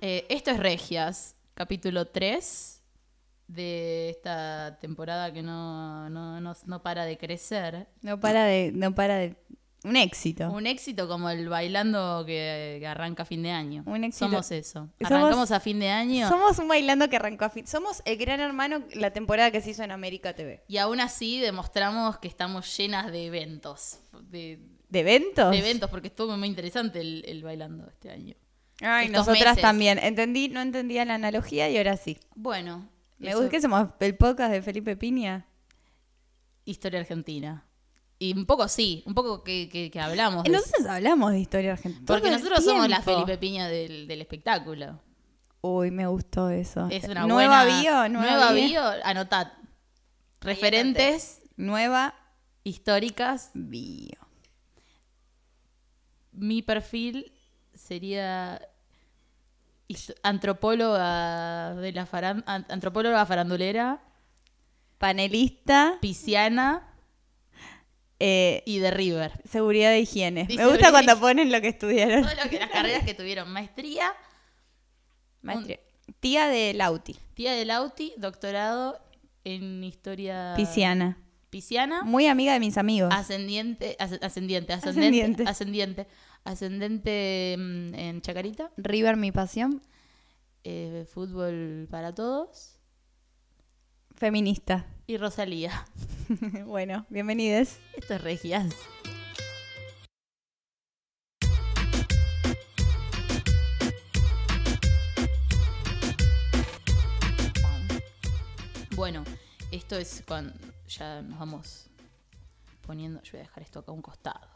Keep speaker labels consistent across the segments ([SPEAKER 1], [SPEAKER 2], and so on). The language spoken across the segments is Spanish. [SPEAKER 1] Eh, esto es Regias, capítulo 3 de esta temporada que no, no, no- no para de crecer.
[SPEAKER 2] No para de. No para de. Un éxito.
[SPEAKER 1] Un éxito como el bailando que, que arranca a fin de año.
[SPEAKER 2] Un éxito.
[SPEAKER 1] Somos eso.
[SPEAKER 2] Somos-
[SPEAKER 1] Arrancamos a fin de año
[SPEAKER 2] Somos un bailando que arrancó a fin. Somos el gran hermano la temporada que se hizo en América TV.
[SPEAKER 1] y aún así demostramos que estamos llenas de eventos. De,
[SPEAKER 2] ¿De eventos?
[SPEAKER 1] de eventos, porque estuvo muy interesante el, el bailando este año.
[SPEAKER 2] Ay,
[SPEAKER 1] Estos
[SPEAKER 2] nosotras
[SPEAKER 1] meses.
[SPEAKER 2] también. Entendí, no entendía la analogía y ahora sí.
[SPEAKER 1] Bueno,
[SPEAKER 2] Me
[SPEAKER 1] eso-
[SPEAKER 2] gusta que somos el podcast de Felipe Piña.
[SPEAKER 1] historia argentina. Y un poco sí, un poco que, que- que hablamos. de
[SPEAKER 2] Nosotros hablamos de historia argentina.
[SPEAKER 1] Porque
[SPEAKER 2] todo el
[SPEAKER 1] nosotros somos la
[SPEAKER 2] tiempo.
[SPEAKER 1] Felipe Piña del, del espectáculo.
[SPEAKER 2] Uy, me gustó eso.
[SPEAKER 1] Es una
[SPEAKER 2] Ah, nueva
[SPEAKER 1] buena-
[SPEAKER 2] bio,
[SPEAKER 1] nueva bio, anotad. Referentes
[SPEAKER 2] Nueva
[SPEAKER 1] históricas.
[SPEAKER 2] bio.
[SPEAKER 1] Mi perfil sería histo- antropóloga de la faran- an- antropóloga farandulera,
[SPEAKER 2] Panelista,
[SPEAKER 1] pisciana
[SPEAKER 2] eh,
[SPEAKER 1] y de River.
[SPEAKER 2] seguridad de higiene.
[SPEAKER 1] Y
[SPEAKER 2] Me gusta
[SPEAKER 1] seguridad
[SPEAKER 2] cuando
[SPEAKER 1] de-
[SPEAKER 2] ponen lo que estudiaron.
[SPEAKER 1] Todo lo que las carreras que tuvieron, maestría,
[SPEAKER 2] Maestría. Tía de Lauti.
[SPEAKER 1] tía del Auti, doctorado en historia
[SPEAKER 2] Pisciana.
[SPEAKER 1] pisciana.
[SPEAKER 2] Muy amiga de mis amigos.
[SPEAKER 1] Ah, Ascendiente, as- ascendiente, ascendente,
[SPEAKER 2] Ascendiente.
[SPEAKER 1] ascendente, ascendente, mm, en Chacarita,
[SPEAKER 2] River, mi pasión.
[SPEAKER 1] eh, fútbol para todos
[SPEAKER 2] Feminista.
[SPEAKER 1] y Rosalía.
[SPEAKER 2] bueno, bienvenides.
[SPEAKER 1] Esto es Regias. Bueno, esto es cuando ya nos vamos poniendo. Yo voy a dejar esto acá a un costado.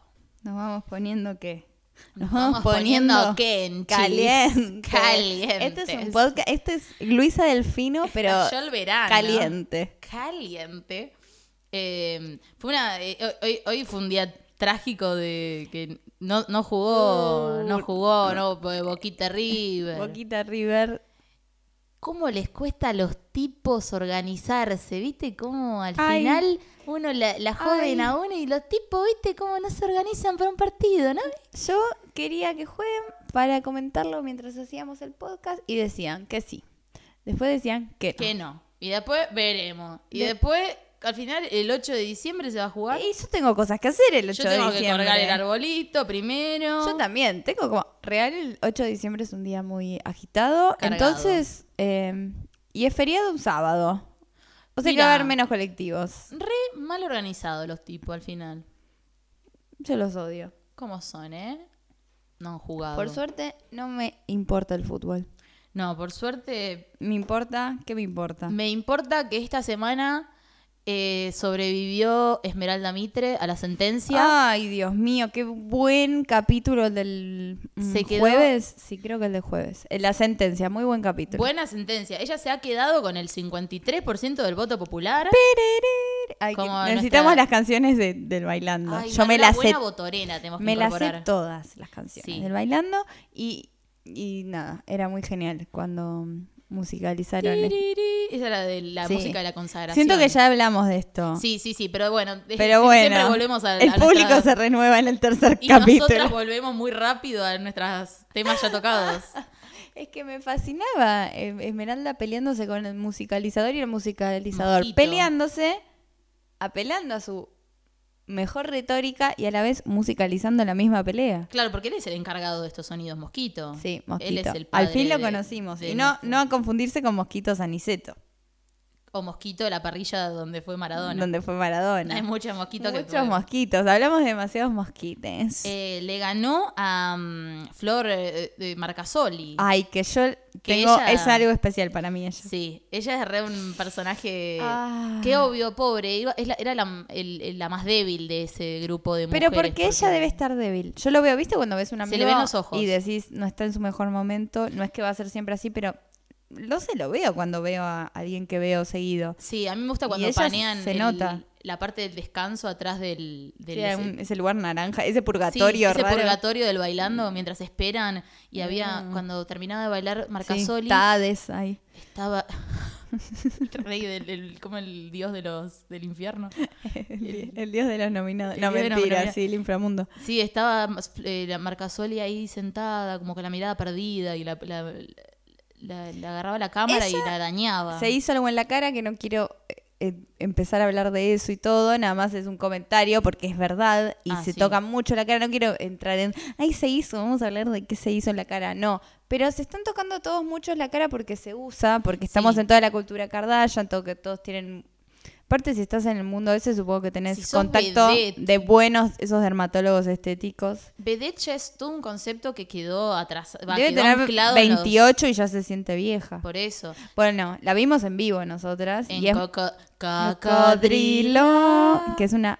[SPEAKER 2] Nos vamos poniendo qué.
[SPEAKER 1] Nos vamos poniendo qué en chilis.
[SPEAKER 2] caliente.
[SPEAKER 1] Calientes.
[SPEAKER 2] Este es un podcast, este es Luisa Delfino, pero
[SPEAKER 1] Estalló el verano.
[SPEAKER 2] caliente.
[SPEAKER 1] Caliente. Eh, fue una, eh, hoy, hoy fue un día trágico de que no, no
[SPEAKER 2] Uh.
[SPEAKER 1] jugó, no jugó, no, eh, Boquita River.
[SPEAKER 2] Boquita River.
[SPEAKER 1] ¿Cómo les cuesta a los tipos organizarse? ¿Viste cómo al
[SPEAKER 2] Ay.
[SPEAKER 1] final uno la, la joden
[SPEAKER 2] Ay.
[SPEAKER 1] a uno y los tipos, viste, cómo no se organizan para un partido, ¿no?
[SPEAKER 2] Yo quería que jueguen para comentarlo mientras hacíamos el podcast y decían que sí. Después decían que no.
[SPEAKER 1] Que no. Y después veremos. Y
[SPEAKER 2] De-
[SPEAKER 1] después, al final, el 8 de diciembre se va a jugar.
[SPEAKER 2] Y yo tengo cosas que hacer el 8
[SPEAKER 1] Yo tengo
[SPEAKER 2] de
[SPEAKER 1] que
[SPEAKER 2] diciembre.
[SPEAKER 1] colgar el arbolito primero.
[SPEAKER 2] Yo también, tengo como... Real, el 8 de diciembre es un día muy agitado.
[SPEAKER 1] Cargado.
[SPEAKER 2] Entonces, eh, y es feriado un sábado. O sea que
[SPEAKER 1] Mirá.
[SPEAKER 2] va a haber menos colectivos.
[SPEAKER 1] Re mal organizados los tipos al final.
[SPEAKER 2] Yo los odio.
[SPEAKER 1] ¿Cómo son, eh? No han jugado.
[SPEAKER 2] Por suerte, no me importa el fútbol.
[SPEAKER 1] No, por suerte.
[SPEAKER 2] Me importa, ¿qué me importa?
[SPEAKER 1] Me importa que esta semana eh, sobrevivió Esmeralda Mitre a la sentencia.
[SPEAKER 2] Ay, Dios mío, qué buen capítulo el del mm,
[SPEAKER 1] Se quedó-
[SPEAKER 2] jueves. Sí, creo que el de jueves. Eh, La sentencia, muy buen capítulo.
[SPEAKER 1] Buena sentencia. Ella se ha quedado con el 53% del voto popular.
[SPEAKER 2] Pererere. Ay, que
[SPEAKER 1] Como
[SPEAKER 2] necesitamos
[SPEAKER 1] nuestra-
[SPEAKER 2] las canciones de- del bailando.
[SPEAKER 1] Ay,
[SPEAKER 2] Yo me
[SPEAKER 1] Manuela,
[SPEAKER 2] las sé,
[SPEAKER 1] buena botorena tenemos que
[SPEAKER 2] me las
[SPEAKER 1] incorporar.
[SPEAKER 2] sé todas las canciones
[SPEAKER 1] Sí.
[SPEAKER 2] del bailando y, y nada, era muy genial cuando musicalizaron. el-
[SPEAKER 1] Tiriri. Esa era de la
[SPEAKER 2] Sí.
[SPEAKER 1] música de la consagración.
[SPEAKER 2] Siento que ya hablamos de esto.
[SPEAKER 1] Sí, sí, sí, pero bueno. es-
[SPEAKER 2] Pero bueno,
[SPEAKER 1] Siempre volvemos a,
[SPEAKER 2] el
[SPEAKER 1] a
[SPEAKER 2] público
[SPEAKER 1] nuestra-
[SPEAKER 2] se renueva en el tercer
[SPEAKER 1] Y
[SPEAKER 2] capítulo.
[SPEAKER 1] nosotras volvemos muy rápido a nuestros temas ya tocados.
[SPEAKER 2] Es que me fascinaba eh, Esmeralda peleándose con el musicalizador y el musicalizador
[SPEAKER 1] Mosquito.
[SPEAKER 2] peleándose, apelando a su mejor retórica y a la vez musicalizando la misma pelea.
[SPEAKER 1] Claro, porque él es el encargado de estos sonidos mosquito.
[SPEAKER 2] Sí, Mosquito.
[SPEAKER 1] Él es el padre
[SPEAKER 2] Al fin lo
[SPEAKER 1] de-
[SPEAKER 2] conocimos.
[SPEAKER 1] de
[SPEAKER 2] y no,
[SPEAKER 1] nuestro-
[SPEAKER 2] no a confundirse con Mosquito Saniceto,
[SPEAKER 1] O mosquito, la parrilla donde fue Maradona.
[SPEAKER 2] donde fue Maradona.
[SPEAKER 1] Hay muchos mosquitos que
[SPEAKER 2] Muchos mosquitos, hablamos de demasiados mosquites.
[SPEAKER 1] Eh, le ganó a mm, Flor eh, de Marcasoli.
[SPEAKER 2] Ay, que yo
[SPEAKER 1] que
[SPEAKER 2] tengo,
[SPEAKER 1] ella-
[SPEAKER 2] es algo especial para mí ella.
[SPEAKER 1] Sí, ella es re un personaje.
[SPEAKER 2] Ah.
[SPEAKER 1] Qué obvio, pobre. Iba- es la- era la, el- el- la más débil de ese grupo de mujeres.
[SPEAKER 2] Pero porque ella debe estar débil. Yo lo veo, ¿viste? Cuando ves un
[SPEAKER 1] Se
[SPEAKER 2] amigo
[SPEAKER 1] le ven los ojos.
[SPEAKER 2] y decís, no está en su mejor momento, no es que va a ser siempre así, pero no se lo veo cuando veo a alguien que veo seguido.
[SPEAKER 1] Sí, a mí me gusta
[SPEAKER 2] Y
[SPEAKER 1] cuando
[SPEAKER 2] ella
[SPEAKER 1] panean
[SPEAKER 2] se
[SPEAKER 1] el-
[SPEAKER 2] nota.
[SPEAKER 1] la parte del descanso atrás del. del
[SPEAKER 2] Sí,
[SPEAKER 1] ese-
[SPEAKER 2] un- ese lugar naranja, ese
[SPEAKER 1] Sí,
[SPEAKER 2] purgatorio
[SPEAKER 1] ese
[SPEAKER 2] raro.
[SPEAKER 1] purgatorio del bailando mientras esperan y había
[SPEAKER 2] Ah.
[SPEAKER 1] cuando terminaba de bailar
[SPEAKER 2] Sí,
[SPEAKER 1] Marcasoli
[SPEAKER 2] Tades ahí.
[SPEAKER 1] estaba el rey del, el- como el dios de los del infierno
[SPEAKER 2] El, di- el dios de los nominados.
[SPEAKER 1] El
[SPEAKER 2] No,
[SPEAKER 1] dios de los
[SPEAKER 2] mentira,
[SPEAKER 1] nominados.
[SPEAKER 2] sí, el inframundo.
[SPEAKER 1] sí estaba eh, la Marcasoli ahí sentada como con la mirada perdida y la, la- la, la agarraba la cámara y
[SPEAKER 2] Ella
[SPEAKER 1] la arañaba.
[SPEAKER 2] Se hizo algo en la cara que no quiero eh, empezar a hablar de eso y todo, nada más es un comentario porque es verdad y
[SPEAKER 1] Ah,
[SPEAKER 2] se
[SPEAKER 1] sí.
[SPEAKER 2] toca mucho la cara, no quiero entrar en, ay, se hizo, vamos a hablar de qué se hizo en la cara, no, pero se están tocando todos mucho la cara porque se usa, porque estamos
[SPEAKER 1] Sí.
[SPEAKER 2] en toda la cultura Kardashian, todo que todos tienen... Aparte, si estás en el mundo ese, supongo que tenés
[SPEAKER 1] Si sos
[SPEAKER 2] contacto
[SPEAKER 1] vedette.
[SPEAKER 2] de buenos, esos dermatólogos estéticos.
[SPEAKER 1] Vedette ya es todo un concepto que quedó atrás. va,
[SPEAKER 2] Debe
[SPEAKER 1] quedó
[SPEAKER 2] tener
[SPEAKER 1] anclado en los-
[SPEAKER 2] 28 y ya se siente vieja.
[SPEAKER 1] por eso.
[SPEAKER 2] Bueno, la vimos en vivo nosotras.
[SPEAKER 1] En
[SPEAKER 2] y es
[SPEAKER 1] coco- cocodrilo.
[SPEAKER 2] Cocodrilo. Que es una.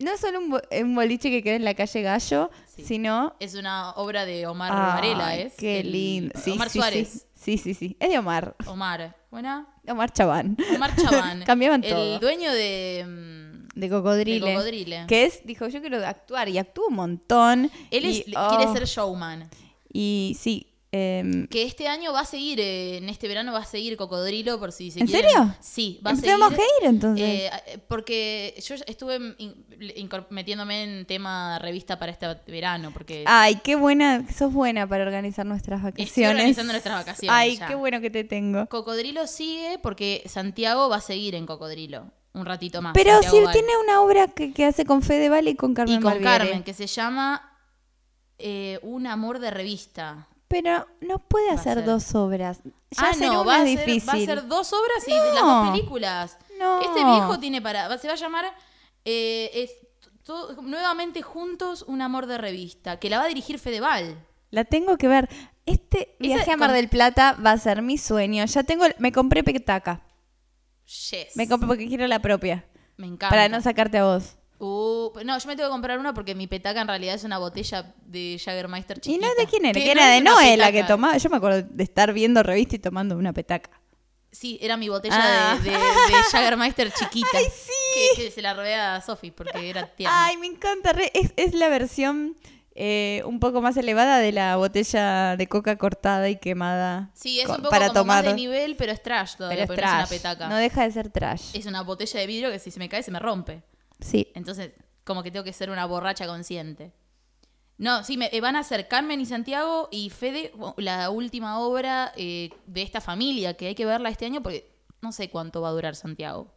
[SPEAKER 2] No es solo un, bo- un boliche que queda en la calle Gallo,
[SPEAKER 1] Sí.
[SPEAKER 2] sino.
[SPEAKER 1] Es una obra de Omar
[SPEAKER 2] Ay,
[SPEAKER 1] Varela, ¿es?
[SPEAKER 2] Qué
[SPEAKER 1] El-
[SPEAKER 2] lindo. Sí,
[SPEAKER 1] Omar
[SPEAKER 2] sí,
[SPEAKER 1] Suárez.
[SPEAKER 2] Sí. sí, sí, sí. Es de Omar.
[SPEAKER 1] Omar. Buena.
[SPEAKER 2] Omar Chabán.
[SPEAKER 1] Omar Chabán.
[SPEAKER 2] Cambiaban
[SPEAKER 1] el
[SPEAKER 2] todo.
[SPEAKER 1] dueño de, mm,
[SPEAKER 2] De cocodrilo.
[SPEAKER 1] de Cocodrile.
[SPEAKER 2] Que es, dijo, yo quiero actuar y actúa un montón.
[SPEAKER 1] Él es-
[SPEAKER 2] y,
[SPEAKER 1] le-
[SPEAKER 2] oh,
[SPEAKER 1] quiere ser showman.
[SPEAKER 2] Y sí. em,
[SPEAKER 1] Que este año va a seguir, eh, en este verano va a seguir Cocodrilo por si se
[SPEAKER 2] ¿En
[SPEAKER 1] quieren-
[SPEAKER 2] serio?
[SPEAKER 1] Sí, va a seguir.
[SPEAKER 2] tenemos que ir entonces.
[SPEAKER 1] Eh, eh, porque yo ya estuve in- incor- metiéndome en tema revista para este verano, porque
[SPEAKER 2] Ay, qué buena, sos buena para organizar nuestras vacaciones.
[SPEAKER 1] organizando nuestras vacaciones
[SPEAKER 2] Ay,
[SPEAKER 1] ya.
[SPEAKER 2] qué bueno que te tengo.
[SPEAKER 1] Cocodrilo sigue porque Santiago va a seguir en Cocodrilo un ratito más.
[SPEAKER 2] Pero
[SPEAKER 1] Santiago
[SPEAKER 2] si
[SPEAKER 1] Val.
[SPEAKER 2] tiene una obra que, que hace con Fede Vale y con Carmen
[SPEAKER 1] Ah, Y con
[SPEAKER 2] Barbieri.
[SPEAKER 1] Carmen, que se llama eh, Un amor de revista.
[SPEAKER 2] Pero no puede
[SPEAKER 1] a
[SPEAKER 2] hacer
[SPEAKER 1] ser-
[SPEAKER 2] dos obras. Ya
[SPEAKER 1] ah,
[SPEAKER 2] hacer
[SPEAKER 1] no,
[SPEAKER 2] una
[SPEAKER 1] va a,
[SPEAKER 2] es
[SPEAKER 1] ser, va a
[SPEAKER 2] difícil.
[SPEAKER 1] ser dos obras y
[SPEAKER 2] No.
[SPEAKER 1] las dos películas.
[SPEAKER 2] No.
[SPEAKER 1] Este viejo tiene para. va- Se va a llamar. eh, es- to- nuevamente juntos, un amor de revista. Que la va a dirigir Fedeval.
[SPEAKER 2] La tengo que ver. Este
[SPEAKER 1] Esa-
[SPEAKER 2] viaje a Mar
[SPEAKER 1] con-
[SPEAKER 2] del Plata va a ser mi sueño. Ya tengo, me compré petaca.
[SPEAKER 1] Yes.
[SPEAKER 2] Me compré porque quiero la propia.
[SPEAKER 1] Me encanta.
[SPEAKER 2] Para no sacarte a vos.
[SPEAKER 1] Uh, no, yo me tengo que comprar una porque mi petaca en realidad es una botella de Jaggermeister chiquita.
[SPEAKER 2] Y no de quién era, que,
[SPEAKER 1] no
[SPEAKER 2] era
[SPEAKER 1] es
[SPEAKER 2] de
[SPEAKER 1] una
[SPEAKER 2] Noé la que
[SPEAKER 1] petaca.
[SPEAKER 2] tomaba. Yo me acuerdo de estar viendo revista y tomando una petaca.
[SPEAKER 1] Sí, era mi botella
[SPEAKER 2] Ah.
[SPEAKER 1] de, de, de Jägermeister chiquita.
[SPEAKER 2] ¡Ay, sí!
[SPEAKER 1] Que, que se la robé a Sofi porque era tierna.
[SPEAKER 2] Ay, me encanta. re- es, es la versión eh, un poco más elevada de la botella de coca cortada y quemada
[SPEAKER 1] sí, es
[SPEAKER 2] co-
[SPEAKER 1] un poco
[SPEAKER 2] para
[SPEAKER 1] como
[SPEAKER 2] tomar.
[SPEAKER 1] más de nivel, pero es trash
[SPEAKER 2] pero
[SPEAKER 1] todavía,
[SPEAKER 2] es
[SPEAKER 1] pero,
[SPEAKER 2] trash.
[SPEAKER 1] no es una petaca.
[SPEAKER 2] No deja de ser trash.
[SPEAKER 1] Es una botella de vidrio que si se me cae se me rompe.
[SPEAKER 2] Sí.
[SPEAKER 1] Entonces, como que tengo que ser una borracha consciente. No, sí, me, eh, van a hacer Carmen y Santiago y Fede, o- la última obra eh, de esta familia, que hay que verla este año porque no sé cuánto va a durar Santiago.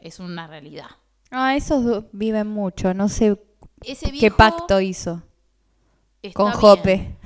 [SPEAKER 1] Es una realidad.
[SPEAKER 2] Ah, esos dos viven mucho. No sé
[SPEAKER 1] Ese viejo
[SPEAKER 2] qué pacto hizo
[SPEAKER 1] está
[SPEAKER 2] con
[SPEAKER 1] bien.
[SPEAKER 2] Jope.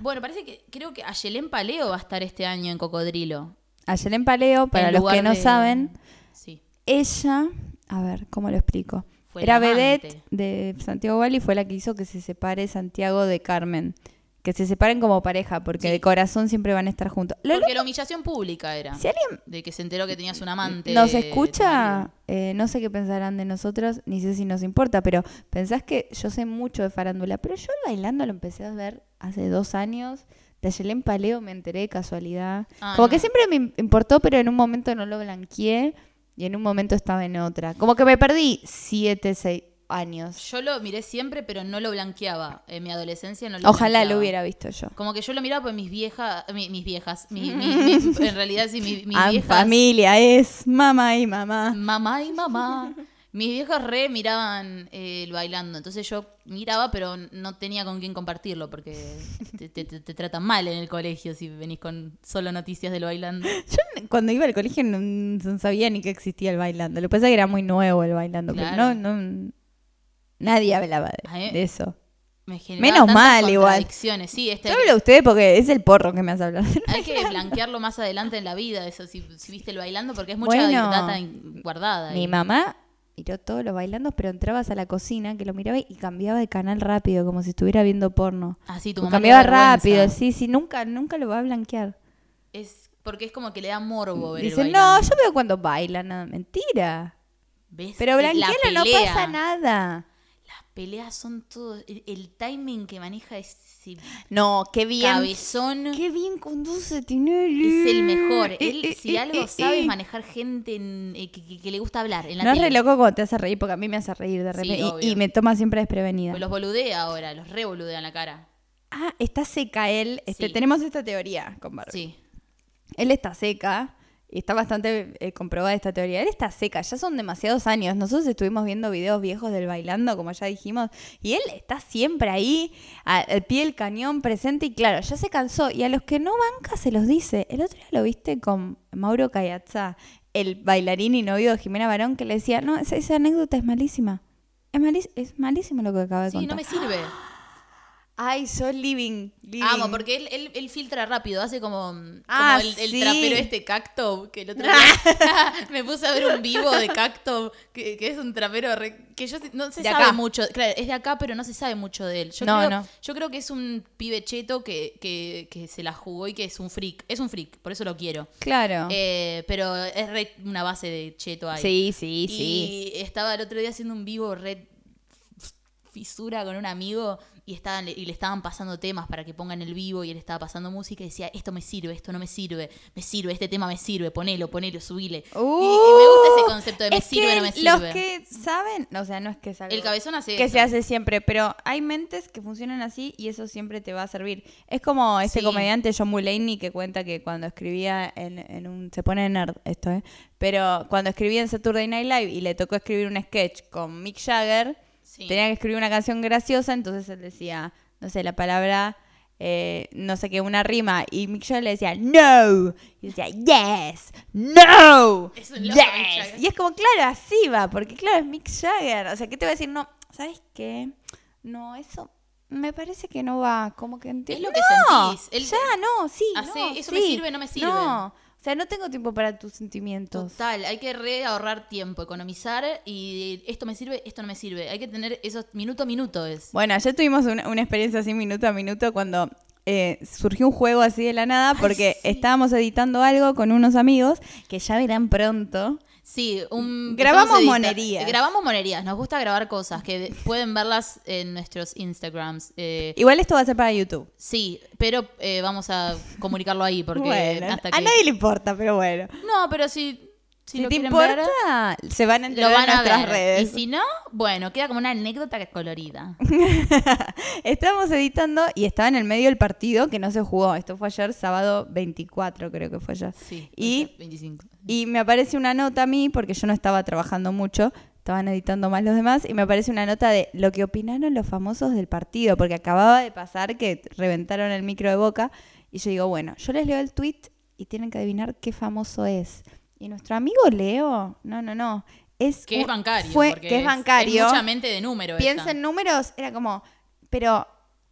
[SPEAKER 1] Bueno, parece que creo que Ayelén Paleo va a estar este año en Cocodrilo.
[SPEAKER 2] Ayer en Paleo, para
[SPEAKER 1] en
[SPEAKER 2] los
[SPEAKER 1] lugar
[SPEAKER 2] que no
[SPEAKER 1] de-
[SPEAKER 2] saben,
[SPEAKER 1] Sí.
[SPEAKER 2] ella, a ver, ¿cómo lo explico?
[SPEAKER 1] Fue
[SPEAKER 2] Era
[SPEAKER 1] la amante.
[SPEAKER 2] vedette de Santiago Bali, fue la que hizo que se separe Santiago de Carmen. Que se separen como pareja,
[SPEAKER 1] Sí.
[SPEAKER 2] porque de corazón siempre van a estar juntos. Lo
[SPEAKER 1] Porque la humillación pública era.
[SPEAKER 2] Si alguien
[SPEAKER 1] De que se enteró que tenías un amante.
[SPEAKER 2] nos
[SPEAKER 1] de tu
[SPEAKER 2] escucha,
[SPEAKER 1] marido.
[SPEAKER 2] eh, no sé qué pensarán de nosotros, ni sé si nos importa, pero pensás que yo sé mucho de farándula, pero yo el bailando lo empecé a ver hace dos años. De Yelén Paleo me enteré de casualidad.
[SPEAKER 1] Ah,
[SPEAKER 2] Como
[SPEAKER 1] no.
[SPEAKER 2] que siempre me im- importó, pero en un momento no lo blanqueé y en un momento estaba en otra. Como que me perdí siete, seis años.
[SPEAKER 1] Yo lo miré siempre, pero no lo blanqueaba. En mi adolescencia no lo
[SPEAKER 2] Ojalá lo
[SPEAKER 1] blanqueaba.
[SPEAKER 2] hubiera visto yo.
[SPEAKER 1] Como que yo lo miraba pues mis viejas, mi- mis viejas, mi- mi- mi- en realidad sí, mi- mis
[SPEAKER 2] Ah,
[SPEAKER 1] viejas, Mm.
[SPEAKER 2] familia es mamá y mamá.
[SPEAKER 1] mamá y mamá. Mis viejas re miraban eh, el bailando, entonces yo miraba, pero no tenía con quién compartirlo, porque te, te- te- te tratan mal en el colegio si venís con solo noticias del bailando.
[SPEAKER 2] Yo cuando iba al colegio no, no sabía ni que existía el bailando. Lo que pasa es que era muy nuevo el bailando. pero
[SPEAKER 1] Claro.
[SPEAKER 2] No, no, nadie hablaba
[SPEAKER 1] A mí-
[SPEAKER 2] de, de eso.
[SPEAKER 1] Me generaba
[SPEAKER 2] Menos
[SPEAKER 1] tantas
[SPEAKER 2] mal, igual.
[SPEAKER 1] contradicciones. Sí, este,
[SPEAKER 2] Yo hablo de ustedes porque es el porro que me hace hablar.
[SPEAKER 1] hay que blanquearlo más adelante en la vida, eso, si, si viste el bailando, porque es mucha
[SPEAKER 2] Bueno,
[SPEAKER 1] data in- guardada.
[SPEAKER 2] Mi
[SPEAKER 1] ahí.
[SPEAKER 2] mamá miró todos los bailandos, pero entrabas a la cocina que lo miraba y cambiaba de canal rápido, como si estuviera viendo porno.
[SPEAKER 1] Ah, sí, tu
[SPEAKER 2] Lo
[SPEAKER 1] mamá le
[SPEAKER 2] cambiaba
[SPEAKER 1] da
[SPEAKER 2] rápido,
[SPEAKER 1] vergüenza.
[SPEAKER 2] sí, sí, nunca, nunca lo va a blanquear.
[SPEAKER 1] Es porque es como que le da morbo ver el
[SPEAKER 2] Dicen, no,
[SPEAKER 1] bailando".
[SPEAKER 2] yo veo cuando bailan, nada, mentira.
[SPEAKER 1] ¿Ves?
[SPEAKER 2] Pero
[SPEAKER 1] La
[SPEAKER 2] blanquearlo no
[SPEAKER 1] pelea.
[SPEAKER 2] pasa nada.
[SPEAKER 1] Las peleas son todo. El, el timing que maneja ese
[SPEAKER 2] No, qué bien.
[SPEAKER 1] cabezón
[SPEAKER 2] Qué bien conduce Tinelli.
[SPEAKER 1] es el mejor.
[SPEAKER 2] Eh,
[SPEAKER 1] Él,
[SPEAKER 2] eh,
[SPEAKER 1] si
[SPEAKER 2] eh,
[SPEAKER 1] algo
[SPEAKER 2] eh,
[SPEAKER 1] sabe, es
[SPEAKER 2] eh.
[SPEAKER 1] manejar gente en- eh, que, que- que le gusta hablar en la
[SPEAKER 2] No es re
[SPEAKER 1] tele.
[SPEAKER 2] loco cuando te hace reír, porque a mí me hace reír de
[SPEAKER 1] Sí,
[SPEAKER 2] repente. y- y,
[SPEAKER 1] obvio.
[SPEAKER 2] me toma siempre desprevenida.
[SPEAKER 1] Pues los boludea ahora, los reboludea en la cara.
[SPEAKER 2] Ah, está seca él. Este,
[SPEAKER 1] Sí.
[SPEAKER 2] Tenemos esta teoría con Barbie.
[SPEAKER 1] Sí.
[SPEAKER 2] Él está seca. Está bastante eh, comprobada esta teoría. Él está seca, ya son demasiados años. Nosotros estuvimos viendo videos viejos del bailando, como ya dijimos, y él está siempre ahí, a- al pie del cañón, presente, y claro, ya se cansó. Y a los que no banca se los dice. El otro día lo viste con Mauro Cayatza, el bailarín y novio de Jimena Barón, que le decía, no, esa, esa anécdota es malísima. Es, malís- es malísimo lo que acaba de
[SPEAKER 1] Sí,
[SPEAKER 2] contar.
[SPEAKER 1] no me sirve.
[SPEAKER 2] Ay, sos living. living.
[SPEAKER 1] Amo, porque él, él- él filtra rápido, hace como, como
[SPEAKER 2] Ah,
[SPEAKER 1] el, el
[SPEAKER 2] sí.
[SPEAKER 1] trapero este cacto, que el otro día me puse a ver un vivo de cacto, que, que es un trapero re- que yo no se
[SPEAKER 2] De
[SPEAKER 1] sabe
[SPEAKER 2] acá.
[SPEAKER 1] mucho, claro, es de acá, pero no se sabe mucho de él. Yo,
[SPEAKER 2] No,
[SPEAKER 1] creo,
[SPEAKER 2] no.
[SPEAKER 1] yo creo que es un pibe cheto que, que, que se la jugó y que es un freak, es un freak, por eso lo quiero.
[SPEAKER 2] Claro.
[SPEAKER 1] Eh, pero es re una base de cheto ahí.
[SPEAKER 2] sí, sí, sí.
[SPEAKER 1] Y estaba el otro día haciendo un vivo re fisura con un amigo y, estaban, y le estaban pasando temas para que pongan el vivo y él estaba pasando música y decía, esto me sirve, esto no me sirve, me sirve, este tema me sirve, ponelo, ponelo, subile. Y- y, me gusta ese
[SPEAKER 2] Uh,
[SPEAKER 1] concepto de me
[SPEAKER 2] es que
[SPEAKER 1] sirve, no me sirve.
[SPEAKER 2] Los que saben, o sea, no es que salga.
[SPEAKER 1] El cabezón hace
[SPEAKER 2] que
[SPEAKER 1] eso.
[SPEAKER 2] se hace siempre, pero hay mentes que funcionan así y eso siempre te va a servir. Es como este
[SPEAKER 1] Sí.
[SPEAKER 2] comediante John Mulaney que cuenta que cuando escribía en, en un... Se pone nerd esto, ¿eh? Pero cuando escribía en Saturday Night Live y le tocó escribir un sketch con Mick Jagger,
[SPEAKER 1] Sí.
[SPEAKER 2] tenía que escribir una canción graciosa, entonces él decía, no sé, la palabra... eh, no sé qué, una rima y Mick Jagger le decía no y decía yes no
[SPEAKER 1] Es un loco, Mick
[SPEAKER 2] yes
[SPEAKER 1] Jagger.
[SPEAKER 2] y es como, claro, así va, porque claro, es Mick Jagger. O sea, ¿qué te va a decir? No, ¿sabes qué? No, eso me parece que no va, como que enti-
[SPEAKER 1] Es lo que
[SPEAKER 2] ¡No!
[SPEAKER 1] sentís. Él-
[SPEAKER 2] ya, no, sí.
[SPEAKER 1] Hacé,
[SPEAKER 2] no,
[SPEAKER 1] eso me
[SPEAKER 2] sí,
[SPEAKER 1] sirve, no me sirve.
[SPEAKER 2] No, o sea, no tengo tiempo para tus sentimientos.
[SPEAKER 1] Total, hay que re ahorrar tiempo, economizar y esto me sirve, esto no me sirve. Hay que tener esos minuto a minuto es.
[SPEAKER 2] Bueno, ayer tuvimos una, una experiencia así minuto a minuto cuando eh, surgió un juego así de la nada porque
[SPEAKER 1] sí.
[SPEAKER 2] estábamos editando algo con unos amigos que ya verán pronto.
[SPEAKER 1] Sí, un...
[SPEAKER 2] Grabamos
[SPEAKER 1] estamos edita-
[SPEAKER 2] monerías.
[SPEAKER 1] Grabamos monerías, nos gusta grabar cosas que pueden verlas en nuestros Instagrams. eh,
[SPEAKER 2] Igual esto va a ser para YouTube.
[SPEAKER 1] sí, pero eh, vamos a comunicarlo ahí porque
[SPEAKER 2] Bueno,
[SPEAKER 1] hasta que...
[SPEAKER 2] a nadie le importa, pero bueno.
[SPEAKER 1] No, pero si, si,
[SPEAKER 2] Si,
[SPEAKER 1] lo
[SPEAKER 2] te
[SPEAKER 1] quieren
[SPEAKER 2] importa,
[SPEAKER 1] ver,
[SPEAKER 2] se van a
[SPEAKER 1] lo
[SPEAKER 2] enterar
[SPEAKER 1] van
[SPEAKER 2] en
[SPEAKER 1] a
[SPEAKER 2] nuestras
[SPEAKER 1] ver. Y
[SPEAKER 2] redes.
[SPEAKER 1] si no, bueno, queda como una anécdota colorida.
[SPEAKER 2] Estábamos editando y estaba en el medio del partido que no se jugó. Esto fue ayer, sábado 24, creo que fue ayer.
[SPEAKER 1] Sí,
[SPEAKER 2] Y-
[SPEAKER 1] 25.
[SPEAKER 2] Y me aparece una nota a mí, porque yo no estaba trabajando mucho, estaban editando más los demás, y me aparece una nota de lo que opinaron los famosos del partido, porque acababa de pasar que reventaron el micro de boca. Y yo digo, bueno, yo les leo el tweet y tienen que adivinar qué famoso es. Y nuestro amigo Leo, no, no, no. Es
[SPEAKER 1] Que es
[SPEAKER 2] un-
[SPEAKER 1] bancario.
[SPEAKER 2] fue-
[SPEAKER 1] porque
[SPEAKER 2] que es bancario.
[SPEAKER 1] mucha mente de número. esa.
[SPEAKER 2] piensa en números, era como, pero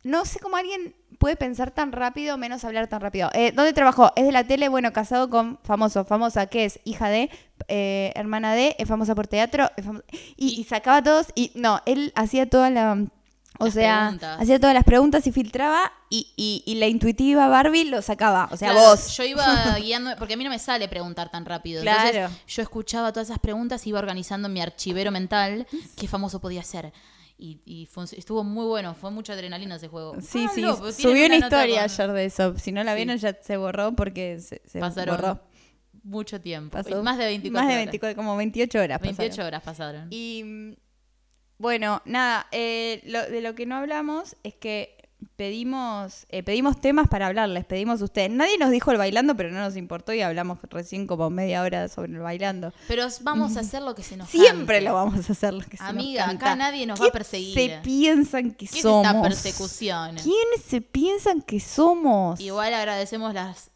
[SPEAKER 2] no sé cómo alguien puede pensar tan rápido, menos hablar tan rápido. Eh, ¿Dónde trabajó? Es de la tele, bueno, casado con famoso, famosa, que es hija de, eh, hermana de, es famosa por teatro, es famo- y, y sacaba a todos, y no, él hacía toda la... O
[SPEAKER 1] Las
[SPEAKER 2] sea,
[SPEAKER 1] preguntas.
[SPEAKER 2] hacía todas las preguntas y filtraba y, y- y la intuitiva Barbie lo sacaba. O sea,
[SPEAKER 1] Claro, Ah,
[SPEAKER 2] vos.
[SPEAKER 1] Yo iba guiando, porque a mí no me sale preguntar tan rápido.
[SPEAKER 2] Claro.
[SPEAKER 1] Entonces, yo escuchaba todas esas preguntas y iba organizando en mi archivero mental qué famoso podía ser. Y, y fue- estuvo muy bueno, fue mucha adrenalina ese juego.
[SPEAKER 2] Sí,
[SPEAKER 1] Ah,
[SPEAKER 2] sí,
[SPEAKER 1] loco, tienen
[SPEAKER 2] subí una
[SPEAKER 1] nota
[SPEAKER 2] historia
[SPEAKER 1] con-
[SPEAKER 2] ayer de eso. Si no la vieron ya se borró porque se, se
[SPEAKER 1] Pasaron
[SPEAKER 2] borró.
[SPEAKER 1] mucho tiempo.
[SPEAKER 2] Pasó
[SPEAKER 1] más de 24
[SPEAKER 2] Más de
[SPEAKER 1] horas.
[SPEAKER 2] 24, como 28 horas.
[SPEAKER 1] 28
[SPEAKER 2] pasaron.
[SPEAKER 1] horas pasaron.
[SPEAKER 2] Y mm, bueno, nada, eh, lo- de lo que no hablamos es que pedimos, eh, pedimos temas para hablarles, pedimos ustedes. Nadie nos dijo el bailando, pero no nos importó y hablamos recién como media hora sobre el bailando.
[SPEAKER 1] Pero vamos a hacer lo que se nos
[SPEAKER 2] Siempre
[SPEAKER 1] cante.
[SPEAKER 2] lo vamos a hacer. Los que se nos
[SPEAKER 1] Amiga, acá
[SPEAKER 2] canta.
[SPEAKER 1] nadie nos
[SPEAKER 2] ¿Qué
[SPEAKER 1] va a perseguir?
[SPEAKER 2] Se piensan que
[SPEAKER 1] ¿Qué es
[SPEAKER 2] somos.
[SPEAKER 1] esta persecución?
[SPEAKER 2] ¿Quiénes se piensan que somos?
[SPEAKER 1] Igual agradecemos las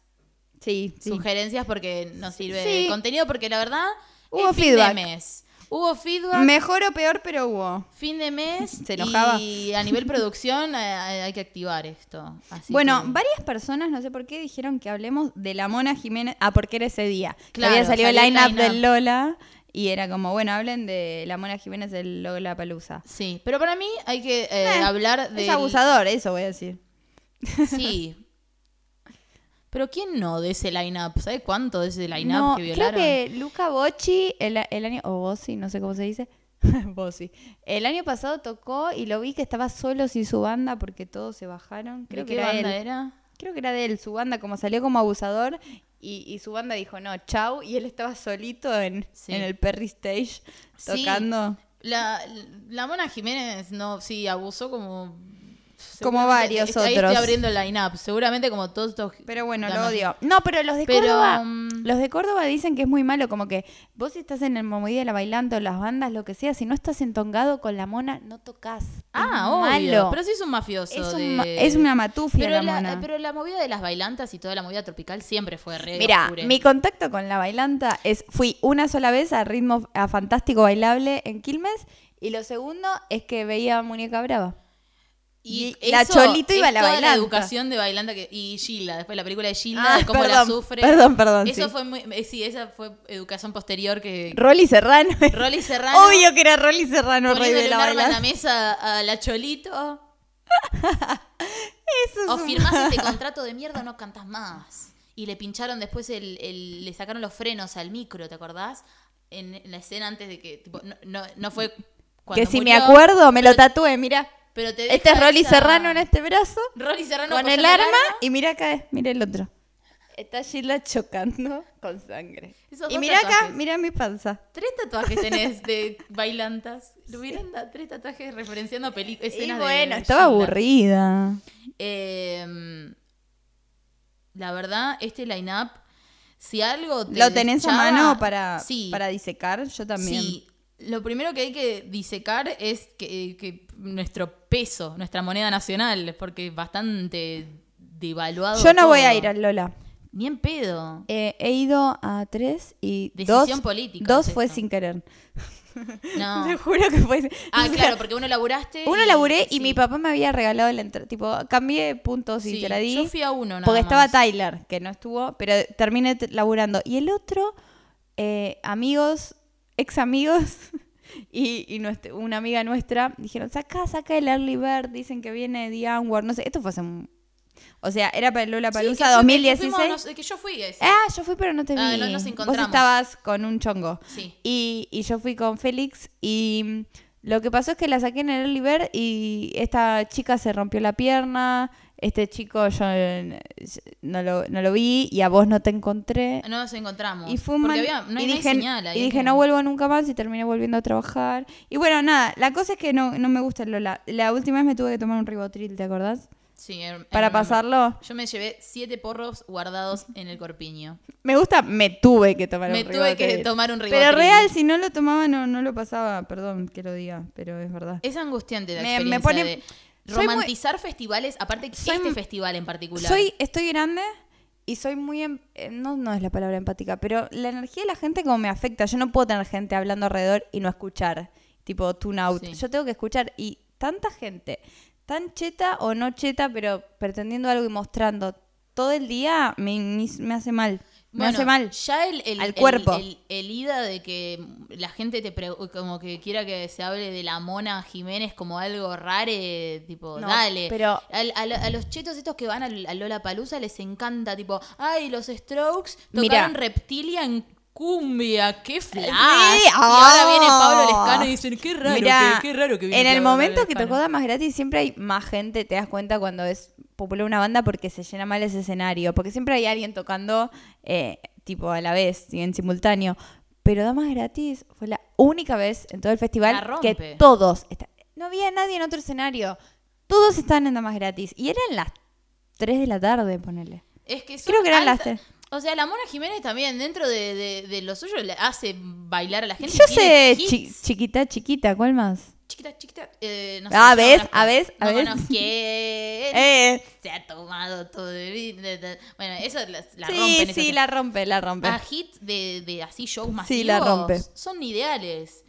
[SPEAKER 2] Sí, sí.
[SPEAKER 1] sugerencias porque nos sirve
[SPEAKER 2] Sí.
[SPEAKER 1] de contenido, porque la verdad
[SPEAKER 2] Hubo
[SPEAKER 1] es fin
[SPEAKER 2] feedback.
[SPEAKER 1] de mes. Hubo feedback,
[SPEAKER 2] Mejor o peor, pero hubo.
[SPEAKER 1] fin de mes
[SPEAKER 2] Se enojaba.
[SPEAKER 1] y a nivel producción eh, hay, hay que activar esto. Así
[SPEAKER 2] Bueno,
[SPEAKER 1] que-
[SPEAKER 2] varias personas, no sé por qué, dijeron que hablemos de la Mona Jiménez. Ah, porque era ese día. Que
[SPEAKER 1] Claro,
[SPEAKER 2] había salido el
[SPEAKER 1] salió el
[SPEAKER 2] line-up
[SPEAKER 1] line-up.
[SPEAKER 2] del Lola y era como, bueno, hablen de la Mona Jiménez del Lola Palusa.
[SPEAKER 1] Sí, pero para mí hay que eh, hablar de...
[SPEAKER 2] Es abusador, eso voy a decir.
[SPEAKER 1] Sí. Pero ¿quién no de ese line-up? ¿Sabe cuánto de ese line-up
[SPEAKER 2] No,
[SPEAKER 1] que violaron?
[SPEAKER 2] Creo que Luca Bocci, el, el año, o Bossi, no sé cómo se dice. Bossi. El año pasado tocó y lo vi que estaba solo sin su banda porque todos se bajaron.
[SPEAKER 1] ¿De
[SPEAKER 2] Creo que
[SPEAKER 1] qué
[SPEAKER 2] era
[SPEAKER 1] banda
[SPEAKER 2] él.
[SPEAKER 1] era?
[SPEAKER 2] Creo que era de él, su banda, como salió como abusador y, y su banda dijo no, chau, y él estaba solito en,
[SPEAKER 1] Sí.
[SPEAKER 2] en el Perry Stage
[SPEAKER 1] Sí.
[SPEAKER 2] tocando.
[SPEAKER 1] La, la Mona Jiménez no, sí, abusó como
[SPEAKER 2] Como varios
[SPEAKER 1] Ahí
[SPEAKER 2] otros.
[SPEAKER 1] estoy abriendo el line-up. Seguramente como todos estos...
[SPEAKER 2] Pero bueno, lo
[SPEAKER 1] Dame.
[SPEAKER 2] odio. No, pero los de
[SPEAKER 1] Pero,
[SPEAKER 2] Córdoba,
[SPEAKER 1] mm.
[SPEAKER 2] los de Córdoba dicen que es muy malo, como que vos si estás en el movida, la bailando, las bandas, lo que sea, si no estás entongado con la mona, no tocas.
[SPEAKER 1] Ah, obvio. Pero sí es un mafioso.
[SPEAKER 2] es,
[SPEAKER 1] de-
[SPEAKER 2] un ma- es una matufia
[SPEAKER 1] pero
[SPEAKER 2] la,
[SPEAKER 1] la,
[SPEAKER 2] mona.
[SPEAKER 1] pero la movida de las bailantas y toda la movida tropical siempre fue re
[SPEAKER 2] Mira,
[SPEAKER 1] oscure.
[SPEAKER 2] mi contacto con la bailanta es fui una sola vez a ritmo a fantástico bailable en Quilmes y lo segundo es que veía a Muñeca Brava. y la Cholito iba
[SPEAKER 1] es
[SPEAKER 2] a la
[SPEAKER 1] toda la
[SPEAKER 2] bailanta.
[SPEAKER 1] educación de bailanta que, y Gilda, después la película de Gilda,
[SPEAKER 2] Ah,
[SPEAKER 1] de cómo la
[SPEAKER 2] perdón,
[SPEAKER 1] sufre.
[SPEAKER 2] perdón, perdón,
[SPEAKER 1] Eso
[SPEAKER 2] sí.
[SPEAKER 1] fue muy, eh, sí, esa fue educación posterior que
[SPEAKER 2] Rolly Serrano.
[SPEAKER 1] Rolly Serrano
[SPEAKER 2] Obvio que era Rolly Serrano rey
[SPEAKER 1] poniéndole
[SPEAKER 2] de
[SPEAKER 1] un
[SPEAKER 2] la
[SPEAKER 1] arma en
[SPEAKER 2] bailanta.
[SPEAKER 1] la mesa a la Cholito.
[SPEAKER 2] Eso es
[SPEAKER 1] O
[SPEAKER 2] un-
[SPEAKER 1] firmás este contrato de mierda o no cantás más. Y le pincharon después el, el- le sacaron los frenos al micro, ¿te acordás? En, en la escena antes de que tipo, no, no, no fue cuando
[SPEAKER 2] que si me
[SPEAKER 1] murió,
[SPEAKER 2] acuerdo me lo
[SPEAKER 1] pero-
[SPEAKER 2] tatué, mira.
[SPEAKER 1] pero te
[SPEAKER 2] Este es
[SPEAKER 1] deja
[SPEAKER 2] Rolly
[SPEAKER 1] esa-
[SPEAKER 2] Serrano en este brazo,
[SPEAKER 1] Rolly Serrano
[SPEAKER 2] con el
[SPEAKER 1] apoyando
[SPEAKER 2] arma, y mira acá, mira el otro. Está Gilda chocando con sangre.
[SPEAKER 1] Esos
[SPEAKER 2] Y
[SPEAKER 1] dos
[SPEAKER 2] mira acá,
[SPEAKER 1] tatuajes.
[SPEAKER 2] mira mi panza.
[SPEAKER 1] Tres tatuajes tenés de bailantas. Hubieran dado tres tatuajes referenciando peli-
[SPEAKER 2] Y
[SPEAKER 1] escenas de
[SPEAKER 2] bueno, estaba
[SPEAKER 1] Gilda.
[SPEAKER 2] aburrida.
[SPEAKER 1] Eh, la verdad, este line-up, si algo te
[SPEAKER 2] ¿Lo tenés
[SPEAKER 1] deschaba-
[SPEAKER 2] a mano para,
[SPEAKER 1] Sí,
[SPEAKER 2] para disecar? Yo también.
[SPEAKER 1] sí. Lo primero que hay que disecar es que, que nuestro peso, nuestra moneda nacional, porque es bastante devaluado.
[SPEAKER 2] Yo no voy a
[SPEAKER 1] todo.
[SPEAKER 2] ir al Lola.
[SPEAKER 1] Ni en pedo.
[SPEAKER 2] Eh, he ido a tres y
[SPEAKER 1] Decisión
[SPEAKER 2] dos,
[SPEAKER 1] política
[SPEAKER 2] dos
[SPEAKER 1] es
[SPEAKER 2] fue
[SPEAKER 1] esto.
[SPEAKER 2] sin querer.
[SPEAKER 1] No.
[SPEAKER 2] Te juro que fue sin
[SPEAKER 1] Ah,
[SPEAKER 2] o sea,
[SPEAKER 1] claro, porque uno laburaste.
[SPEAKER 2] Uno
[SPEAKER 1] y-
[SPEAKER 2] laburé y
[SPEAKER 1] sí.
[SPEAKER 2] mi papá me había regalado la entrada. Tipo, cambié puntos y
[SPEAKER 1] Sí,
[SPEAKER 2] te la di.
[SPEAKER 1] Yo fui a uno, nada
[SPEAKER 2] porque estaba
[SPEAKER 1] más.
[SPEAKER 2] Tyler, que no estuvo, pero terminé t- laburando. Y el otro, eh, amigos, ex amigos y, y nuestra- una amiga nuestra, dijeron, saca, saca el Early Bird, dicen que viene The Anwar, no sé, esto fue hace un... O sea, era para Lola
[SPEAKER 1] Sí, que
[SPEAKER 2] Palusa
[SPEAKER 1] fue- que
[SPEAKER 2] 2016.
[SPEAKER 1] fuimos, no sé, que yo fui a ese.
[SPEAKER 2] Ah, yo fui, pero no te vi.
[SPEAKER 1] Ah, no nos encontramos.
[SPEAKER 2] Vos estabas con un chongo.
[SPEAKER 1] Sí.
[SPEAKER 2] Y, y yo fui con Félix y mm, lo que pasó es que la saqué en el early bird y esta chica se rompió la pierna, este chico yo eh, no lo, no lo vi y a vos no te encontré.
[SPEAKER 1] No nos encontramos.
[SPEAKER 2] Y fue un
[SPEAKER 1] Porque
[SPEAKER 2] mal-
[SPEAKER 1] había- no, hay-
[SPEAKER 2] y
[SPEAKER 1] no hay
[SPEAKER 2] dije,
[SPEAKER 1] señal ahí,
[SPEAKER 2] y
[SPEAKER 1] es
[SPEAKER 2] dije
[SPEAKER 1] como-
[SPEAKER 2] no vuelvo nunca más y terminé volviendo a trabajar. Y bueno, nada, la cosa es que no, no me gusta el Lola. La última vez me tuve que tomar un ribotril, ¿te acordás?
[SPEAKER 1] Sí, era- era
[SPEAKER 2] Para
[SPEAKER 1] una-
[SPEAKER 2] pasarlo.
[SPEAKER 1] Yo me llevé siete porros guardados en el corpiño.
[SPEAKER 2] Me gusta, me tuve que tomar
[SPEAKER 1] Me
[SPEAKER 2] un
[SPEAKER 1] tuve que
[SPEAKER 2] Rivotril.
[SPEAKER 1] tomar un
[SPEAKER 2] Pero
[SPEAKER 1] ribotril.
[SPEAKER 2] real, si no lo tomaba, no, no lo pasaba. Perdón que lo diga, pero es verdad.
[SPEAKER 1] Es angustiante la
[SPEAKER 2] Me- me
[SPEAKER 1] experiencia
[SPEAKER 2] pone-
[SPEAKER 1] de
[SPEAKER 2] soy muy-
[SPEAKER 1] romantizar festivales, aparte que
[SPEAKER 2] Soy
[SPEAKER 1] este
[SPEAKER 2] mu-
[SPEAKER 1] festival en particular.
[SPEAKER 2] Soy, estoy grande y soy muy... em- eh, no, no es la palabra empática, pero la energía de la gente como me afecta. Yo no puedo tener gente hablando alrededor y no escuchar. Tipo, tune out.
[SPEAKER 1] Sí.
[SPEAKER 2] Yo tengo que escuchar. Y tanta gente, tan cheta o no cheta, pero pretendiendo algo y mostrando todo el día, me, me- me hace mal. Me
[SPEAKER 1] Bueno,
[SPEAKER 2] hace mal.
[SPEAKER 1] Ya el, el-
[SPEAKER 2] al
[SPEAKER 1] el-
[SPEAKER 2] cuerpo.
[SPEAKER 1] El, el ida de que la gente te pre- como que quiera que se hable de la mona Jiménez como algo rare, tipo,
[SPEAKER 2] No,
[SPEAKER 1] dale.
[SPEAKER 2] pero-
[SPEAKER 1] Al- a, lo- a los chetos estos que van al- a, Lola Palusa les encanta, tipo, ay, los Strokes tocaron
[SPEAKER 2] Mira.
[SPEAKER 1] reptilia en cumbia, qué flash.
[SPEAKER 2] Sí,
[SPEAKER 1] Y ahora
[SPEAKER 2] ah.
[SPEAKER 1] viene Pablo Lescano y dicen, qué raro,
[SPEAKER 2] Mirá,
[SPEAKER 1] que, qué raro que viene
[SPEAKER 2] En el
[SPEAKER 1] Pablo
[SPEAKER 2] momento que
[SPEAKER 1] Lescano".
[SPEAKER 2] tocó Damas Gratis siempre hay más gente, te das cuenta cuando es popular una banda porque se llena mal ese escenario, porque siempre hay alguien tocando eh, tipo a la vez, y en simultáneo. Pero Damas Gratis fue la única vez en todo el
[SPEAKER 1] La
[SPEAKER 2] festival
[SPEAKER 1] rompe.
[SPEAKER 2] que todos, esta- no había nadie en otro escenario, todos estaban en Damas Gratis y eran las 3 de la tarde, ponele.
[SPEAKER 1] Es que son
[SPEAKER 2] Creo que eran las
[SPEAKER 1] altas-
[SPEAKER 2] tres.
[SPEAKER 1] O sea, la Mona Jiménez también, dentro de, de- de lo suyo, le hace bailar a la gente.
[SPEAKER 2] Yo
[SPEAKER 1] y tiene
[SPEAKER 2] sé,
[SPEAKER 1] hits.
[SPEAKER 2] chi- chiquita, chiquita, ¿cuál más?
[SPEAKER 1] chiquita, chiquita. eh, no
[SPEAKER 2] Ah,
[SPEAKER 1] yo no
[SPEAKER 2] ¿ves?
[SPEAKER 1] conozco.
[SPEAKER 2] Ah, ¿ves? Ah,
[SPEAKER 1] No
[SPEAKER 2] ¿ves?
[SPEAKER 1] conozco quién
[SPEAKER 2] Eh,
[SPEAKER 1] se ha tomado todo de mí. de- de- Bueno, eso la, la
[SPEAKER 2] sí,
[SPEAKER 1] rompen.
[SPEAKER 2] sí, la rompe, la rompe.
[SPEAKER 1] A hit de, de así shows masivos
[SPEAKER 2] Sí, la rompe.
[SPEAKER 1] son ideales.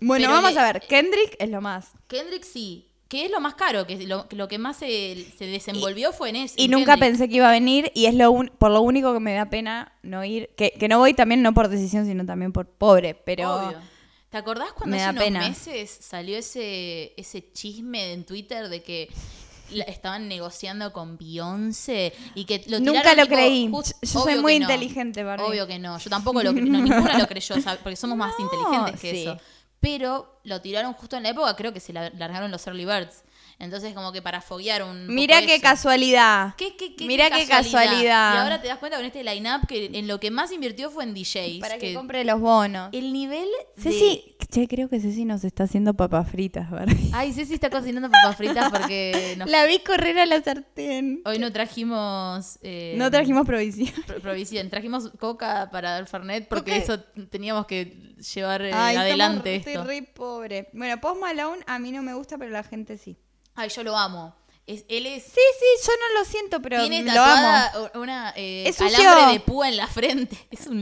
[SPEAKER 2] Bueno,
[SPEAKER 1] Pero
[SPEAKER 2] vamos
[SPEAKER 1] le-
[SPEAKER 2] a ver. Kendrick es lo más.
[SPEAKER 1] Kendrick sí, que es lo más caro, que es lo, que lo que más se, se desenvolvió fue en eso.
[SPEAKER 2] Y
[SPEAKER 1] en
[SPEAKER 2] nunca
[SPEAKER 1] Kendrick.
[SPEAKER 2] pensé que iba a venir y es lo un- por lo único que me da pena no ir. Que, que no voy también no por decisión, sino también por pobre. Pero
[SPEAKER 1] Obvio. ¿Te acordás cuando
[SPEAKER 2] me
[SPEAKER 1] hace
[SPEAKER 2] da
[SPEAKER 1] unos
[SPEAKER 2] pena.
[SPEAKER 1] meses salió ese, ese chisme en Twitter de que la- estaban negociando con Beyoncé y que lo
[SPEAKER 2] Nunca
[SPEAKER 1] tiraron,
[SPEAKER 2] lo
[SPEAKER 1] tipo,
[SPEAKER 2] creí.
[SPEAKER 1] just-
[SPEAKER 2] Yo
[SPEAKER 1] obvio
[SPEAKER 2] soy muy
[SPEAKER 1] que no.
[SPEAKER 2] inteligente, Barbie.
[SPEAKER 1] Obvio que no. Yo tampoco lo cre- no, ninguna lo creyó, ¿sabes? porque somos más
[SPEAKER 2] No,
[SPEAKER 1] inteligentes que
[SPEAKER 2] sí.
[SPEAKER 1] eso. Pero lo tiraron justo en la época, creo que se la- largaron los early birds. Entonces, como que para foguear un. poco
[SPEAKER 2] Mira qué
[SPEAKER 1] eso.
[SPEAKER 2] casualidad.
[SPEAKER 1] ¿Qué, qué, qué,
[SPEAKER 2] Mirá qué casualidad.
[SPEAKER 1] Y ahora te das cuenta con este line-up que en lo que más invirtió fue en DJs.
[SPEAKER 2] Para que,
[SPEAKER 1] que
[SPEAKER 2] compre los bonos.
[SPEAKER 1] el nivel de-
[SPEAKER 2] Ceci, che, creo que Ceci nos está haciendo papas fritas, ¿verdad?
[SPEAKER 1] Ay, Ceci está cocinando papas fritas porque nos-
[SPEAKER 2] La vi correr a la sartén.
[SPEAKER 1] hoy no trajimos... eh,
[SPEAKER 2] No trajimos provisión.
[SPEAKER 1] pro- Provisión, trajimos coca para dar Fernet porque
[SPEAKER 2] Coca-
[SPEAKER 1] eso teníamos que llevar eh,
[SPEAKER 2] Ay, estamos-
[SPEAKER 1] adelante esto.
[SPEAKER 2] Estoy re pobre. Bueno, Post Malone a mí no me gusta, pero la gente sí.
[SPEAKER 1] Ay, yo lo amo. Es, él es...
[SPEAKER 2] Sí, sí, yo no lo siento, pero
[SPEAKER 1] tiene
[SPEAKER 2] lo amo.
[SPEAKER 1] tatuada u- una eh,
[SPEAKER 2] Es sucio.
[SPEAKER 1] alambre de púa en la frente. Es un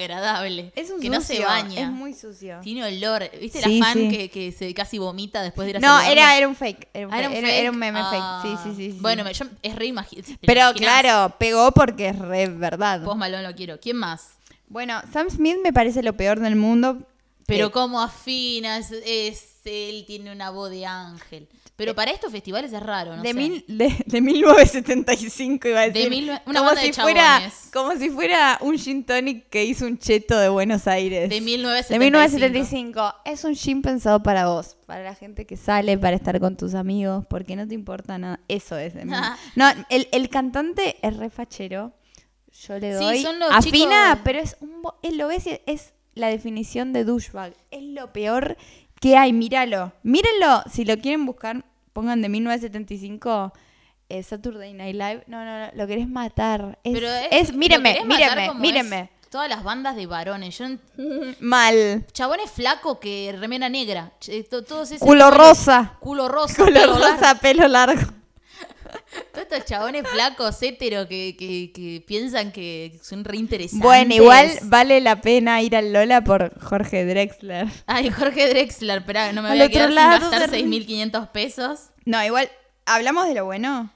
[SPEAKER 1] desagradable.
[SPEAKER 2] Es un
[SPEAKER 1] que no se
[SPEAKER 2] sucio,
[SPEAKER 1] baña.
[SPEAKER 2] Es muy sucio.
[SPEAKER 1] Tiene olor. ¿Viste
[SPEAKER 2] Sí,
[SPEAKER 1] la fan
[SPEAKER 2] sí.
[SPEAKER 1] que, que se casi vomita después de ir a
[SPEAKER 2] No,
[SPEAKER 1] saludarlo?
[SPEAKER 2] era, era un fake. Era un,
[SPEAKER 1] Ah,
[SPEAKER 2] fake, era-
[SPEAKER 1] fake.
[SPEAKER 2] era un meme
[SPEAKER 1] Ah.
[SPEAKER 2] fake. Sí, sí, sí. sí.
[SPEAKER 1] Bueno, me- yo, es re imagi- te
[SPEAKER 2] pero
[SPEAKER 1] imaginás.
[SPEAKER 2] claro, pegó porque es re verdad.
[SPEAKER 1] Post Malone lo quiero. ¿Quién más?
[SPEAKER 2] Bueno, Sam Smith me parece lo peor del mundo.
[SPEAKER 1] Pero
[SPEAKER 2] Eh,
[SPEAKER 1] cómo afina, es, es- él tiene una voz de ángel. Pero para estos festivales es raro, ¿no?
[SPEAKER 2] Eh. de,
[SPEAKER 1] sé.
[SPEAKER 2] mil, de, de 1975 iba a
[SPEAKER 1] De
[SPEAKER 2] decir.
[SPEAKER 1] mil- una banda de
[SPEAKER 2] fuera,
[SPEAKER 1] chabones.
[SPEAKER 2] como si fuera un gin tonic que hizo un cheto de Buenos Aires.
[SPEAKER 1] De
[SPEAKER 2] De
[SPEAKER 1] 1975.
[SPEAKER 2] 1975. Es un gin pensado para vos, para la gente que sale, para estar con tus amigos, porque no te importa nada. Eso es. de mí.
[SPEAKER 1] Ah.
[SPEAKER 2] no, el, el cantante es re fachero. Yo le
[SPEAKER 1] Sí,
[SPEAKER 2] doy.
[SPEAKER 1] son los
[SPEAKER 2] afina,
[SPEAKER 1] chicos-
[SPEAKER 2] pero es un. bo- él lo ves y es la definición de douchebag. Es lo peor que hay. Míralo. Mírenlo. Si lo quieren buscar, pongan de 1975. eh, Saturday Night Live, no, no, no, lo querés matar. Es,
[SPEAKER 1] Pero es,
[SPEAKER 2] es-
[SPEAKER 1] lo
[SPEAKER 2] mírenme,
[SPEAKER 1] querés matar
[SPEAKER 2] mírenme,
[SPEAKER 1] como
[SPEAKER 2] mírenme.
[SPEAKER 1] es Todas las bandas de varones. Yo no-
[SPEAKER 2] Mal.
[SPEAKER 1] chabones flacos que remera negra. Ch- to- Todos esos
[SPEAKER 2] Culo
[SPEAKER 1] chabones-
[SPEAKER 2] rosa.
[SPEAKER 1] Culo rosa.
[SPEAKER 2] Color
[SPEAKER 1] pelo largo.
[SPEAKER 2] rosa, pelo largo.
[SPEAKER 1] Todos estos chabones flacos, héteros, que, que, que piensan que son reinteresantes.
[SPEAKER 2] Bueno, igual vale la pena ir al Lola por Jorge Drexler.
[SPEAKER 1] Ay, Jorge Drexler, espera, no me
[SPEAKER 2] Al
[SPEAKER 1] voy a
[SPEAKER 2] otro
[SPEAKER 1] quedar sin
[SPEAKER 2] lado
[SPEAKER 1] gastar
[SPEAKER 2] del-
[SPEAKER 1] 6.500 pesos.
[SPEAKER 2] No, igual, ¿hablamos de lo bueno?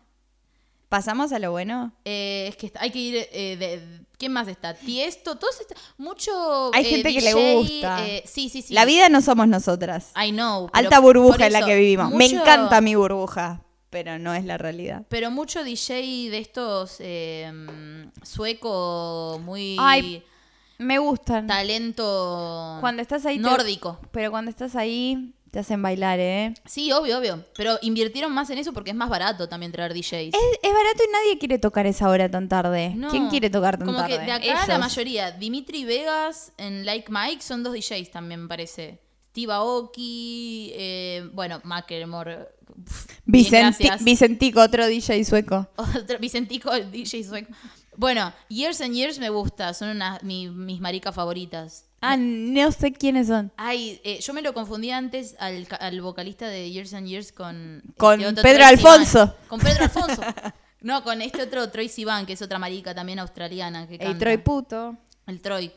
[SPEAKER 2] ¿Pasamos a lo bueno?
[SPEAKER 1] Eh, es que está- hay que ir. eh, de- ¿Quién más está? Tiesto, todos está- Mucho.
[SPEAKER 2] Hay
[SPEAKER 1] eh,
[SPEAKER 2] gente que le
[SPEAKER 1] DJ,
[SPEAKER 2] gusta.
[SPEAKER 1] eh, sí, sí, sí.
[SPEAKER 2] La vida no somos nosotras.
[SPEAKER 1] I know. pero
[SPEAKER 2] Alta
[SPEAKER 1] por
[SPEAKER 2] burbuja en la
[SPEAKER 1] eso,
[SPEAKER 2] que vivimos. Me
[SPEAKER 1] mucho-
[SPEAKER 2] encanta mi burbuja, pero no es la realidad.
[SPEAKER 1] Pero mucho DJ de estos eh, sueco, muy
[SPEAKER 2] Ay, Me gustan.
[SPEAKER 1] talento
[SPEAKER 2] Cuando estás ahí te-
[SPEAKER 1] nórdico.
[SPEAKER 2] Pero cuando estás ahí, te hacen bailar, ¿eh?
[SPEAKER 1] Sí, obvio, obvio. Pero invirtieron más en eso porque es más barato también traer DJs.
[SPEAKER 2] Es, es barato y nadie quiere tocar esa hora tan tarde.
[SPEAKER 1] No.
[SPEAKER 2] Eh, ¿Quién quiere tocar tan
[SPEAKER 1] Como
[SPEAKER 2] tarde?
[SPEAKER 1] que de acá la
[SPEAKER 2] Ellos.
[SPEAKER 1] mayoría, Dimitri Vegas en Like Mike son dos DJs también, me parece. Steve Aoki, eh, bueno, Macklemore. pf, bien,
[SPEAKER 2] Vicenti-
[SPEAKER 1] gracias.
[SPEAKER 2] Vicentico, otro DJ sueco.
[SPEAKER 1] Otro- Vicentico, el DJ sueco. Bueno, Years and Years me gusta, son unas, mi- mis maricas favoritas.
[SPEAKER 2] Ah, no sé quiénes son.
[SPEAKER 1] Ay, eh, yo me lo confundí antes al, ca- al vocalista de Years and Years con...
[SPEAKER 2] Con
[SPEAKER 1] este otro
[SPEAKER 2] Pedro
[SPEAKER 1] Tracy Van.
[SPEAKER 2] Alfonso.
[SPEAKER 1] Con Pedro Alfonso. No, con este otro Tracy Van, que es otra marica también australiana que canta.
[SPEAKER 2] El Troy Puto.
[SPEAKER 1] El Troy.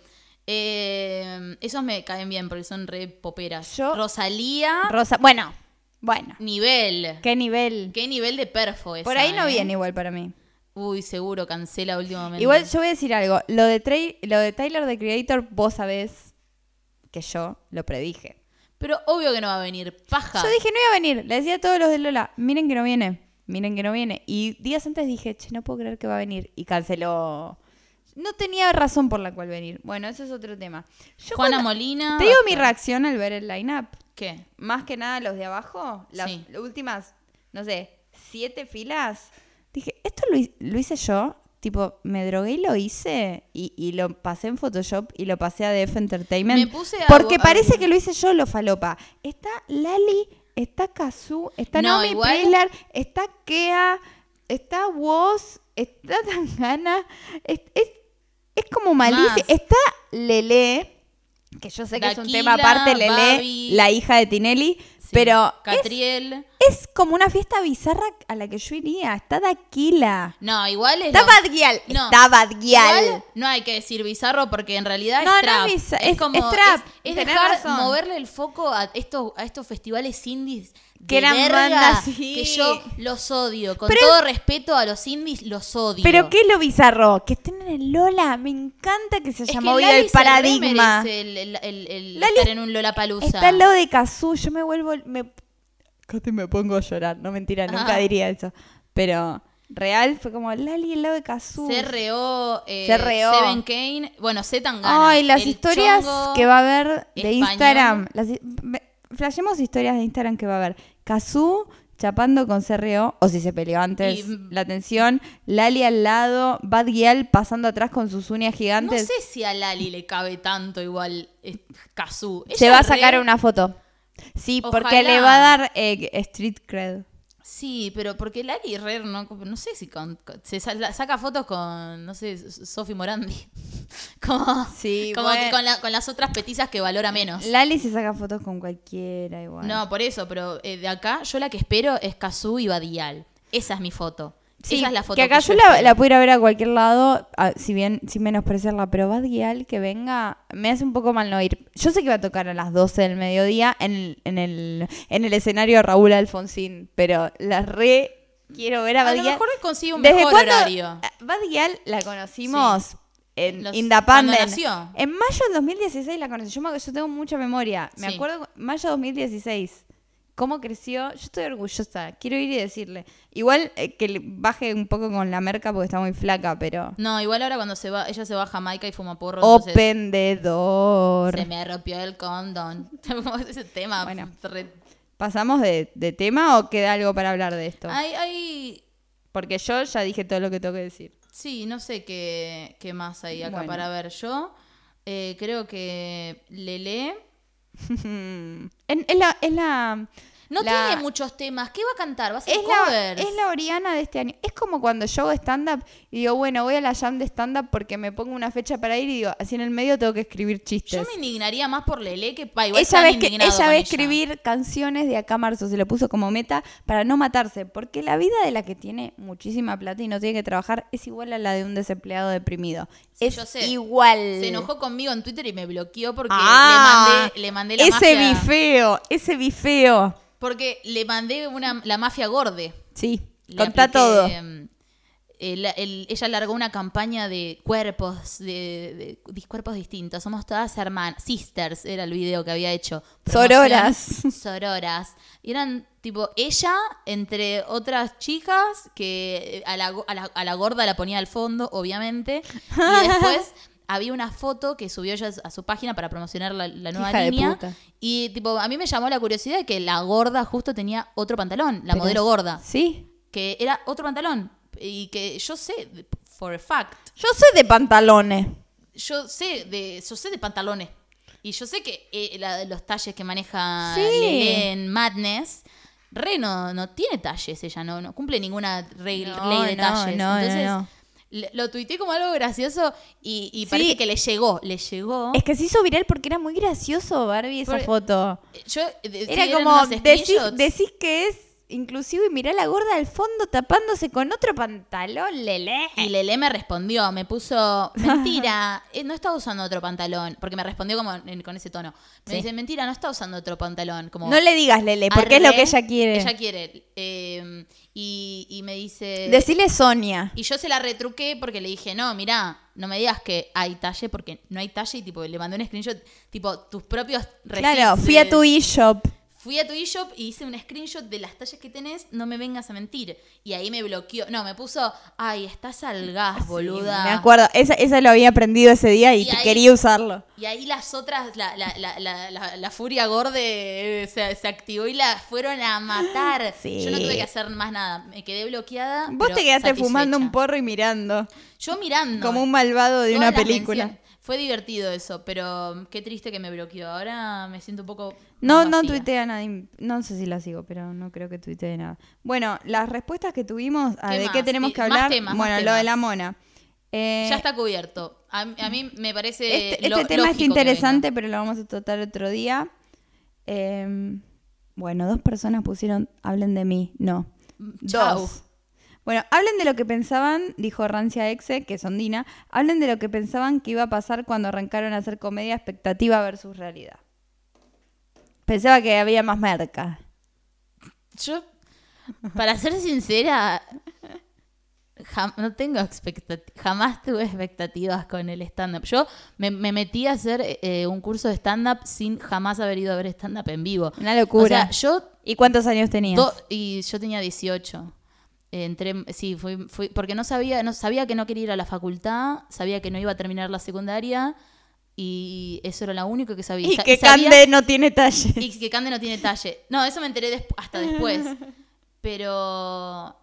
[SPEAKER 1] Eh, esos me caen bien porque son re poperas.
[SPEAKER 2] Yo-
[SPEAKER 1] Rosalía,
[SPEAKER 2] Ah. Rosa. Bueno, bueno.
[SPEAKER 1] nivel. ¿Qué?
[SPEAKER 2] Qué nivel.
[SPEAKER 1] nivel de perfo esa,
[SPEAKER 2] Por ahí no
[SPEAKER 1] eh?
[SPEAKER 2] viene igual para mí.
[SPEAKER 1] Uy, seguro, cancela últimamente.
[SPEAKER 2] Igual yo voy a decir algo. Lo de, Trey- lo de Tyler the Creator, vos sabés que yo lo predije.
[SPEAKER 1] Pero obvio que no va a venir. Paja.
[SPEAKER 2] Yo dije, no iba a venir. Le decía a todos los de Lola, miren que no viene. Miren que no viene. Y días antes dije, che, no puedo creer que va a venir. Y canceló. No tenía razón por la cual venir. Bueno, ese es otro tema. Yo
[SPEAKER 1] Juana
[SPEAKER 2] cuando-
[SPEAKER 1] Molina.
[SPEAKER 2] Te digo
[SPEAKER 1] va a
[SPEAKER 2] mi
[SPEAKER 1] estar.
[SPEAKER 2] reacción al ver el line-up.
[SPEAKER 1] ¿Qué?
[SPEAKER 2] más que nada los de abajo, las
[SPEAKER 1] Sí.
[SPEAKER 2] últimas, no sé, siete filas, dije, esto lo, hi- lo hice yo, tipo, me drogué y lo hice, y, y lo pasé en Photoshop y lo pasé a DF Entertainment.
[SPEAKER 1] Me puse a-
[SPEAKER 2] porque
[SPEAKER 1] a-
[SPEAKER 2] parece que lo hice yo, lo falopa. Está Lali, está Kazú, está
[SPEAKER 1] No,
[SPEAKER 2] Naomi
[SPEAKER 1] igual-
[SPEAKER 2] Preisler, está Kea, está Woz, está Tangana, es, es, es como malicia,
[SPEAKER 1] Más.
[SPEAKER 2] está Lele. Que yo sé que es un tema
[SPEAKER 1] Daquila,
[SPEAKER 2] aparte, Lele,
[SPEAKER 1] Babi.
[SPEAKER 2] la hija de Tinelli,
[SPEAKER 1] Sí.
[SPEAKER 2] pero es,
[SPEAKER 1] Catriel.
[SPEAKER 2] es como una fiesta bizarra a la que yo iría. Está Daquila.
[SPEAKER 1] No, igual es.
[SPEAKER 2] Está
[SPEAKER 1] lo-
[SPEAKER 2] Bad Gyal.
[SPEAKER 1] No.
[SPEAKER 2] Está Bad Gyal.
[SPEAKER 1] Igual no hay que decir bizarro porque en realidad
[SPEAKER 2] No, no
[SPEAKER 1] es trap.
[SPEAKER 2] es bizar- es- es trap,
[SPEAKER 1] es
[SPEAKER 2] tenés
[SPEAKER 1] dejar
[SPEAKER 2] razón.
[SPEAKER 1] moverle el foco a estos, a estos festivales indies de
[SPEAKER 2] Que eran
[SPEAKER 1] verga,
[SPEAKER 2] bandas, sí.
[SPEAKER 1] que yo los odio. Con
[SPEAKER 2] Pero-
[SPEAKER 1] todo respeto a los indies, los odio.
[SPEAKER 2] Pero qué es lo bizarro, que estén en el Lola. Me encanta que se
[SPEAKER 1] es
[SPEAKER 2] haya
[SPEAKER 1] que
[SPEAKER 2] movido
[SPEAKER 1] Lali
[SPEAKER 2] el
[SPEAKER 1] se re
[SPEAKER 2] paradigma.
[SPEAKER 1] merece El, el, el- el
[SPEAKER 2] Lali
[SPEAKER 1] estar en un Lollapalooza.
[SPEAKER 2] Está al lado de Kazú. Yo me vuelvo. Me... Casi me pongo a llorar. No mentira, nunca
[SPEAKER 1] Ah.
[SPEAKER 2] diría eso. Pero real fue como Lali al lado de Kazú.
[SPEAKER 1] CRO, eh,
[SPEAKER 2] CRO.
[SPEAKER 1] Seven Kane, bueno, Z Tangana.
[SPEAKER 2] Ay, las
[SPEAKER 1] El
[SPEAKER 2] historias
[SPEAKER 1] Chongo,
[SPEAKER 2] que va a haber de
[SPEAKER 1] español.
[SPEAKER 2] Instagram. Las, me- flashemos historias de Instagram que va a haber. Kazú, chapando con CRO, o si se peleó antes,
[SPEAKER 1] Y-
[SPEAKER 2] la tensión, Lali al lado, Bad Gyal pasando atrás con sus uñas
[SPEAKER 1] No
[SPEAKER 2] gigantes.
[SPEAKER 1] sé si a Lali le cabe tanto igual eh, Cazú.
[SPEAKER 2] se
[SPEAKER 1] Ella
[SPEAKER 2] va a
[SPEAKER 1] re-
[SPEAKER 2] sacar una foto. Sí, porque
[SPEAKER 1] Ojalá.
[SPEAKER 2] le va a dar eh, street cred.
[SPEAKER 1] Sí, pero porque Lali re, no, no sé si con- con- se sa- saca fotos con, no sé, Sofi Morandi. como
[SPEAKER 2] Sí,
[SPEAKER 1] como
[SPEAKER 2] bueno.
[SPEAKER 1] que con, la- con las otras petizas que valora menos.
[SPEAKER 2] Lali se saca fotos con cualquiera igual.
[SPEAKER 1] No, por eso, pero eh, de acá yo la que espero es Cazú y Badial. Esa es mi foto.
[SPEAKER 2] Sí,
[SPEAKER 1] Esa es la foto.
[SPEAKER 2] que acá yo
[SPEAKER 1] yo
[SPEAKER 2] la,
[SPEAKER 1] espero.
[SPEAKER 2] la pudiera ver a cualquier lado, a- si bien sin menospreciarla, pero Bad Gyal que venga, me hace un poco mal no ir. Yo sé que va a tocar a las 12 del mediodía en el, en el, en el escenario de Raúl Alfonsín, pero la re quiero ver a
[SPEAKER 1] A
[SPEAKER 2] Bad
[SPEAKER 1] lo
[SPEAKER 2] Gyal.
[SPEAKER 1] mejor consigue un
[SPEAKER 2] ¿Desde
[SPEAKER 1] mejor
[SPEAKER 2] cuándo- eh,
[SPEAKER 1] horario.
[SPEAKER 2] Bad Gyal la conocimos en
[SPEAKER 1] Los-
[SPEAKER 2] Indapanden.
[SPEAKER 1] cuando nació.
[SPEAKER 2] En mayo del 2016 la conocí. Yo, me- yo tengo mucha memoria. Me
[SPEAKER 1] Sí.
[SPEAKER 2] acuerdo, mayo 2016. ¿Cómo creció? Yo estoy orgullosa. Quiero ir y decirle. Igual eh, que le baje un poco con la merca porque está muy flaca, pero.
[SPEAKER 1] No, igual ahora cuando se va, ella se va a Jamaica y fuma porro.
[SPEAKER 2] Oh,
[SPEAKER 1] entonces-
[SPEAKER 2] Open the door.
[SPEAKER 1] Se me rompió el condón. Como Ese tema.
[SPEAKER 2] Bueno.
[SPEAKER 1] re-
[SPEAKER 2] ¿Pasamos de, de tema o queda algo para hablar de esto?
[SPEAKER 1] Hay, hay-
[SPEAKER 2] Porque yo ya dije todo lo que tengo que decir.
[SPEAKER 1] Sí, no sé qué, qué más hay acá
[SPEAKER 2] Bueno.
[SPEAKER 1] para ver. Yo eh, creo que Lele
[SPEAKER 2] En- es la. Es la
[SPEAKER 1] no
[SPEAKER 2] la-
[SPEAKER 1] tiene muchos temas. ¿Qué va a cantar? ¿Va a hacer
[SPEAKER 2] es la,
[SPEAKER 1] covers?
[SPEAKER 2] es la Oriana de este año. Es como cuando yo hago stand-up y digo, bueno, voy a la jam de stand-up porque me pongo una fecha para ir y digo, así en el medio tengo que escribir chistes.
[SPEAKER 1] Yo me indignaría más por Lele que pa, igual
[SPEAKER 2] Ella
[SPEAKER 1] están
[SPEAKER 2] va, a escri-
[SPEAKER 1] indignados
[SPEAKER 2] ella
[SPEAKER 1] con
[SPEAKER 2] va a escribir canciones de acá a marzo, se lo puso como meta para no matarse, porque la vida de la que tiene muchísima plata y no tiene que trabajar es igual a la de un desempleado deprimido.
[SPEAKER 1] Sí,
[SPEAKER 2] es
[SPEAKER 1] yo sé.
[SPEAKER 2] igual.
[SPEAKER 1] Se enojó conmigo en Twitter y me bloqueó porque
[SPEAKER 2] Ah,
[SPEAKER 1] le mandé, le mandé la
[SPEAKER 2] ese
[SPEAKER 1] mafia.
[SPEAKER 2] bifeo, ese bifeo.
[SPEAKER 1] Porque le mandé una, la mafia gorde.
[SPEAKER 2] Sí,
[SPEAKER 1] Le
[SPEAKER 2] contá
[SPEAKER 1] apliqué,
[SPEAKER 2] todo.
[SPEAKER 1] em, el- el- ella largó una campaña de cuerpos, de, de- de cuerpos distintos. Somos todas hermanas. Sisters era el video que había hecho.
[SPEAKER 2] Sororas.
[SPEAKER 1] Promoción, Sororas. Y eran tipo ella, entre otras chicas, que eh, a la, go- a la- a la gorda la ponía al fondo, obviamente. Y después había una foto que subió ella a su página para promocionar la, la nueva
[SPEAKER 2] Hija de
[SPEAKER 1] línea.
[SPEAKER 2] puta.
[SPEAKER 1] Y tipo, a mí me llamó la curiosidad de que la gorda justo tenía otro pantalón, la
[SPEAKER 2] Pero-
[SPEAKER 1] modelo gorda
[SPEAKER 2] Sí.
[SPEAKER 1] que era otro pantalón y que yo sé for a fact
[SPEAKER 2] Yo soy de pantalones.
[SPEAKER 1] yo sé de yo sé de pantalones y yo sé que eh, la- los talles que maneja
[SPEAKER 2] Sí.
[SPEAKER 1] Lele en Madness re no, no tiene talles ella no, no cumple ninguna reg-
[SPEAKER 2] No,
[SPEAKER 1] ley de
[SPEAKER 2] no,
[SPEAKER 1] talles
[SPEAKER 2] no, no,
[SPEAKER 1] entonces
[SPEAKER 2] no.
[SPEAKER 1] le- lo tuiteé como algo gracioso y, y
[SPEAKER 2] Sí.
[SPEAKER 1] parece que le llegó le llegó
[SPEAKER 2] Es que se hizo viral porque era muy gracioso Barbie esa
[SPEAKER 1] Porque-
[SPEAKER 2] foto.
[SPEAKER 1] yo eh, de-
[SPEAKER 2] Era
[SPEAKER 1] sí, eran
[SPEAKER 2] como,
[SPEAKER 1] unos
[SPEAKER 2] decís,
[SPEAKER 1] screenshots.
[SPEAKER 2] decís que es inclusivo y mirá la gorda al fondo tapándose con otro pantalón, lele.
[SPEAKER 1] Y Lele me respondió, me puso, mentira, eh, no estaba usando otro pantalón, porque me respondió como en- con ese tono. Me
[SPEAKER 2] Sí.
[SPEAKER 1] dice, mentira, no está usando otro pantalón. Como,
[SPEAKER 2] No le digas lele, porque es lo
[SPEAKER 1] "Arre,
[SPEAKER 2] que ella quiere.
[SPEAKER 1] Ella quiere. eh, y, y me dice...
[SPEAKER 2] Decile Sonia.
[SPEAKER 1] Y yo se la retruqué porque le dije, no, mirá, no me digas que hay talle, porque no hay talle. Y tipo, le mandé un screenshot, tipo, tus propios receipts
[SPEAKER 2] Claro, fui a
[SPEAKER 1] de-
[SPEAKER 2] tu eShop.
[SPEAKER 1] Fui a tu eShop y hice un screenshot de las tallas que tenés, no me vengas a mentir. Y ahí me bloqueó. No, me puso, ay, estás al gas, Ah, boluda.
[SPEAKER 2] Me acuerdo, esa, esa lo había aprendido ese día y,
[SPEAKER 1] Y ahí-
[SPEAKER 2] quería usarlo.
[SPEAKER 1] Y ahí las otras, la, la, la, la, la- la furia gorde eh, se, se activó y la fueron a matar.
[SPEAKER 2] Sí.
[SPEAKER 1] Yo no tuve que hacer más nada. Me quedé bloqueada.
[SPEAKER 2] Vos
[SPEAKER 1] Ah, pero
[SPEAKER 2] te quedaste
[SPEAKER 1] satisfecha.
[SPEAKER 2] fumando un porro y mirando,
[SPEAKER 1] Yo mirando. eh,
[SPEAKER 2] como un malvado de
[SPEAKER 1] todas
[SPEAKER 2] una
[SPEAKER 1] las
[SPEAKER 2] película.
[SPEAKER 1] menciones. Fue divertido eso, pero mm, qué triste que me bloqueó. Ahora me siento un poco.
[SPEAKER 2] No,
[SPEAKER 1] más
[SPEAKER 2] no
[SPEAKER 1] vacía.
[SPEAKER 2] tuitea nadie. No sé si la sigo, pero no creo que tuitee nada. Bueno, las respuestas que tuvimos a
[SPEAKER 1] ¿Qué
[SPEAKER 2] de qué
[SPEAKER 1] más?
[SPEAKER 2] tenemos
[SPEAKER 1] Ti-
[SPEAKER 2] que
[SPEAKER 1] más
[SPEAKER 2] hablar.
[SPEAKER 1] temas, más
[SPEAKER 2] bueno, lo
[SPEAKER 1] temas.
[SPEAKER 2] de la mona. Eh,
[SPEAKER 1] Ya está cubierto. A, a mí me parece.
[SPEAKER 2] este,
[SPEAKER 1] lo-
[SPEAKER 2] este tema
[SPEAKER 1] lógico
[SPEAKER 2] está
[SPEAKER 1] que
[SPEAKER 2] interesante, pero lo vamos a tratar otro día. Eh, bueno, dos personas pusieron, hablen de mí. No.
[SPEAKER 1] venga. Chau.
[SPEAKER 2] Dos. Bueno, hablen de lo que pensaban, dijo Rancia Exe, que son Dina, hablen de lo que pensaban que iba a pasar cuando arrancaron a hacer comedia expectativa versus realidad. Pensaba que había más merca.
[SPEAKER 1] Yo, para ser sincera, jam- no tengo expectativas, jamás tuve expectativas con el stand-up. Yo me, me metí a hacer eh, un curso de stand-up sin jamás haber ido a ver stand-up en vivo.
[SPEAKER 2] Una locura.
[SPEAKER 1] O sea, yo,
[SPEAKER 2] ¿Y cuántos años tenías?
[SPEAKER 1] do- y yo tenía 18. Eh, Entré, sí, fui, fui- porque no sabía, no sabía que no quería ir a la facultad, sabía que no iba a terminar la secundaria y eso era lo único que sabía.
[SPEAKER 2] y
[SPEAKER 1] Sa-
[SPEAKER 2] que
[SPEAKER 1] sabía-
[SPEAKER 2] Cande no tiene talle.
[SPEAKER 1] y que Cande no tiene talle. No, eso me enteré desp- hasta después. Pero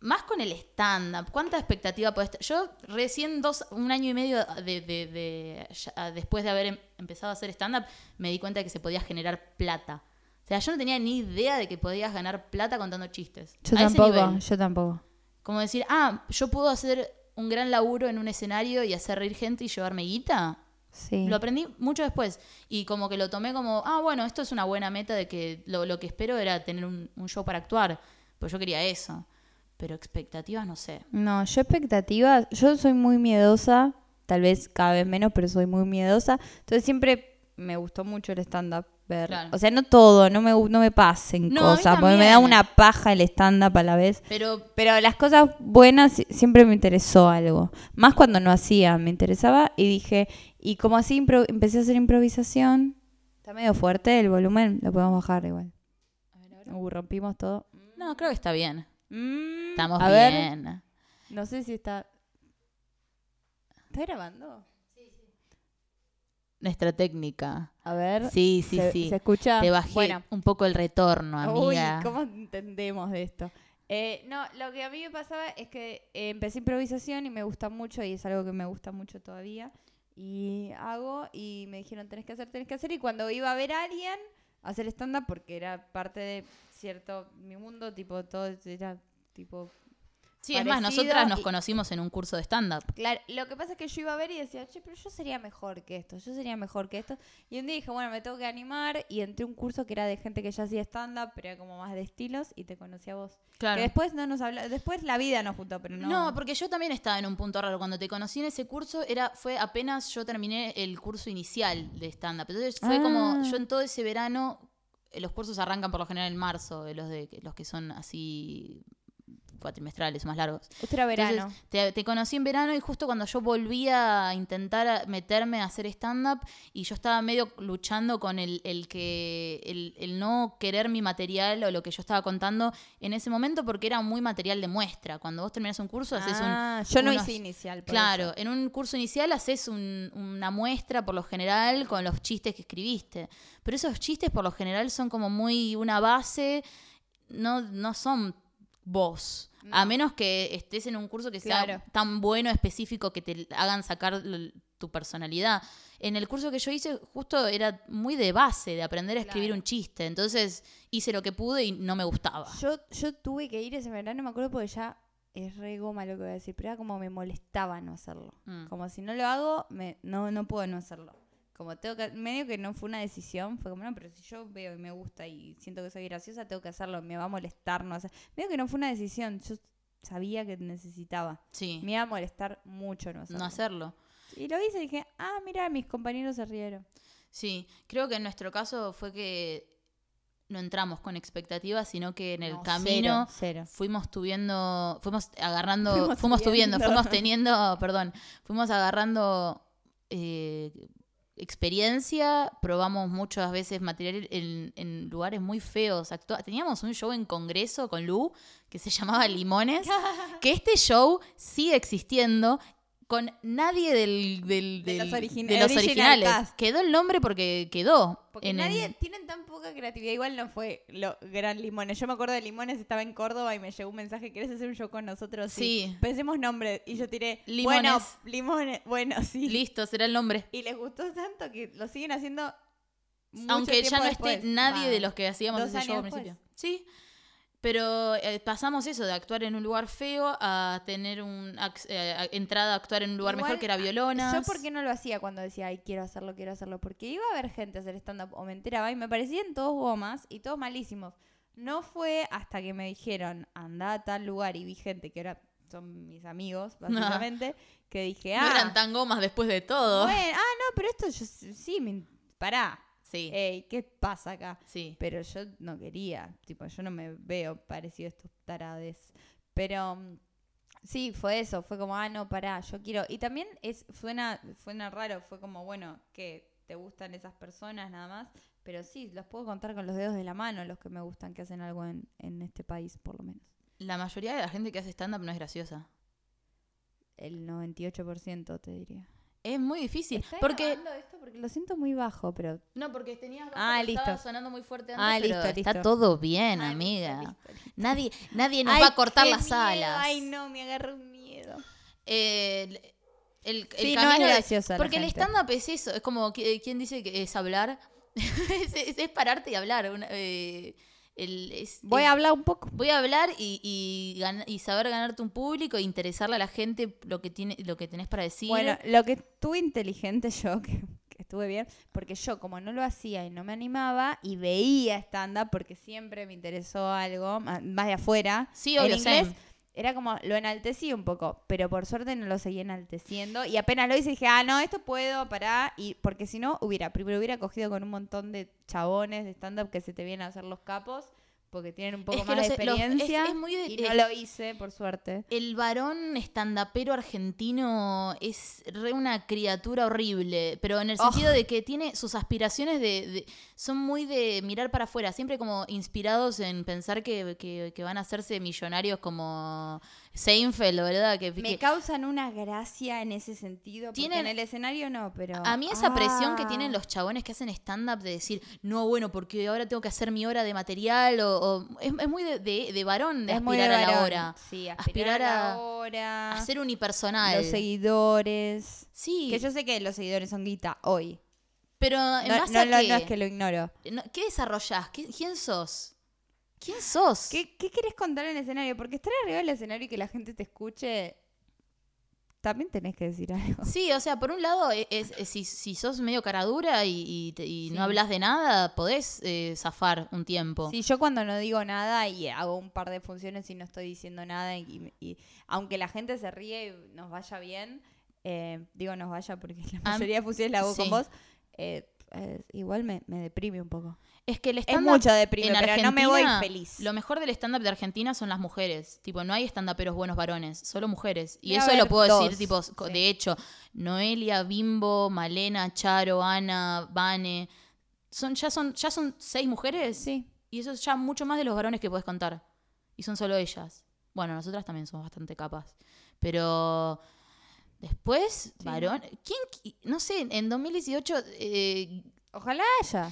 [SPEAKER 1] más con el stand-up, ¿cuánta expectativa puedes Yo recién dos, un año y medio de, de- de- ya- después de haber em- empezado a hacer stand-up, me di cuenta de que se podía generar plata. O sea, yo no tenía ni idea de que podías ganar plata contando chistes.
[SPEAKER 2] Yo
[SPEAKER 1] A ese
[SPEAKER 2] tampoco,
[SPEAKER 1] nivel.
[SPEAKER 2] yo tampoco.
[SPEAKER 1] Como decir, ah, yo puedo hacer un gran laburo en un escenario y hacer reír gente y llevarme guita.
[SPEAKER 2] Sí.
[SPEAKER 1] Lo aprendí mucho después. Y como que lo tomé como, ah, bueno, esto es una buena meta de que lo, lo que espero era tener un, un show para actuar. Pues yo quería eso. Pero expectativas, no sé.
[SPEAKER 2] No, yo expectativas, yo soy muy miedosa, tal vez cada vez menos, pero soy muy miedosa. Entonces siempre me gustó mucho el stand-up. Ver.
[SPEAKER 1] Claro.
[SPEAKER 2] O sea, no todo, no me, gu- no me pasen
[SPEAKER 1] No, a mí
[SPEAKER 2] cosas, porque me
[SPEAKER 1] también.
[SPEAKER 2] da una paja el stand-up a la vez.
[SPEAKER 1] Pero
[SPEAKER 2] Pero las cosas buenas si- siempre me interesó algo. Más cuando no hacía, me interesaba y dije, y como así impro- empecé a hacer improvisación, está medio fuerte el volumen, lo podemos bajar igual. Uh, rompimos todo.
[SPEAKER 1] no, creo que está bien.
[SPEAKER 2] Mm,
[SPEAKER 1] Estamos
[SPEAKER 2] a ver.
[SPEAKER 1] bien.
[SPEAKER 2] No sé si está. ¿Está grabando?
[SPEAKER 1] Nuestra técnica.
[SPEAKER 2] A ver.
[SPEAKER 1] Sí, sí,
[SPEAKER 2] se,
[SPEAKER 1] sí.
[SPEAKER 2] se escucha?
[SPEAKER 1] Te bajé
[SPEAKER 2] Bueno.
[SPEAKER 1] un poco el retorno,
[SPEAKER 2] Uy,
[SPEAKER 1] amiga.
[SPEAKER 2] ¿cómo entendemos de esto? Eh, no, lo que a mí me pasaba es que eh, empecé improvisación y me gusta mucho y es algo que me gusta mucho todavía. Y hago y me dijeron, tenés que hacer, tenés que hacer. Y cuando iba a ver a alguien, a hacer stand-up, porque era parte de cierto, mi mundo, tipo, todo era tipo
[SPEAKER 1] sí, es más,
[SPEAKER 2] parecido
[SPEAKER 1] nosotras nos
[SPEAKER 2] y-
[SPEAKER 1] conocimos en un curso de stand-up.
[SPEAKER 2] Claro, lo que pasa es que yo iba a ver y decía, che, pero yo sería mejor que esto, yo sería mejor que esto. Y un día dije, bueno, me tengo que animar y entré a un curso que era de gente que ya hacía stand-up, pero era como más de estilos y te conocí a vos. Que después no nos habla después la vida nos juntó, pero no.
[SPEAKER 1] No, porque yo también estaba en un punto raro. Cuando te conocí en ese curso, era, fue apenas yo terminé el curso inicial de stand-up. Entonces fue
[SPEAKER 2] Ah.
[SPEAKER 1] como, yo en todo ese verano, eh, los cursos arrancan por lo general en marzo, eh, los de los que son así cuatrimestrales o más largos.
[SPEAKER 2] Usted era verano.
[SPEAKER 1] Entonces, te, te conocí en verano y justo cuando yo volvía a intentar a- meterme a hacer stand-up y yo estaba medio luchando con el, el que el, el no querer mi material o lo que yo estaba contando en ese momento porque era muy material de muestra. Cuando vos terminás un curso, haces un...
[SPEAKER 2] Ah, yo no
[SPEAKER 1] unos-
[SPEAKER 2] hice inicial. por
[SPEAKER 1] Claro,
[SPEAKER 2] eso.
[SPEAKER 1] en un curso inicial haces un- una muestra por lo general con los chistes que escribiste, pero esos chistes por lo general son como muy una base, no, no son vos, a menos que estés en un curso que sea
[SPEAKER 2] Claro.
[SPEAKER 1] tan bueno, específico, que te hagan sacar l- tu personalidad. En el curso que yo hice justo era muy de base, de aprender a escribir
[SPEAKER 2] Claro.
[SPEAKER 1] un chiste, entonces hice lo que pude y no me gustaba.
[SPEAKER 2] Yo, yo tuve que ir ese verano, me acuerdo porque ya es re goma lo que voy a decir, pero era como me molestaba no hacerlo.
[SPEAKER 1] Mm.
[SPEAKER 2] Como si no lo hago, me, no, no puedo no hacerlo. Como tengo que, medio que no fue una decisión, fue como, no, pero si yo veo y me gusta y siento que soy graciosa, tengo que hacerlo, me va a molestar no hacer. Medio que no fue una decisión, yo sabía que necesitaba.
[SPEAKER 1] Sí,
[SPEAKER 2] Me iba a molestar mucho no hacerlo.
[SPEAKER 1] no hacerlo.
[SPEAKER 2] Y lo hice y dije, ah, mira, mis compañeros se rieron.
[SPEAKER 1] Sí, creo que en nuestro caso fue que no entramos con expectativas, sino que en el
[SPEAKER 2] No,
[SPEAKER 1] camino
[SPEAKER 2] Cero, cero.
[SPEAKER 1] fuimos tuviendo, fuimos agarrando,
[SPEAKER 2] Fuimos
[SPEAKER 1] fuimos, tuviendo,
[SPEAKER 2] tuviendo.
[SPEAKER 1] fuimos teniendo, perdón, fuimos agarrando eh, experiencia, probamos muchas veces material en, en lugares muy feos. actua- Teníamos un show en Congreso con Lu que se llamaba Limones, que este show sigue existiendo con nadie del, del-
[SPEAKER 2] De
[SPEAKER 1] del-
[SPEAKER 2] los origina-
[SPEAKER 1] de los
[SPEAKER 2] original
[SPEAKER 1] originales.
[SPEAKER 2] cast.
[SPEAKER 1] Quedó el nombre porque quedó.
[SPEAKER 2] Porque
[SPEAKER 1] en-
[SPEAKER 2] nadie, tienen tan poca creatividad, igual no fue lo gran Limones. Yo me acuerdo de Limones, estaba en Córdoba y me llegó un mensaje, ¿querés hacer un show con nosotros?
[SPEAKER 1] Sí.
[SPEAKER 2] Pensemos nombre. Y yo tiré,
[SPEAKER 1] Limones.
[SPEAKER 2] bueno, Limones, bueno, sí.
[SPEAKER 1] Listo, será el nombre.
[SPEAKER 2] y les gustó tanto que lo siguen haciendo mucho
[SPEAKER 1] Aunque ya
[SPEAKER 2] tiempo
[SPEAKER 1] no
[SPEAKER 2] después.
[SPEAKER 1] esté nadie
[SPEAKER 2] Va.
[SPEAKER 1] de los que hacíamos
[SPEAKER 2] Dos
[SPEAKER 1] ese show al
[SPEAKER 2] años
[SPEAKER 1] principio.
[SPEAKER 2] después.
[SPEAKER 1] Sí. Pero eh, pasamos eso de actuar en un lugar feo a tener un ac- eh, a- entrada a actuar en un lugar
[SPEAKER 2] Igual, ah,
[SPEAKER 1] mejor que era Violona.
[SPEAKER 2] Yo por qué no lo hacía cuando decía, ay, quiero hacerlo, quiero hacerlo, porque iba a haber gente a hacer stand-up o me enteraba y me parecían todos gomas y todos malísimos. No fue hasta que me dijeron, anda a tal lugar y vi gente que ahora son mis amigos, básicamente, que dije, ah,
[SPEAKER 1] No eran tan gomas después de todo.
[SPEAKER 2] bueno, ah, no, pero esto yo s- sí, me, in- pará,
[SPEAKER 1] sí,
[SPEAKER 2] ey, ¿qué pasa acá?
[SPEAKER 1] sí.
[SPEAKER 2] Pero yo no quería, tipo, yo no me veo parecido a estos tarades. Pero mm, sí, fue eso, fue como, ah, no, pará, yo quiero. Y también es, suena, suena raro, fue como, bueno, que te gustan esas personas nada más. Pero sí, los puedo contar con los dedos de la mano, los que me gustan, que hacen algo en, en este país, por lo menos.
[SPEAKER 1] La mayoría de la gente que hace stand-up no es graciosa.
[SPEAKER 2] El 98% te diría.
[SPEAKER 1] Es muy difícil. Porque.
[SPEAKER 2] esto? Porque lo siento muy bajo, pero.
[SPEAKER 1] No, porque tenías.
[SPEAKER 2] Ah,
[SPEAKER 1] que estaba
[SPEAKER 2] listo.
[SPEAKER 1] sonando muy fuerte antes.
[SPEAKER 2] Ah,
[SPEAKER 1] pero
[SPEAKER 2] listo,
[SPEAKER 1] Está
[SPEAKER 2] listo.
[SPEAKER 1] todo bien,
[SPEAKER 2] Ah,
[SPEAKER 1] amiga.
[SPEAKER 2] listo, listo,
[SPEAKER 1] Nadie, nadie nos va a cortar las alas.
[SPEAKER 2] Ay, no, me agarró un miedo.
[SPEAKER 1] el, el, el
[SPEAKER 2] Sí, no
[SPEAKER 1] camino
[SPEAKER 2] es
[SPEAKER 1] de-
[SPEAKER 2] graciosa la
[SPEAKER 1] porque el
[SPEAKER 2] gente.
[SPEAKER 1] stand-up es eso, es como qui- quien dice que es hablar, es, es- es pararte y hablar. una- eh, el- es-
[SPEAKER 2] Voy
[SPEAKER 1] es-
[SPEAKER 2] a hablar un poco.
[SPEAKER 1] voy a hablar y, y, gan- y saber ganarte un público e interesarle a la gente lo que tiene lo que tenés para decir.
[SPEAKER 2] Bueno, lo que estuve inteligente yo, que, que estuve bien, porque yo como no lo hacía y no me animaba y veía stand-up porque siempre me interesó algo ma- más de afuera,
[SPEAKER 1] Sí,
[SPEAKER 2] el
[SPEAKER 1] obvio,
[SPEAKER 2] inglés
[SPEAKER 1] Sam.
[SPEAKER 2] era como, lo enaltecí un poco, pero por suerte no lo seguí enalteciendo y apenas lo hice dije, ah, no, esto puedo, pará, y, porque si no hubiera, primero hubiera cogido con un montón de chabones de stand-up que se te vienen a hacer los capos porque tienen un poco
[SPEAKER 1] Es que
[SPEAKER 2] más de
[SPEAKER 1] los- los- es-
[SPEAKER 2] experiencia
[SPEAKER 1] es muy de-
[SPEAKER 2] y no
[SPEAKER 1] eh,
[SPEAKER 2] lo hice, por suerte.
[SPEAKER 1] El varón estandapero argentino es re una criatura horrible, pero en el
[SPEAKER 2] Oh.
[SPEAKER 1] sentido de que tiene sus aspiraciones de, de- son muy de mirar para afuera, siempre como inspirados en pensar que, que- que van a hacerse millonarios como Seinfeld, ¿verdad? Que,
[SPEAKER 2] Me
[SPEAKER 1] que-
[SPEAKER 2] causan una gracia en ese sentido. Porque
[SPEAKER 1] Tienen-
[SPEAKER 2] en el escenario no, pero.
[SPEAKER 1] a mí esa presión que
[SPEAKER 2] Ah.
[SPEAKER 1] tienen los chabones que hacen stand-up de decir, no, bueno, porque ahora tengo que hacer mi hora de material, o, o- es, es muy de, de- de varón de
[SPEAKER 2] Es muy
[SPEAKER 1] aspirar a la
[SPEAKER 2] varón.
[SPEAKER 1] hora,
[SPEAKER 2] Sí,
[SPEAKER 1] Aspirar
[SPEAKER 2] aspirar, a
[SPEAKER 1] a-
[SPEAKER 2] la hora.
[SPEAKER 1] a ser unipersonal.
[SPEAKER 2] los seguidores.
[SPEAKER 1] Sí,
[SPEAKER 2] Que yo sé que los seguidores son guita hoy.
[SPEAKER 1] pero en
[SPEAKER 2] No,
[SPEAKER 1] base
[SPEAKER 2] no,
[SPEAKER 1] a
[SPEAKER 2] no,
[SPEAKER 1] qué?
[SPEAKER 2] no es que lo ignoro.
[SPEAKER 1] No, ¿Qué desarrollás? ¿Qui- ¿Quién sos? ¿Quién sos?
[SPEAKER 2] ¿Qué, ¿Qué querés contar en el escenario? Porque estar arriba del escenario y que la gente te escuche. También tenés que decir algo.
[SPEAKER 1] Sí, o sea, por un lado, e- es, es- si, si sos medio caradura y, y te- y
[SPEAKER 2] Sí.
[SPEAKER 1] no hablas de nada, podés eh, zafar un tiempo.
[SPEAKER 2] Sí, yo cuando no digo nada y hago un par de funciones y no estoy diciendo nada, y, y- aunque la gente se ríe y nos vaya bien, eh, digo nos vaya porque la
[SPEAKER 1] Ah,
[SPEAKER 2] mayoría de funciones la hago
[SPEAKER 1] sí.
[SPEAKER 2] con vos, eh, eh, igual me, me deprime un poco.
[SPEAKER 1] Es que el
[SPEAKER 2] Es
[SPEAKER 1] stand-up
[SPEAKER 2] mucho deprime,
[SPEAKER 1] en
[SPEAKER 2] pero
[SPEAKER 1] Argentina,
[SPEAKER 2] no me voy feliz.
[SPEAKER 1] Lo mejor del stand-up de Argentina son las mujeres. Tipo, no hay stand-uperos buenos varones, solo mujeres. Y
[SPEAKER 2] Debe
[SPEAKER 1] eso lo
[SPEAKER 2] haber
[SPEAKER 1] puedo decir,
[SPEAKER 2] dos,
[SPEAKER 1] tipo, co-
[SPEAKER 2] sí.
[SPEAKER 1] de hecho, Noelia, Bimbo, Malena, Charo, Ana, Vane. Son, ya, son, ya son seis mujeres.
[SPEAKER 2] Eh, Sí.
[SPEAKER 1] Y eso es ya mucho más de los varones que puedes contar. Y son solo ellas. Bueno, nosotras también somos bastante capas. Pero después, varón. ¿Quién? qui- No sé, en 2018, eh,
[SPEAKER 2] Ojalá haya.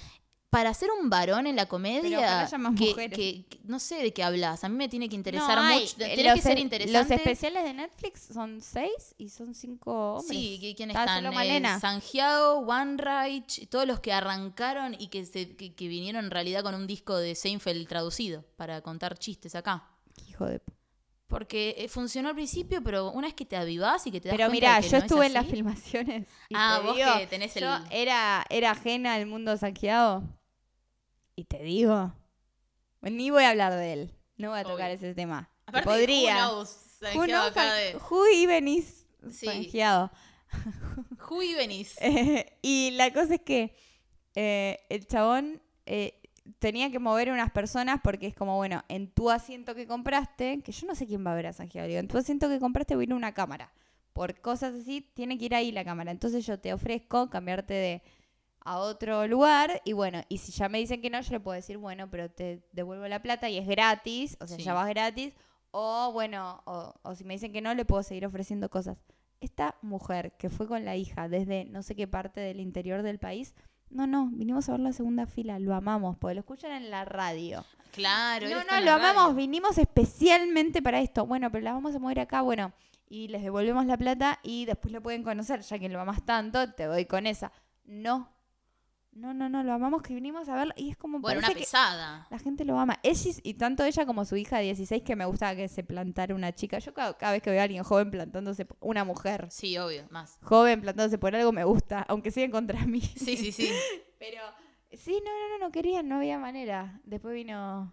[SPEAKER 1] para ser un varón en la
[SPEAKER 2] Pero ojalá
[SPEAKER 1] comedia.
[SPEAKER 2] haya más
[SPEAKER 1] que,
[SPEAKER 2] mujeres.
[SPEAKER 1] que- que- no sé de qué hablas. A mí me tiene que interesar
[SPEAKER 2] No hay.
[SPEAKER 1] mucho.
[SPEAKER 2] Eh,
[SPEAKER 1] Tienes que
[SPEAKER 2] los
[SPEAKER 1] ser
[SPEAKER 2] es-
[SPEAKER 1] interesante.
[SPEAKER 2] Los especiales de Netflix son seis y son cinco hombres.
[SPEAKER 1] Sí, ¿qui- ¿quién
[SPEAKER 2] Está
[SPEAKER 1] están?
[SPEAKER 2] solo
[SPEAKER 1] Eh,
[SPEAKER 2] Malena.
[SPEAKER 1] Sanjiao, One Reich, todos los que arrancaron y que, se- que- que vinieron en realidad con un disco de Seinfeld traducido para contar chistes acá.
[SPEAKER 2] Hijo de... p-
[SPEAKER 1] Porque eh, funcionó al principio, pero una vez que te avivás y que te das
[SPEAKER 2] Pero
[SPEAKER 1] cuenta
[SPEAKER 2] mira,
[SPEAKER 1] de que
[SPEAKER 2] yo
[SPEAKER 1] no es
[SPEAKER 2] estuve en las
[SPEAKER 1] así-
[SPEAKER 2] filmaciones. y
[SPEAKER 1] Ah,
[SPEAKER 2] te
[SPEAKER 1] vos
[SPEAKER 2] digo,
[SPEAKER 1] que tenés el.
[SPEAKER 2] Yo eh, era, era ajena al mundo saqueado. Y te digo, ni voy a hablar de él. No voy a tocar
[SPEAKER 1] Obvio.
[SPEAKER 2] ese tema. Que
[SPEAKER 1] Aparte,
[SPEAKER 2] podría.
[SPEAKER 1] Who knows,
[SPEAKER 2] Who
[SPEAKER 1] Sanjeado
[SPEAKER 2] knows
[SPEAKER 1] acá
[SPEAKER 2] san-
[SPEAKER 1] de-
[SPEAKER 2] who even is
[SPEAKER 1] Sí.
[SPEAKER 2] sanjeado?
[SPEAKER 1] Who even is?
[SPEAKER 2] Eh, y la cosa es que eh, el chabón eh, tenía que mover unas personas porque es como, bueno, en tu asiento que compraste, que yo no sé quién va a ver a San Diego, en tu asiento que compraste va a ir una cámara. Por cosas así, tiene que ir ahí la cámara. Entonces yo te ofrezco cambiarte de a otro lugar y bueno, y si ya me dicen que no, yo le puedo decir, bueno, pero te devuelvo la plata y es gratis, o sea,
[SPEAKER 1] Sí.
[SPEAKER 2] ya vas gratis, o bueno, o, o si me dicen que no, le puedo seguir ofreciendo cosas. Esta mujer que fue con la hija desde no sé qué parte del interior del país, no, no, vinimos a ver la segunda fila, lo amamos, porque lo escuchan en la radio.
[SPEAKER 1] Claro, él
[SPEAKER 2] no,
[SPEAKER 1] está
[SPEAKER 2] no,
[SPEAKER 1] en
[SPEAKER 2] lo
[SPEAKER 1] la radio.
[SPEAKER 2] amamos, vinimos especialmente para esto. Bueno, pero la vamos a mover acá, bueno, y les devolvemos la plata y después lo pueden conocer, ya que lo amas tanto, te doy con esa. No, no, no, no, lo amamos que vinimos a verlo y es como
[SPEAKER 1] Bueno, una
[SPEAKER 2] parece que
[SPEAKER 1] pesada.
[SPEAKER 2] la gente lo ama. Ella, y- y tanto ella como su hija de 16 que me gusta que se plantara una chica. Yo cada, cada vez que veo a alguien joven plantándose, por- una mujer
[SPEAKER 1] Sí, obvio, más.
[SPEAKER 2] joven plantándose por algo me gusta, aunque sea en contra mí.
[SPEAKER 1] Sí, sí, sí.
[SPEAKER 2] Pero sí, no, no, no, no querían, no había manera. Después vino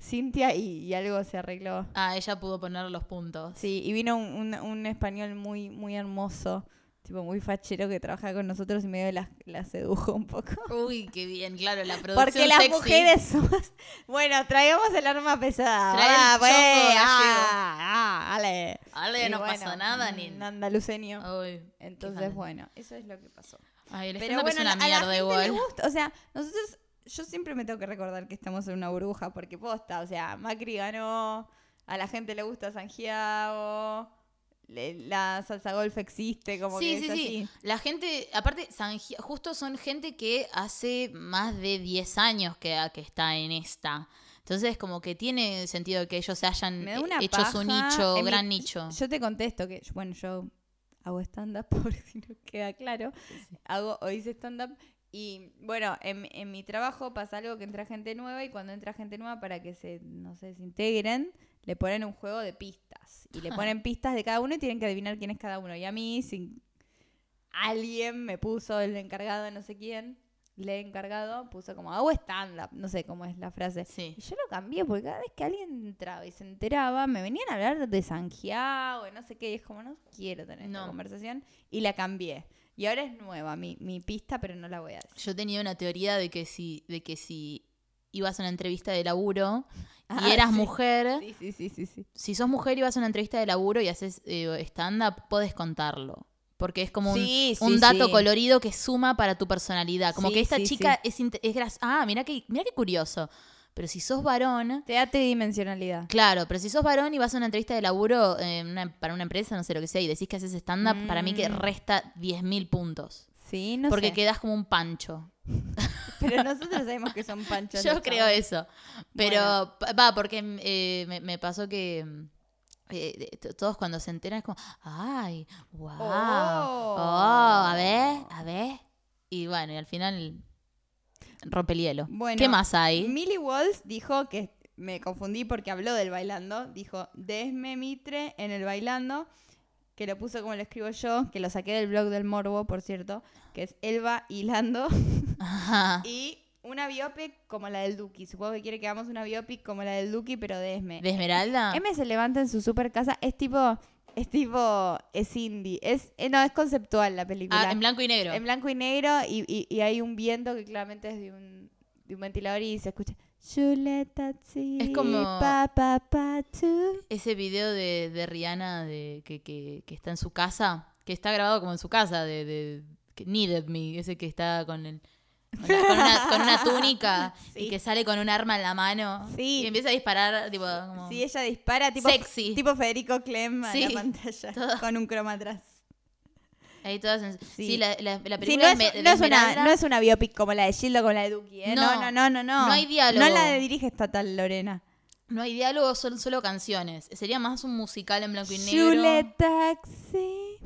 [SPEAKER 2] Cintia y, y algo se arregló.
[SPEAKER 1] Ah, ella pudo poner los puntos.
[SPEAKER 2] Sí, y vino un, un- un español muy, muy hermoso, tipo muy fachero que trabaja con nosotros y medio las, las sedujo un poco.
[SPEAKER 1] Uy, qué bien, claro, la producción
[SPEAKER 2] Porque las
[SPEAKER 1] sexy.
[SPEAKER 2] mujeres somos. Bueno, traigamos el arma pesada.
[SPEAKER 1] Trae el
[SPEAKER 2] va,
[SPEAKER 1] chongo
[SPEAKER 2] pues,
[SPEAKER 1] gallego.
[SPEAKER 2] ah, ah, ale.
[SPEAKER 1] Ale,
[SPEAKER 2] Y
[SPEAKER 1] no
[SPEAKER 2] bueno,
[SPEAKER 1] pasa nada, ni.
[SPEAKER 2] un Andaluceño.
[SPEAKER 1] Ay,
[SPEAKER 2] Entonces,
[SPEAKER 1] fantástico.
[SPEAKER 2] bueno, eso es lo que pasó.
[SPEAKER 1] ay, el
[SPEAKER 2] Pero
[SPEAKER 1] stand-up
[SPEAKER 2] bueno,
[SPEAKER 1] es una
[SPEAKER 2] la- a la
[SPEAKER 1] mierda
[SPEAKER 2] gente le
[SPEAKER 1] igual.
[SPEAKER 2] gusta. O sea, nosotros, yo siempre me tengo que recordar que estamos en una burbuja porque posta, o sea, Macri ganó, a la gente le gusta Sangiao, le- la salsa golf existe, como
[SPEAKER 1] sí,
[SPEAKER 2] que
[SPEAKER 1] sí,
[SPEAKER 2] es
[SPEAKER 1] sí.
[SPEAKER 2] así.
[SPEAKER 1] La gente, aparte, San Gi- justo son gente que hace más de 10 años que, que está en esta. Entonces, como que tiene sentido que ellos se hayan
[SPEAKER 2] Me da una
[SPEAKER 1] hecho su
[SPEAKER 2] paja.
[SPEAKER 1] nicho,
[SPEAKER 2] En mi-
[SPEAKER 1] gran nicho.
[SPEAKER 2] Yo te contesto que, bueno, yo hago stand-up, por si no queda claro. Hago o hice stand-up. Y bueno, en, en mi trabajo pasa algo que entra gente nueva y cuando entra gente nueva para que se, no sé, se integren, le ponen un juego de pistas. Y le ponen pistas de cada uno y tienen que adivinar quién es cada uno. Y a mí, sin alguien me puso el encargado, no sé quién, le he encargado, puso como hago stand-up, no sé cómo es la frase.
[SPEAKER 1] Sí.
[SPEAKER 2] Y yo lo cambié porque cada vez que alguien entraba y se enteraba, me venían a hablar de Sanjiao o no sé qué, y es como no quiero tener
[SPEAKER 1] No.
[SPEAKER 2] esta conversación, y la cambié. Y ahora es nueva mi, mi pista, pero no la voy a decir.
[SPEAKER 1] Yo tenía una teoría de que si, de que si ibas a una entrevista de laburo y
[SPEAKER 2] Ah,
[SPEAKER 1] eras
[SPEAKER 2] sí.
[SPEAKER 1] mujer,
[SPEAKER 2] Sí, sí, sí, sí, sí.
[SPEAKER 1] si sos mujer y vas a una entrevista de laburo y haces eh, stand-up, podés contarlo. Porque es como un,
[SPEAKER 2] Sí, sí,
[SPEAKER 1] un dato
[SPEAKER 2] sí.
[SPEAKER 1] colorido que suma para tu personalidad. Como
[SPEAKER 2] Sí,
[SPEAKER 1] que esta
[SPEAKER 2] sí,
[SPEAKER 1] chica es, inte- es gras- Ah, mira qué, mirá qué curioso. Pero si sos varón.
[SPEAKER 2] Te da tridimensionalidad.
[SPEAKER 1] Claro, pero si sos varón y vas a una entrevista de laburo eh, una- para una empresa, no sé lo que sea, y decís que haces stand-up, para mí que
[SPEAKER 2] Mm.
[SPEAKER 1] resta 10.000 puntos.
[SPEAKER 2] Sí, no
[SPEAKER 1] porque
[SPEAKER 2] sé.
[SPEAKER 1] quedás como un pancho.
[SPEAKER 2] Pero nosotros sabemos que son panchos.
[SPEAKER 1] Yo
[SPEAKER 2] los
[SPEAKER 1] creo
[SPEAKER 2] chavales.
[SPEAKER 1] eso. Pero pa- va, porque mm, eh, me, me pasó que mm, eh, de- to- todos cuando se enteran es como, ay, wow, oh, a
[SPEAKER 2] Oh.
[SPEAKER 1] ver, a ver. Y bueno, y al final rompe el hielo.
[SPEAKER 2] Bueno,
[SPEAKER 1] ¿Qué más hay?
[SPEAKER 2] Millie Walls dijo que me confundí porque habló del bailando. Dijo Desme Mitre en el bailando, que lo puso como lo escribo yo, que lo saqué del blog del Morbo, por cierto, que es Elba Hilando.
[SPEAKER 1] Ajá.
[SPEAKER 2] y una biopic como la del Duki. Supongo que quiere que hagamos una biopic como la del Duki, pero de Esme.
[SPEAKER 1] ¿De Esmeralda? Ah,
[SPEAKER 2] M se levanta en su super casa. Es tipo. Es tipo. Es indie. Es, eh, no, es conceptual la película.
[SPEAKER 1] Ah, en blanco y negro.
[SPEAKER 2] En blanco y negro y, y- y hay un viento que claramente es de un, de un ventilador y se escucha.
[SPEAKER 1] Es como-
[SPEAKER 2] Pa, pa, pa, tu".
[SPEAKER 1] Ese video de, de Rihanna de, que, que- que está en su casa, que está grabado como en su casa, de, de- que- Needed Me, ese que está con el... Con una, con una- con una túnica
[SPEAKER 2] Sí.
[SPEAKER 1] y que sale con un arma en la mano
[SPEAKER 2] Sí.
[SPEAKER 1] y empieza a disparar tipo como-
[SPEAKER 2] Sí, ella dispara tipo,
[SPEAKER 1] Sexy.
[SPEAKER 2] tipo Federico Clem a la
[SPEAKER 1] Sí,
[SPEAKER 2] pantalla
[SPEAKER 1] todo.
[SPEAKER 2] con un croma atrás.
[SPEAKER 1] ahí todas en-
[SPEAKER 2] Sí.
[SPEAKER 1] sí. la, la- la
[SPEAKER 2] Sí,
[SPEAKER 1] película
[SPEAKER 2] no, es,
[SPEAKER 1] de Esme-
[SPEAKER 2] no
[SPEAKER 1] de
[SPEAKER 2] es una,
[SPEAKER 1] Esmeralda,
[SPEAKER 2] no es una biopic como la de Gildo con la de Duki. ¿eh? No,
[SPEAKER 1] No.
[SPEAKER 2] no, no, no, no.
[SPEAKER 1] No hay diálogo.
[SPEAKER 2] No la dirige estatal Lorena.
[SPEAKER 1] no hay diálogo son solo canciones sería más un musical en blanco y negro
[SPEAKER 2] Juliet Taxi.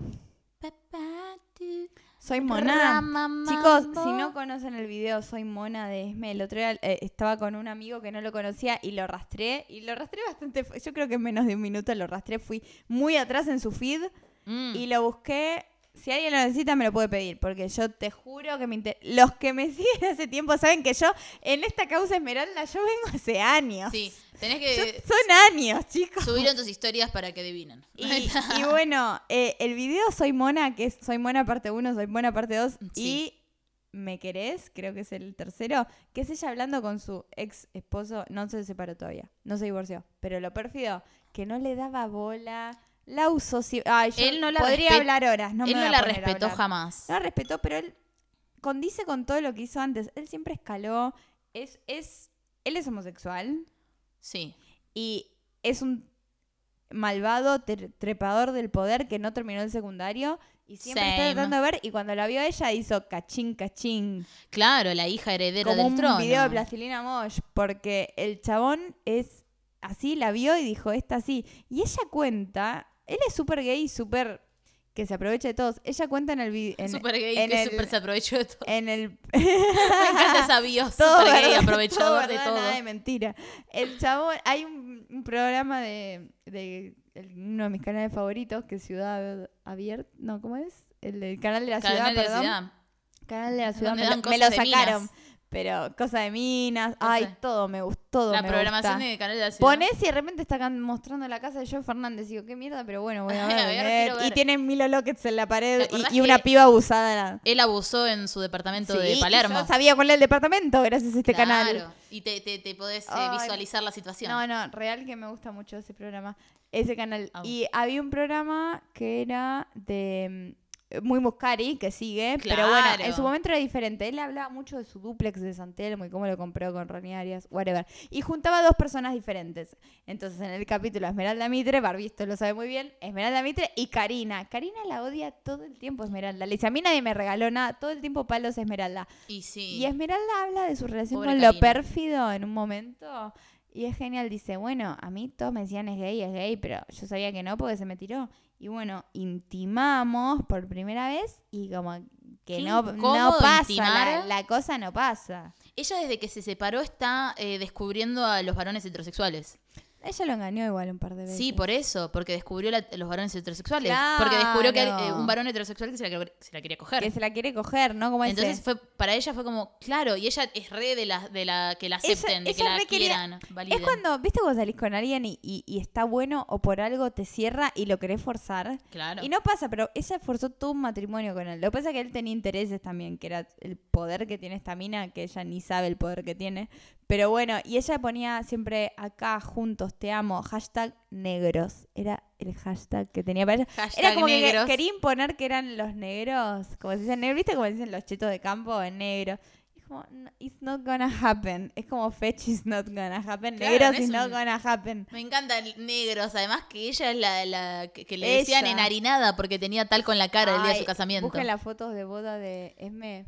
[SPEAKER 1] Papá, tú.
[SPEAKER 2] Soy mona.
[SPEAKER 1] Ramamambo.
[SPEAKER 2] Chicos, si no conocen el video Soy Mona de Esme, el otro día eh, estaba con un amigo que no lo conocía y lo rastré. Y lo rastré bastante, fu- yo creo que en menos de un minuto lo rastré. Fui muy atrás en su feed
[SPEAKER 1] Mm.
[SPEAKER 2] y lo busqué. Si alguien lo necesita, me lo puede pedir, porque yo te juro que me inter- los que me siguen hace tiempo saben que yo en esta causa Esmeralda yo vengo hace años.
[SPEAKER 1] sí eh, tenés
[SPEAKER 2] Yo-
[SPEAKER 1] que
[SPEAKER 2] son años, chicos.
[SPEAKER 1] subirlo en tus historias para que adivinen
[SPEAKER 2] Y, y bueno, eh, el video Soy Mona, que es Soy Mona parte 1, Soy Mona parte 2
[SPEAKER 1] Mm, Sí.
[SPEAKER 2] y Me Querés, creo que es el tercero, que es ella hablando con su ex esposo, no se separó todavía, no se divorció, pero lo perfido, que no le daba bola, la usó, si, ay, yo
[SPEAKER 1] Él no la
[SPEAKER 2] podría
[SPEAKER 1] respet-
[SPEAKER 2] hablar horas, no me
[SPEAKER 1] él no
[SPEAKER 2] voy a
[SPEAKER 1] la
[SPEAKER 2] poner a
[SPEAKER 1] respetó
[SPEAKER 2] hablar.
[SPEAKER 1] jamás
[SPEAKER 2] No la respetó, pero él condice con todo lo que hizo antes, él siempre escaló, es, es, él es homosexual,
[SPEAKER 1] sí
[SPEAKER 2] y es un malvado tre- trepador del poder que no terminó el secundario y siempre
[SPEAKER 1] Same.
[SPEAKER 2] está tratando de ver y cuando la vio ella hizo cachín cachín
[SPEAKER 1] claro la hija heredera
[SPEAKER 2] como
[SPEAKER 1] del
[SPEAKER 2] un
[SPEAKER 1] trono
[SPEAKER 2] video de plastilina mosh porque el chabón es así la vio y dijo esta así y ella cuenta él es súper gay y súper que se aprovecha de todos ella cuenta en el video
[SPEAKER 1] super gay
[SPEAKER 2] en
[SPEAKER 1] que
[SPEAKER 2] el-
[SPEAKER 1] super se aprovechó de todo
[SPEAKER 2] en el
[SPEAKER 1] me encanta esa bio
[SPEAKER 2] todo
[SPEAKER 1] super gay
[SPEAKER 2] verdad,
[SPEAKER 1] aprovechador de
[SPEAKER 2] verdad,
[SPEAKER 1] todo
[SPEAKER 2] Nada de mentira. El chabón, hay un, un programa de, de el- uno de mis canales favoritos, que es Ciudad Abierta, no, ¿cómo es? El, del canal de la
[SPEAKER 1] Cadena
[SPEAKER 2] ciudad,
[SPEAKER 1] de la
[SPEAKER 2] perdón.
[SPEAKER 1] ciudad.
[SPEAKER 2] Canal de la ciudad,
[SPEAKER 1] Donde
[SPEAKER 2] me,
[SPEAKER 1] dan
[SPEAKER 2] lo- me lo
[SPEAKER 1] cosas de
[SPEAKER 2] sacaron.
[SPEAKER 1] minas.
[SPEAKER 2] Pero cosa de minas,
[SPEAKER 1] Cosa-
[SPEAKER 2] ay, todo me gustó, todo
[SPEAKER 1] la
[SPEAKER 2] me
[SPEAKER 1] programación
[SPEAKER 2] gusta.
[SPEAKER 1] de Canal de la Ciudad.
[SPEAKER 2] Pones y de repente están mostrando la casa de Joe Fernández. Digo, qué mierda, pero bueno, voy a
[SPEAKER 1] A
[SPEAKER 2] ver.
[SPEAKER 1] ver,
[SPEAKER 2] eh,
[SPEAKER 1] quiero
[SPEAKER 2] Y
[SPEAKER 1] ver.
[SPEAKER 2] tienen Milo Lockets en la pared
[SPEAKER 1] ¿Te
[SPEAKER 2] y-
[SPEAKER 1] acordás
[SPEAKER 2] y, una
[SPEAKER 1] que-
[SPEAKER 2] piba abusada.
[SPEAKER 1] Él abusó en su departamento
[SPEAKER 2] Sí,
[SPEAKER 1] de
[SPEAKER 2] y
[SPEAKER 1] Palermo.
[SPEAKER 2] Yo sabía cuál era el departamento gracias a este canal.
[SPEAKER 1] Claro. Y te, te, te podés eh,
[SPEAKER 2] Ay.
[SPEAKER 1] visualizar la situación.
[SPEAKER 2] No, no, real que me gusta mucho ese programa, ese canal.
[SPEAKER 1] Ah,
[SPEAKER 2] Y había un programa que era de mm, muy Muscari, que sigue. Pero
[SPEAKER 1] Claro.
[SPEAKER 2] bueno, en su momento era diferente. Él hablaba mucho de su duplex de Santelmo y cómo lo compró con Ronnie Arias, whatever. Y juntaba dos personas diferentes. Entonces, en el capítulo Esmeralda Mitre, Barbisto lo sabe muy bien, Esmeralda Mitre y Karina. Karina la odia todo el tiempo, Esmeralda. Le dice, a mí nadie me regaló nada, todo el tiempo palos Esmeralda.
[SPEAKER 1] Y sí.
[SPEAKER 2] Y Esmeralda habla de su relación
[SPEAKER 1] Pobre
[SPEAKER 2] con lo
[SPEAKER 1] Karina.
[SPEAKER 2] pérfido en un momento. Y es genial, dice, bueno, a mí todos me decían es gay, es gay, pero yo sabía que no porque se me tiró. Y bueno, intimamos por primera vez y como que
[SPEAKER 1] Qué
[SPEAKER 2] no, no
[SPEAKER 1] incómodo
[SPEAKER 2] pasa, la,
[SPEAKER 1] intimar.
[SPEAKER 2] la cosa no pasa.
[SPEAKER 1] Ella desde que se separó está eh, descubriendo a los varones heterosexuales.
[SPEAKER 2] Ella lo engañó igual un par de veces.
[SPEAKER 1] Sí, por eso, porque descubrió la- los varones heterosexuales.
[SPEAKER 2] Claro.
[SPEAKER 1] Porque descubrió que era, eh, un varón heterosexual que se la, que- se la quería coger.
[SPEAKER 2] Que se la quiere coger, ¿no? Como
[SPEAKER 1] Entonces
[SPEAKER 2] ese.
[SPEAKER 1] fue para ella fue como, claro, y ella es re de la, de la que la
[SPEAKER 2] Ella-
[SPEAKER 1] acepten, de que
[SPEAKER 2] ella
[SPEAKER 1] la
[SPEAKER 2] re quería-
[SPEAKER 1] quieran, validen.
[SPEAKER 2] Es cuando, ¿viste cuando salís con alguien y, y- y está bueno o por algo te cierra y lo querés forzar?
[SPEAKER 1] Claro.
[SPEAKER 2] Y no pasa, pero ella forzó todo un matrimonio con él. Lo que pasa es que él tenía intereses también, que era el poder que tiene esta mina, que ella ni sabe el poder que tiene. Pero bueno, y ella ponía siempre acá juntos, te amo, hashtag negros. Era el hashtag que tenía para ella. era
[SPEAKER 1] Hashtag
[SPEAKER 2] como
[SPEAKER 1] negros.
[SPEAKER 2] que quería imponer que eran los negros, como se dicen negros, ¿viste? Como dicen los chetos de campo en negro. Y es como, "No, it's not gonna happen. Es como fetch is not gonna happen.
[SPEAKER 1] Claro,
[SPEAKER 2] negros
[SPEAKER 1] no es
[SPEAKER 2] is not
[SPEAKER 1] un-
[SPEAKER 2] gonna happen.
[SPEAKER 1] Me encantan negros, además que ella es la, la que, que le
[SPEAKER 2] Ella.
[SPEAKER 1] decían enharinada porque tenía tal con la cara el día de
[SPEAKER 2] Ay,
[SPEAKER 1] su casamiento.
[SPEAKER 2] Busquen las fotos de boda de Esme.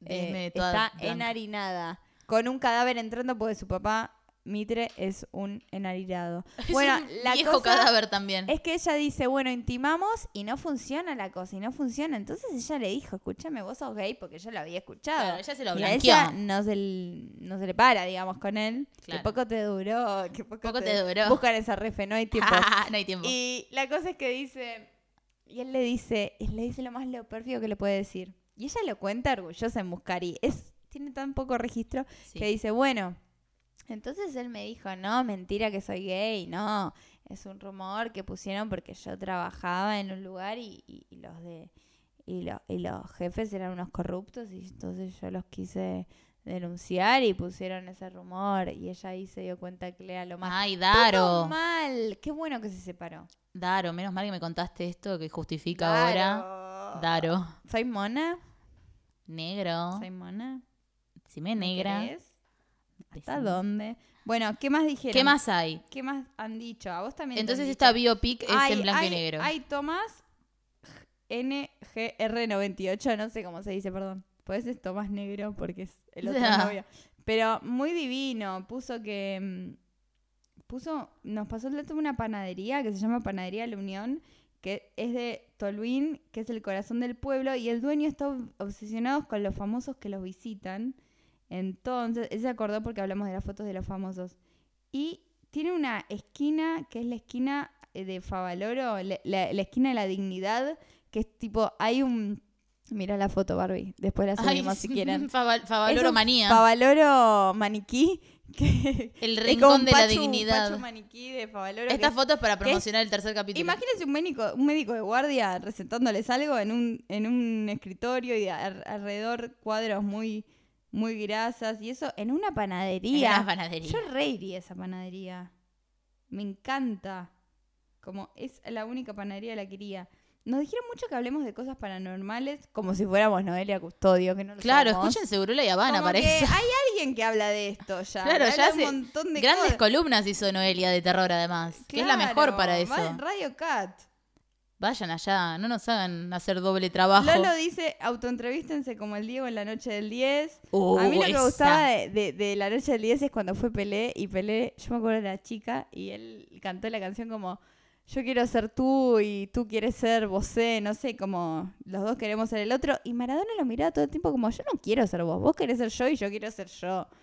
[SPEAKER 1] De
[SPEAKER 2] Eh,
[SPEAKER 1] Esme toda
[SPEAKER 2] está
[SPEAKER 1] blanca.
[SPEAKER 2] enharinada. Con un cadáver entrando porque su papá, Mitre, es un enharinado.
[SPEAKER 1] Es
[SPEAKER 2] bueno,
[SPEAKER 1] un
[SPEAKER 2] la
[SPEAKER 1] viejo
[SPEAKER 2] cosa
[SPEAKER 1] cadáver también.
[SPEAKER 2] es que ella dice, bueno, intimamos y no funciona la cosa, y no funciona. Entonces ella le dijo, escúchame, vos sos gay, porque yo lo había escuchado.
[SPEAKER 1] Claro, ella se lo
[SPEAKER 2] y a
[SPEAKER 1] blanqueó.
[SPEAKER 2] ella no se, l- no se le para, digamos, con él.
[SPEAKER 1] Claro.
[SPEAKER 2] Que poco te duró, que poco,
[SPEAKER 1] Poco te duró.
[SPEAKER 2] Buscan esa refe, no hay tiempo.
[SPEAKER 1] no hay tiempo.
[SPEAKER 2] Y la cosa es que dice, y él le dice, él le dice lo más lo pérfido que le puede decir. Y ella lo cuenta orgullosa en Muscari. Es, tiene tan poco registro
[SPEAKER 1] Sí.
[SPEAKER 2] que dice, bueno, entonces él me dijo, no, mentira que soy gay, no, es un rumor que pusieron porque yo trabajaba en un lugar y, y- y los de y, lo- y los jefes eran unos corruptos y entonces yo los quise denunciar y pusieron ese rumor y ella ahí se dio cuenta que era lo más
[SPEAKER 1] Ay,
[SPEAKER 2] todo
[SPEAKER 1] Daro.
[SPEAKER 2] mal. Qué bueno que se separó.
[SPEAKER 1] Daro, menos mal que me contaste esto que justifica ahora.
[SPEAKER 2] Claro.
[SPEAKER 1] Daro.
[SPEAKER 2] Soy mona.
[SPEAKER 1] Negro.
[SPEAKER 2] Soy mona.
[SPEAKER 1] Si me negra.
[SPEAKER 2] ¿Me querés? ¿Hasta
[SPEAKER 1] Decime.
[SPEAKER 2] dónde? Bueno, ¿qué más dijeron?
[SPEAKER 1] ¿Qué más hay?
[SPEAKER 2] ¿Qué más han dicho? A vos también. te
[SPEAKER 1] Entonces
[SPEAKER 2] han
[SPEAKER 1] esta
[SPEAKER 2] dicho.
[SPEAKER 1] biopic es
[SPEAKER 2] Hay-
[SPEAKER 1] en blanco
[SPEAKER 2] hay-
[SPEAKER 1] y negro.
[SPEAKER 2] Hay Tomás NGR98, no sé cómo se dice, perdón. Pues es Tomás Negro porque es el otro
[SPEAKER 1] Ya.
[SPEAKER 2] novio. Pero muy divino. Puso que. mm, Puso. Nos pasó el dato de una panadería que se llama Panadería La Unión, que es de Toluín, que es el corazón del pueblo, y el dueño está ob- obsesionado con los famosos que los visitan. Entonces, él se acordó porque hablamos de las fotos de los famosos. Y tiene una esquina que es la esquina eh, de Favaloro, la, la- la esquina de la dignidad, que es tipo, hay un... Mira la foto, Barbie. Después la
[SPEAKER 1] Ay,
[SPEAKER 2] subimos si quieren.
[SPEAKER 1] Faval-
[SPEAKER 2] Es
[SPEAKER 1] Favaloro
[SPEAKER 2] un
[SPEAKER 1] manía.
[SPEAKER 2] Favaloro maniquí. Que
[SPEAKER 1] El
[SPEAKER 2] es como
[SPEAKER 1] rincón
[SPEAKER 2] un
[SPEAKER 1] de la
[SPEAKER 2] pachu-
[SPEAKER 1] dignidad.
[SPEAKER 2] pachu maniquí de Favaloro. que
[SPEAKER 1] Esta
[SPEAKER 2] es-
[SPEAKER 1] foto es para
[SPEAKER 2] que es-
[SPEAKER 1] promocionar el tercer capítulo.
[SPEAKER 2] Imagínense un médico, un médico de guardia recetándoles algo en un, en un escritorio y al- alrededor cuadros muy, muy grasas y eso en una
[SPEAKER 1] Es
[SPEAKER 2] panadería.
[SPEAKER 1] una panadería.
[SPEAKER 2] Yo re iría a esa panadería. Me encanta. Como es la única panadería que la quería. Nos dijeron mucho que hablemos de cosas paranormales como si fuéramos Noelia Custodio, que no lo
[SPEAKER 1] Claro,
[SPEAKER 2] somos.
[SPEAKER 1] escuchen Segurola y Habana
[SPEAKER 2] Como
[SPEAKER 1] para
[SPEAKER 2] que
[SPEAKER 1] eso.
[SPEAKER 2] Hay alguien que habla de esto ya.
[SPEAKER 1] Claro,
[SPEAKER 2] habla
[SPEAKER 1] ya
[SPEAKER 2] de un
[SPEAKER 1] hace
[SPEAKER 2] montón de
[SPEAKER 1] Grandes
[SPEAKER 2] cosas.
[SPEAKER 1] columnas hizo Noelia de terror, además. Que es la mejor
[SPEAKER 2] Claro,
[SPEAKER 1] para eso.
[SPEAKER 2] va en Radio Cat.
[SPEAKER 1] Vayan allá, no nos hagan hacer doble trabajo.
[SPEAKER 2] Lolo dice, autoentrevístense como el Diego en la noche del 10.
[SPEAKER 1] Uh,
[SPEAKER 2] a mí lo que me
[SPEAKER 1] esa.
[SPEAKER 2] gustaba de, de- de la noche del 10 es cuando fue Pelé y Pelé, yo me acuerdo de la chica y él cantó la canción como yo quiero ser tú y tú quieres ser vos, no sé, como los dos queremos ser el otro. Y Maradona lo miraba todo el tiempo como yo no quiero ser vos, vos querés ser yo y yo quiero ser yo.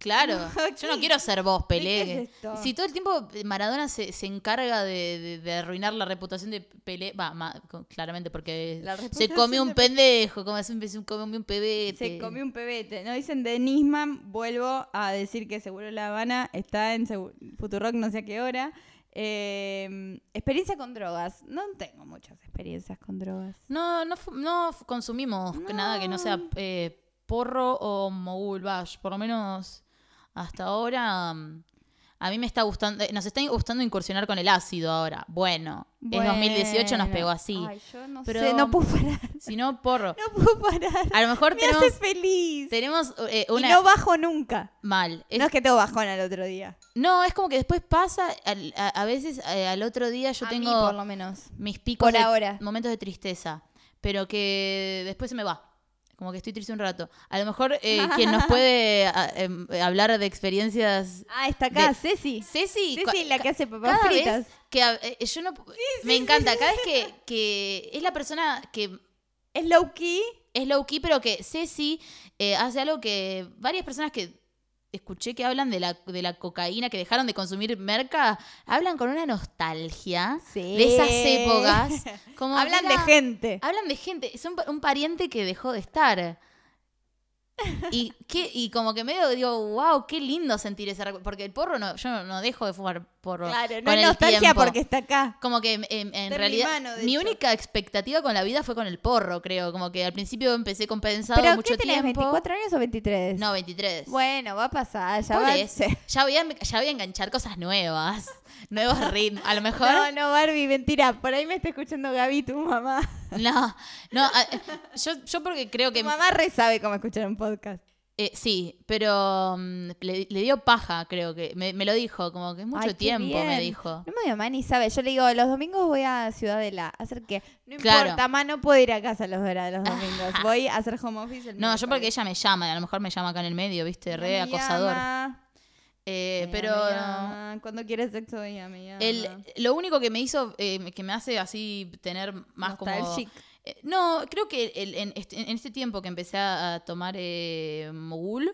[SPEAKER 1] Claro,
[SPEAKER 2] ¿Qué?
[SPEAKER 1] yo no quiero ser vos, Pelé.
[SPEAKER 2] ¿De qué es esto?
[SPEAKER 1] Si todo el tiempo Maradona se, se encarga de, de- de arruinar la reputación de Pelé, va, ma- co- claramente, porque
[SPEAKER 2] La
[SPEAKER 1] se
[SPEAKER 2] reputación
[SPEAKER 1] comió
[SPEAKER 2] de
[SPEAKER 1] un
[SPEAKER 2] Pelé.
[SPEAKER 1] pendejo, como se se comió un pebete.
[SPEAKER 2] Se comió un pebete. No dicen de Nisman, vuelvo a decir que seguro La Habana está en Segu- Futurock no sé a qué hora. Eh, experiencia con drogas. No tengo muchas experiencias con drogas.
[SPEAKER 1] No, no, fu- no fu- consumimos
[SPEAKER 2] No.
[SPEAKER 1] nada que no sea eh, porro o mogul bash. Por lo menos hasta ahora mm, A mí me está gustando, nos está gustando incursionar con el ácido ahora. Bueno,
[SPEAKER 2] Bueno.
[SPEAKER 1] es 2018, nos pegó así.
[SPEAKER 2] Ay, yo no
[SPEAKER 1] Pero-
[SPEAKER 2] sé, no puedo parar.
[SPEAKER 1] Si no, porro.
[SPEAKER 2] No puedo parar.
[SPEAKER 1] A lo mejor
[SPEAKER 2] Me
[SPEAKER 1] tenemos,
[SPEAKER 2] hace feliz.
[SPEAKER 1] tenemos eh, una...
[SPEAKER 2] Y no bajo nunca.
[SPEAKER 1] Mal. Es-
[SPEAKER 2] No es que tengo bajón al otro día.
[SPEAKER 1] no, es como que después pasa, al- a, a veces eh, al otro día yo
[SPEAKER 2] A
[SPEAKER 1] tengo...
[SPEAKER 2] mí, por lo menos.
[SPEAKER 1] mis picos
[SPEAKER 2] Por
[SPEAKER 1] de
[SPEAKER 2] ahora.
[SPEAKER 1] momentos de tristeza, pero que después se me va. Como que estoy triste un rato. A lo mejor eh, quien nos puede a- em, hablar de experiencias...
[SPEAKER 2] Ah, está acá,
[SPEAKER 1] De-
[SPEAKER 2] Ceci.
[SPEAKER 1] Ceci,
[SPEAKER 2] Ceci,
[SPEAKER 1] cua-
[SPEAKER 2] la
[SPEAKER 1] ca-
[SPEAKER 2] que hace papas
[SPEAKER 1] cada
[SPEAKER 2] fritas.
[SPEAKER 1] vez que hab- eh, yo no... me encanta, cada vez que, que es la persona que
[SPEAKER 2] Es low key.
[SPEAKER 1] es low key, pero que Ceci eh, hace algo que varias personas que escuché que hablan de la, de la cocaína, que dejaron de consumir merca, hablan con una nostalgia
[SPEAKER 2] Sí.
[SPEAKER 1] de esas
[SPEAKER 2] Eh,
[SPEAKER 1] épocas. Como,
[SPEAKER 2] Hablan de
[SPEAKER 1] mira,
[SPEAKER 2] gente.
[SPEAKER 1] Hablan de gente, es un, pa- un pariente que dejó de estar. Y, qué, y como que medio digo, wow, qué lindo sentir ese recuerdo. Porque el porro, no, yo no dejo de fumar porro.
[SPEAKER 2] Claro, no
[SPEAKER 1] con
[SPEAKER 2] es
[SPEAKER 1] el
[SPEAKER 2] nostalgia
[SPEAKER 1] tiempo.
[SPEAKER 2] porque está acá.
[SPEAKER 1] Como que em, em, en
[SPEAKER 2] mi
[SPEAKER 1] realidad
[SPEAKER 2] mano, de
[SPEAKER 1] mi
[SPEAKER 2] hecho.
[SPEAKER 1] única expectativa con la vida fue con el porro, creo. Como que al principio empecé compensado
[SPEAKER 2] ¿Pero
[SPEAKER 1] mucho
[SPEAKER 2] qué tenés,
[SPEAKER 1] tiempo.
[SPEAKER 2] 24 años o 23?
[SPEAKER 1] No, 23.
[SPEAKER 2] Bueno, va a pasar, ya
[SPEAKER 1] Por
[SPEAKER 2] va.
[SPEAKER 1] eso, ya, voy a, ya voy a enganchar cosas nuevas, nuevos ritmos. A lo mejor
[SPEAKER 2] No, no, Barbie, mentira. Por ahí me está escuchando Gaby, tu mamá.
[SPEAKER 1] no, no, a- yo, yo porque creo que
[SPEAKER 2] Tu mamá re sabe cómo escuchar un podcast.
[SPEAKER 1] Eh, sí, pero mm, le, le dio paja, creo que. Me, me lo dijo, como que es mucho
[SPEAKER 2] Ay, qué
[SPEAKER 1] tiempo,
[SPEAKER 2] bien.
[SPEAKER 1] me dijo.
[SPEAKER 2] No, mi mamá ni sabe. Yo le digo, los domingos voy a Ciudadela. a ¿Hacer qué? No
[SPEAKER 1] Claro.
[SPEAKER 2] importa, mamá, no puedo ir a casa a los horas de los domingos. Voy a hacer home office el
[SPEAKER 1] No, yo porque
[SPEAKER 2] miércoles.
[SPEAKER 1] ella me llama, a lo mejor me llama acá en el medio, viste, re
[SPEAKER 2] Me
[SPEAKER 1] acosador.
[SPEAKER 2] llama,
[SPEAKER 1] Eh,
[SPEAKER 2] me
[SPEAKER 1] pero
[SPEAKER 2] llama, Cuando quieres sexo, ella me llama.
[SPEAKER 1] el, lo único que me hizo, eh, que me hace así tener más como...
[SPEAKER 2] Nostalgic.
[SPEAKER 1] Eh, no, creo que el- en, este, en este tiempo que empecé a a tomar eh, mogul,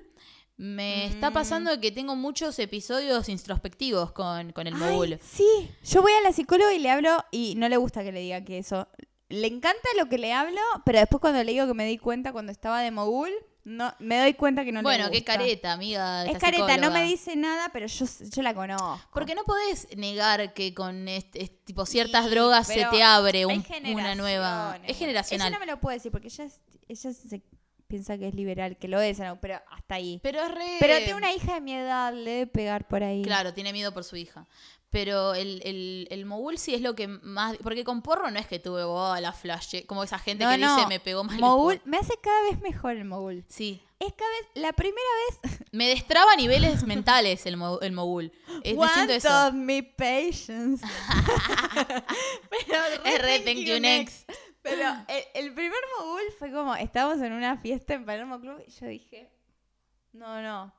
[SPEAKER 1] me
[SPEAKER 2] Mm.
[SPEAKER 1] está pasando que tengo muchos episodios introspectivos con, con el
[SPEAKER 2] Ay,
[SPEAKER 1] mogul.
[SPEAKER 2] sí, yo voy a la psicóloga y le hablo y no le gusta que le diga que eso. Le encanta lo que le hablo, pero después cuando le digo que me di cuenta cuando estaba de mogul, no, me doy cuenta que no
[SPEAKER 1] bueno,
[SPEAKER 2] le
[SPEAKER 1] qué
[SPEAKER 2] gusta.
[SPEAKER 1] careta, amiga.
[SPEAKER 2] Es
[SPEAKER 1] esta
[SPEAKER 2] careta, no
[SPEAKER 1] psicóloga.
[SPEAKER 2] me dice nada, pero yo, yo la conozco.
[SPEAKER 1] Porque no podés negar que con este, este tipo ciertas
[SPEAKER 2] Sí,
[SPEAKER 1] drogas se
[SPEAKER 2] pero
[SPEAKER 1] te abre
[SPEAKER 2] hay
[SPEAKER 1] un- una nueva.
[SPEAKER 2] generaciones.
[SPEAKER 1] Es generacional.
[SPEAKER 2] Ella no me lo puede decir porque ella, es- ella se piensa que es liberal, que lo es, ¿no? pero hasta ahí.
[SPEAKER 1] Pero es re.
[SPEAKER 2] Pero tiene una hija de mi edad, le debe pegar por ahí.
[SPEAKER 1] Claro, tiene miedo por su hija. Pero el, el, el mogul sí es lo que más. Porque con porro no es que tuve oh, la flash. Como esa gente
[SPEAKER 2] No,
[SPEAKER 1] que
[SPEAKER 2] no.
[SPEAKER 1] dice me pegó mal. el
[SPEAKER 2] Mogul,
[SPEAKER 1] porro".
[SPEAKER 2] me hace cada vez mejor el mogul.
[SPEAKER 1] Sí.
[SPEAKER 2] Es cada vez, la primera vez
[SPEAKER 1] Me destraba niveles mentales el, mo- el mogul. Eh, me siento
[SPEAKER 2] One
[SPEAKER 1] eso.
[SPEAKER 2] of me patience. pero
[SPEAKER 1] Es re thank you next.
[SPEAKER 2] Pero el, el primer mogul fue como, estábamos en una fiesta en Palermo Club y yo dije, no, no,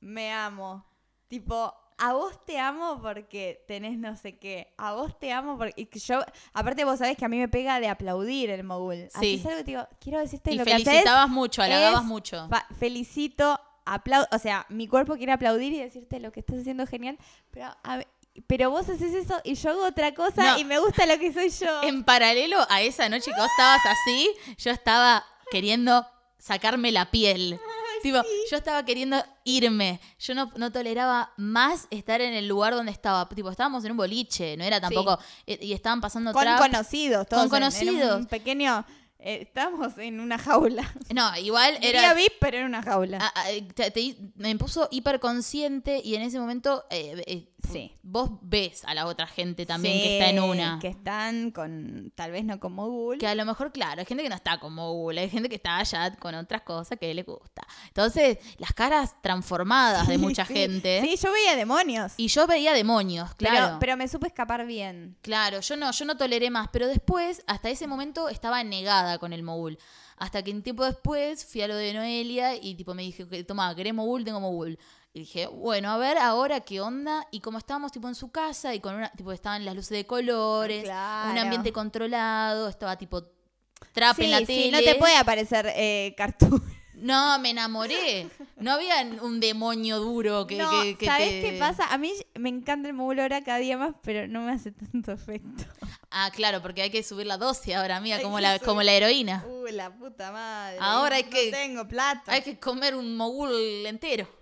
[SPEAKER 2] me amo. Tipo, a vos te amo porque tenés no sé qué. A vos te amo porque... y que yo, aparte vos sabés que a mí me pega de aplaudir el mogul.
[SPEAKER 1] Sí.
[SPEAKER 2] Así es algo que te digo, quiero decirte
[SPEAKER 1] Y
[SPEAKER 2] lo que haces.
[SPEAKER 1] felicitabas mucho, halagabas
[SPEAKER 2] es
[SPEAKER 1] mucho.
[SPEAKER 2] Fa- felicito, aplaudo, o sea, mi cuerpo quiere aplaudir y decirte lo que estás haciendo es genial, pero, a ve- pero vos haces eso y yo hago otra cosa
[SPEAKER 1] No.
[SPEAKER 2] y me gusta lo que soy yo.
[SPEAKER 1] En paralelo a esa noche que vos estabas así, yo estaba queriendo sacarme la piel. Tipo, yo estaba queriendo irme. Yo no, no toleraba más estar en el lugar donde estaba. Tipo, estábamos en un boliche, no era tampoco. eh, Y estaban pasando
[SPEAKER 2] con
[SPEAKER 1] traps.
[SPEAKER 2] conocidos, todos.
[SPEAKER 1] Con
[SPEAKER 2] en- en
[SPEAKER 1] conocidos.
[SPEAKER 2] un pequeño, eh, estamos en una jaula.
[SPEAKER 1] No, igual
[SPEAKER 2] Era
[SPEAKER 1] era.
[SPEAKER 2] VIP, pero era una jaula.
[SPEAKER 1] Ah, ah, te- te- me puso hiperconsciente y en ese momento eh, eh,
[SPEAKER 2] Sí.
[SPEAKER 1] vos ves a la otra gente también
[SPEAKER 2] Sí,
[SPEAKER 1] que está en una.
[SPEAKER 2] Que están con, tal vez no con Mogul.
[SPEAKER 1] Que a lo mejor, claro, hay gente que no está como Google, hay gente que está allá con otras cosas que le gusta. Entonces, las caras transformadas de mucha
[SPEAKER 2] Sí,
[SPEAKER 1] gente.
[SPEAKER 2] Sí, yo veía demonios.
[SPEAKER 1] Y yo veía demonios,
[SPEAKER 2] Pero-
[SPEAKER 1] claro.
[SPEAKER 2] pero me supe escapar bien.
[SPEAKER 1] Claro, yo no, yo no toleré más. Pero después, hasta ese momento, estaba negada con el mogul. Hasta que un tiempo después fui a lo de Noelia y tipo me dije, que, toma, ¿querés mogul? Tengo mogul. Y dije, bueno, a ver ahora qué onda. Y como estábamos tipo en su casa y con una, tipo estaban las luces de colores, un
[SPEAKER 2] Claro.
[SPEAKER 1] ambiente controlado, estaba tipo trap en la
[SPEAKER 2] Sí,
[SPEAKER 1] tele.
[SPEAKER 2] sí, no te puede aparecer eh, cartoon.
[SPEAKER 1] No, me enamoré. No había un demonio duro que,
[SPEAKER 2] no,
[SPEAKER 1] que- que
[SPEAKER 2] ¿Sabes
[SPEAKER 1] te-
[SPEAKER 2] qué pasa? A mí me encanta el mogul ahora cada día más, pero no me hace tanto efecto.
[SPEAKER 1] Ah, claro, porque hay que subir la dosis ahora, amiga,
[SPEAKER 2] Hay
[SPEAKER 1] como
[SPEAKER 2] que
[SPEAKER 1] la,
[SPEAKER 2] subir.
[SPEAKER 1] como la heroína.
[SPEAKER 2] Uh, la puta madre.
[SPEAKER 1] Ahora hay
[SPEAKER 2] no
[SPEAKER 1] que-
[SPEAKER 2] tengo plata.
[SPEAKER 1] Hay que comer un mogul entero.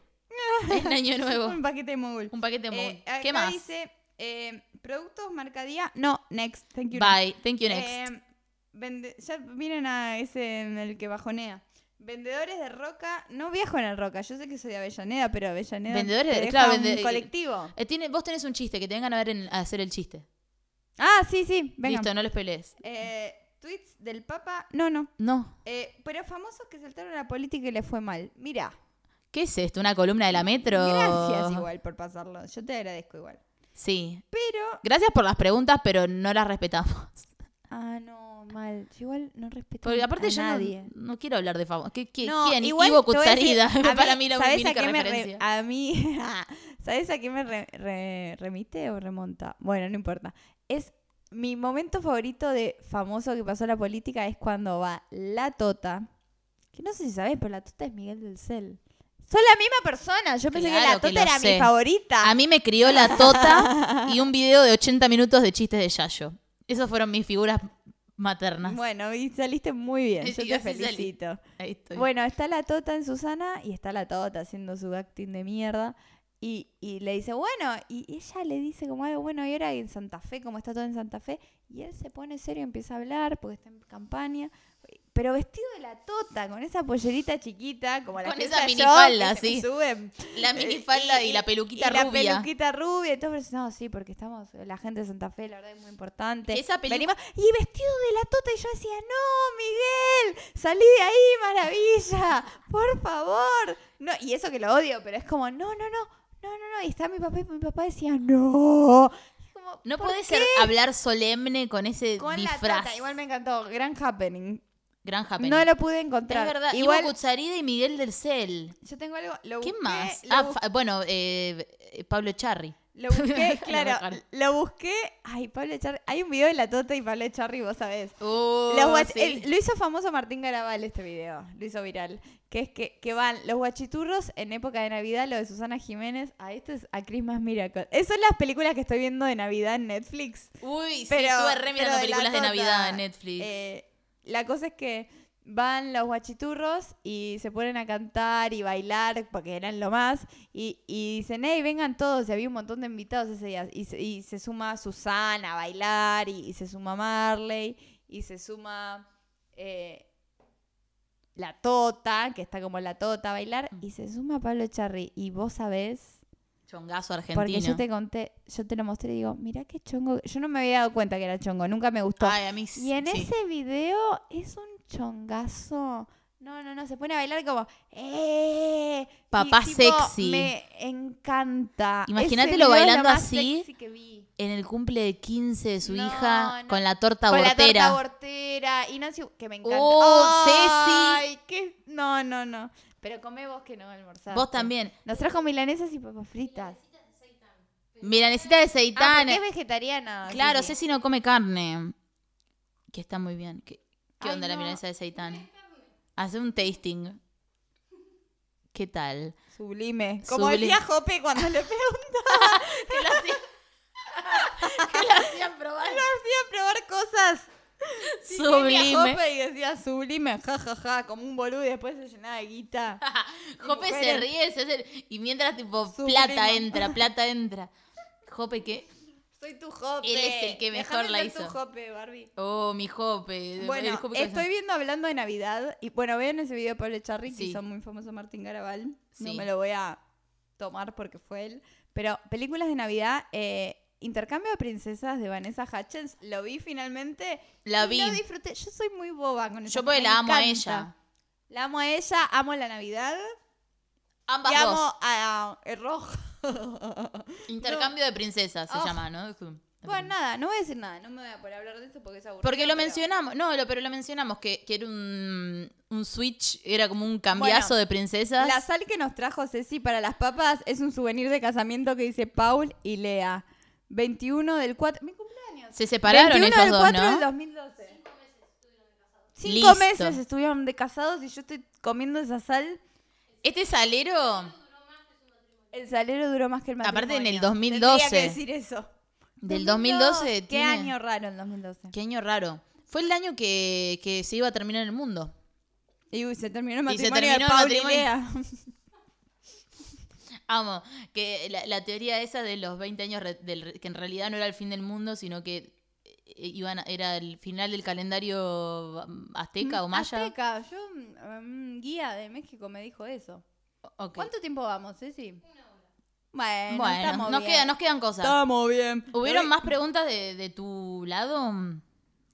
[SPEAKER 1] en año nuevo.
[SPEAKER 2] Un paquete de mogul.
[SPEAKER 1] Un paquete de mogul.
[SPEAKER 2] Eh, acá
[SPEAKER 1] ¿Qué más?
[SPEAKER 2] dice, eh, productos marcadía. No, next. Thank you. eh,
[SPEAKER 1] Bye. Thank you next.
[SPEAKER 2] next. Eh, vende- ya miren a ese en el que bajonea. Vendedores de roca, no viajo en el roca, yo sé que soy de Avellaneda, pero Avellaneda
[SPEAKER 1] Vendedores
[SPEAKER 2] te
[SPEAKER 1] de-
[SPEAKER 2] deja
[SPEAKER 1] claro,
[SPEAKER 2] un
[SPEAKER 1] vende-
[SPEAKER 2] colectivo.
[SPEAKER 1] Eh, tiene- vos tenés un chiste, que te vengan a, ver en- a hacer el chiste.
[SPEAKER 2] Ah, sí, sí, venga.
[SPEAKER 1] Listo, no les pelees.
[SPEAKER 2] Eh, tweets del Papa, no, no.
[SPEAKER 1] No.
[SPEAKER 2] Eh, pero famosos que saltaron a la política y le fue mal. Mira,
[SPEAKER 1] ¿Qué es esto? ¿Una columna de la metro?
[SPEAKER 2] gracias igual por pasarlo, yo te agradezco igual.
[SPEAKER 1] Sí.
[SPEAKER 2] Pero,
[SPEAKER 1] Gracias por las preguntas, pero no las respetamos.
[SPEAKER 2] ah, no, mal, yo igual no respeto
[SPEAKER 1] Porque aparte
[SPEAKER 2] a
[SPEAKER 1] yo no-
[SPEAKER 2] nadie.
[SPEAKER 1] No, quiero hablar de famosos. ¿Qué, qué-
[SPEAKER 2] No,
[SPEAKER 1] ¿Quién?
[SPEAKER 2] igual
[SPEAKER 1] Ivo
[SPEAKER 2] te voy a decir,
[SPEAKER 1] Kutsarida.
[SPEAKER 2] a mí,
[SPEAKER 1] Para mí la
[SPEAKER 2] ¿sabes a
[SPEAKER 1] única
[SPEAKER 2] qué me re-
[SPEAKER 1] referencia.
[SPEAKER 2] a mí, ¿sabes a qué me re- re- remite o remonta? Bueno, no importa. Es mi momento favorito de famoso que pasó la política es cuando va la Tota, que no sé si sabes, pero la Tota es Miguel del Cel. Son la misma persona. Yo pensé que la
[SPEAKER 1] Claro que
[SPEAKER 2] Tota
[SPEAKER 1] lo
[SPEAKER 2] era
[SPEAKER 1] sé.
[SPEAKER 2] mi favorita.
[SPEAKER 1] A mí me crió la tota y un video de 80 minutos de chistes de Yayo. Esas fueron mis figuras maternas.
[SPEAKER 2] Bueno, y saliste muy bien.
[SPEAKER 1] Sí,
[SPEAKER 2] Yo
[SPEAKER 1] sí,
[SPEAKER 2] te
[SPEAKER 1] así salí.
[SPEAKER 2] felicito.
[SPEAKER 1] Ahí estoy.
[SPEAKER 2] Bueno, está la Tota en Susana y está la Tota haciendo su acting de mierda. Y, y le dice, bueno, y ella le dice como algo, bueno, y ahora en Santa Fe, como está todo en Santa Fe. Y él se pone serio, empieza a hablar porque está en campaña. Pero vestido de la Tota, con esa pollerita chiquita, como la
[SPEAKER 1] Con
[SPEAKER 2] que
[SPEAKER 1] esa
[SPEAKER 2] usa yo,
[SPEAKER 1] minifalda,
[SPEAKER 2] que se me
[SPEAKER 1] sí.
[SPEAKER 2] Suben.
[SPEAKER 1] la minifalda y, la peluquita
[SPEAKER 2] eh, y
[SPEAKER 1] rubia.
[SPEAKER 2] La peluquita rubia. Entonces, no, sí, porque estamos, eh, la gente de Santa Fe, la verdad es muy importante.
[SPEAKER 1] Que esa pelu-
[SPEAKER 2] Venimos- y vestido de la tota, y yo decía, no, Miguel, salí de ahí, maravilla, por favor. No, y eso que lo odio, pero es como, no, no, no, no, no, no. Y está mi papá y mi papá decía, no. Y como,
[SPEAKER 1] no
[SPEAKER 2] "¿Por
[SPEAKER 1] puede
[SPEAKER 2] qué?".
[SPEAKER 1] ser hablar solemne con ese
[SPEAKER 2] Con la
[SPEAKER 1] disfraz.
[SPEAKER 2] tota, igual me encantó, gran happening.
[SPEAKER 1] Gran happening.
[SPEAKER 2] No lo pude
[SPEAKER 1] es
[SPEAKER 2] encontrar.
[SPEAKER 1] verdad.
[SPEAKER 2] Igual,
[SPEAKER 1] Ivo Kutsarida y Miguel del Cel.
[SPEAKER 2] yo tengo algo, lo
[SPEAKER 1] ¿Qué
[SPEAKER 2] busqué,
[SPEAKER 1] más?
[SPEAKER 2] lo
[SPEAKER 1] Ah,
[SPEAKER 2] busqué.
[SPEAKER 1] fa- bueno, eh, eh, Pablo Charri.
[SPEAKER 2] Lo busqué,
[SPEAKER 1] Lo
[SPEAKER 2] claro.
[SPEAKER 1] mejor.
[SPEAKER 2] lo busqué. Ay, Pablo Echarri. Hay un video de la Tota y Pablo Echarri, vos sabés.
[SPEAKER 1] Oh,
[SPEAKER 2] Los guach-
[SPEAKER 1] sí.
[SPEAKER 2] el- lo hizo famoso Martín Garabal este video, lo hizo viral. Que es que, que van los guachiturros en época de Navidad, lo de Susana Jiménez, a este es a Christmas Miracle. Esas son las películas que estoy viendo de Navidad en Netflix.
[SPEAKER 1] Uy, sí,
[SPEAKER 2] Pero-
[SPEAKER 1] estuve re mirando
[SPEAKER 2] pero la
[SPEAKER 1] películas de
[SPEAKER 2] tota,
[SPEAKER 1] Navidad en Netflix.
[SPEAKER 2] Eh, la cosa es que van los guachiturros y se ponen a cantar y bailar porque eran lo más y, y dicen, hey, vengan todos y había un montón de invitados ese día y se, y se suma Susana a bailar y, y se suma Marley y se suma eh, la Tota, que está como la Tota a bailar y se suma Pablo Charri y vos sabés
[SPEAKER 1] Chongazo
[SPEAKER 2] porque
[SPEAKER 1] argentino.
[SPEAKER 2] yo te conté, yo te lo mostré y digo, mirá qué chongo. Yo no me había dado cuenta que era chongo, nunca me gustó.
[SPEAKER 1] Ay, a mí
[SPEAKER 2] y en
[SPEAKER 1] sí.
[SPEAKER 2] ese video es un chongazo. No, no, no, se pone a bailar como, ¡eh! Y,
[SPEAKER 1] Papá sexy.
[SPEAKER 2] Me encanta.
[SPEAKER 1] Imagínatelo
[SPEAKER 2] Ese video es lo
[SPEAKER 1] bailando
[SPEAKER 2] más
[SPEAKER 1] así,
[SPEAKER 2] sexy que vi.
[SPEAKER 1] en el cumple de 15 de su
[SPEAKER 2] No,
[SPEAKER 1] hija
[SPEAKER 2] no.
[SPEAKER 1] con la torta
[SPEAKER 2] Con la torta
[SPEAKER 1] bortera.
[SPEAKER 2] bortera. Y no sé, que me encanta.
[SPEAKER 1] Oh,
[SPEAKER 2] ¡Ay, qué- No, no, no. Pero come vos que no almorzaste.
[SPEAKER 1] Vos también.
[SPEAKER 2] Nos trajo milanesas y papas fritas.
[SPEAKER 1] Milanesita de
[SPEAKER 2] Ah,
[SPEAKER 1] seitán.
[SPEAKER 2] porque es vegetariana.
[SPEAKER 1] claro,
[SPEAKER 2] sí, sí.
[SPEAKER 1] Ceci no come carne. Que está muy bien. ¿Qué, qué
[SPEAKER 2] Ay,
[SPEAKER 1] onda la
[SPEAKER 2] no.
[SPEAKER 1] milanesa de seitán? Hace un tasting. ¿Qué tal?
[SPEAKER 2] Sublime. Como
[SPEAKER 1] Sublime.
[SPEAKER 2] decía Jope cuando le preguntaba
[SPEAKER 1] Que lo hacían, que lo hacían probar.
[SPEAKER 2] a probar cosas. Y venía
[SPEAKER 1] Sublime.
[SPEAKER 2] Jope y decía sublime, jajaja, como un boludo y después se llenaba de guita.
[SPEAKER 1] Jope se
[SPEAKER 2] Mujeres.
[SPEAKER 1] ríe se hace- y mientras tipo
[SPEAKER 2] Sublime.
[SPEAKER 1] plata entra, plata entra. Jope qué?
[SPEAKER 2] Soy tu Jope.
[SPEAKER 1] Él es el que mejor
[SPEAKER 2] Déjame
[SPEAKER 1] la
[SPEAKER 2] ser
[SPEAKER 1] hizo.
[SPEAKER 2] tu Jope, Barbie.
[SPEAKER 1] Oh, mi Jope. El
[SPEAKER 2] Bueno,
[SPEAKER 1] Jope que
[SPEAKER 2] estoy
[SPEAKER 1] hace-
[SPEAKER 2] viendo hablando de Navidad y bueno, vean ese video de Pablo Charri que
[SPEAKER 1] Sí.
[SPEAKER 2] hizo muy famoso Martín Garabal. No
[SPEAKER 1] Sí.
[SPEAKER 2] me lo voy a tomar porque fue él. Pero películas de Navidad, eh, Intercambio de Princesas de Vanessa Hutchins, lo vi finalmente.
[SPEAKER 1] La
[SPEAKER 2] y
[SPEAKER 1] vi.
[SPEAKER 2] Lo disfruté. Yo soy muy boba con esa
[SPEAKER 1] Yo porque
[SPEAKER 2] me
[SPEAKER 1] la amo a
[SPEAKER 2] encanta.
[SPEAKER 1] ella.
[SPEAKER 2] La amo a ella, amo la Navidad
[SPEAKER 1] Ambas
[SPEAKER 2] y
[SPEAKER 1] dos.
[SPEAKER 2] amo a, el rojo.
[SPEAKER 1] Intercambio de princesas se
[SPEAKER 2] Oh.
[SPEAKER 1] llama, ¿no?
[SPEAKER 2] bueno, nada, no voy a decir nada, no me voy a por hablar de eso porque es aburrido.
[SPEAKER 1] Porque lo
[SPEAKER 2] pero-
[SPEAKER 1] mencionamos, no, lo- pero lo mencionamos, que, que era un, un switch, era como un cambiazo
[SPEAKER 2] Bueno,
[SPEAKER 1] de princesas.
[SPEAKER 2] La sal que nos trajo Ceci para las papas es un souvenir de casamiento que dice Paul y Lea. 21 del 4. Mi cumpleaños.
[SPEAKER 1] Se separaron
[SPEAKER 2] 21
[SPEAKER 1] ellos
[SPEAKER 2] del
[SPEAKER 1] dos,
[SPEAKER 2] 4
[SPEAKER 1] ¿no?
[SPEAKER 2] del 2012. Cinco
[SPEAKER 1] Listo.
[SPEAKER 2] meses estuvieron de casados y yo estoy comiendo esa sal.
[SPEAKER 1] Este salero
[SPEAKER 2] El salero duró más que el matrimonio.
[SPEAKER 1] Aparte, en el
[SPEAKER 2] Tendría
[SPEAKER 1] 2012.
[SPEAKER 2] que decir eso.
[SPEAKER 1] del 2012
[SPEAKER 2] ¿Qué
[SPEAKER 1] tiene-
[SPEAKER 2] año raro el 2012?
[SPEAKER 1] Qué año raro. Fue el año que, que se iba a terminar el mundo.
[SPEAKER 2] Y uy, se terminó el
[SPEAKER 1] Y se
[SPEAKER 2] matrimonio
[SPEAKER 1] terminó
[SPEAKER 2] de
[SPEAKER 1] el
[SPEAKER 2] Paul
[SPEAKER 1] matrimonio.
[SPEAKER 2] y Lea.
[SPEAKER 1] Amo, que la, la teoría esa de los 20 años re- del re- que en realidad no era el fin del mundo, sino que iban a- era el final del calendario um, azteca o maya.
[SPEAKER 2] Mm, Azteca, yo, mm, un guía de México me dijo eso.
[SPEAKER 1] Ok.
[SPEAKER 2] ¿Cuánto Eh, tiempo vamos, Ceci? Una hora. Bueno,
[SPEAKER 1] Bueno,
[SPEAKER 2] estamos
[SPEAKER 1] nos,
[SPEAKER 2] bien.
[SPEAKER 1] queda, nos quedan cosas.
[SPEAKER 2] Estamos bien.
[SPEAKER 1] ¿Hubieron
[SPEAKER 2] Pero-
[SPEAKER 1] más preguntas de, de tu lado? Nos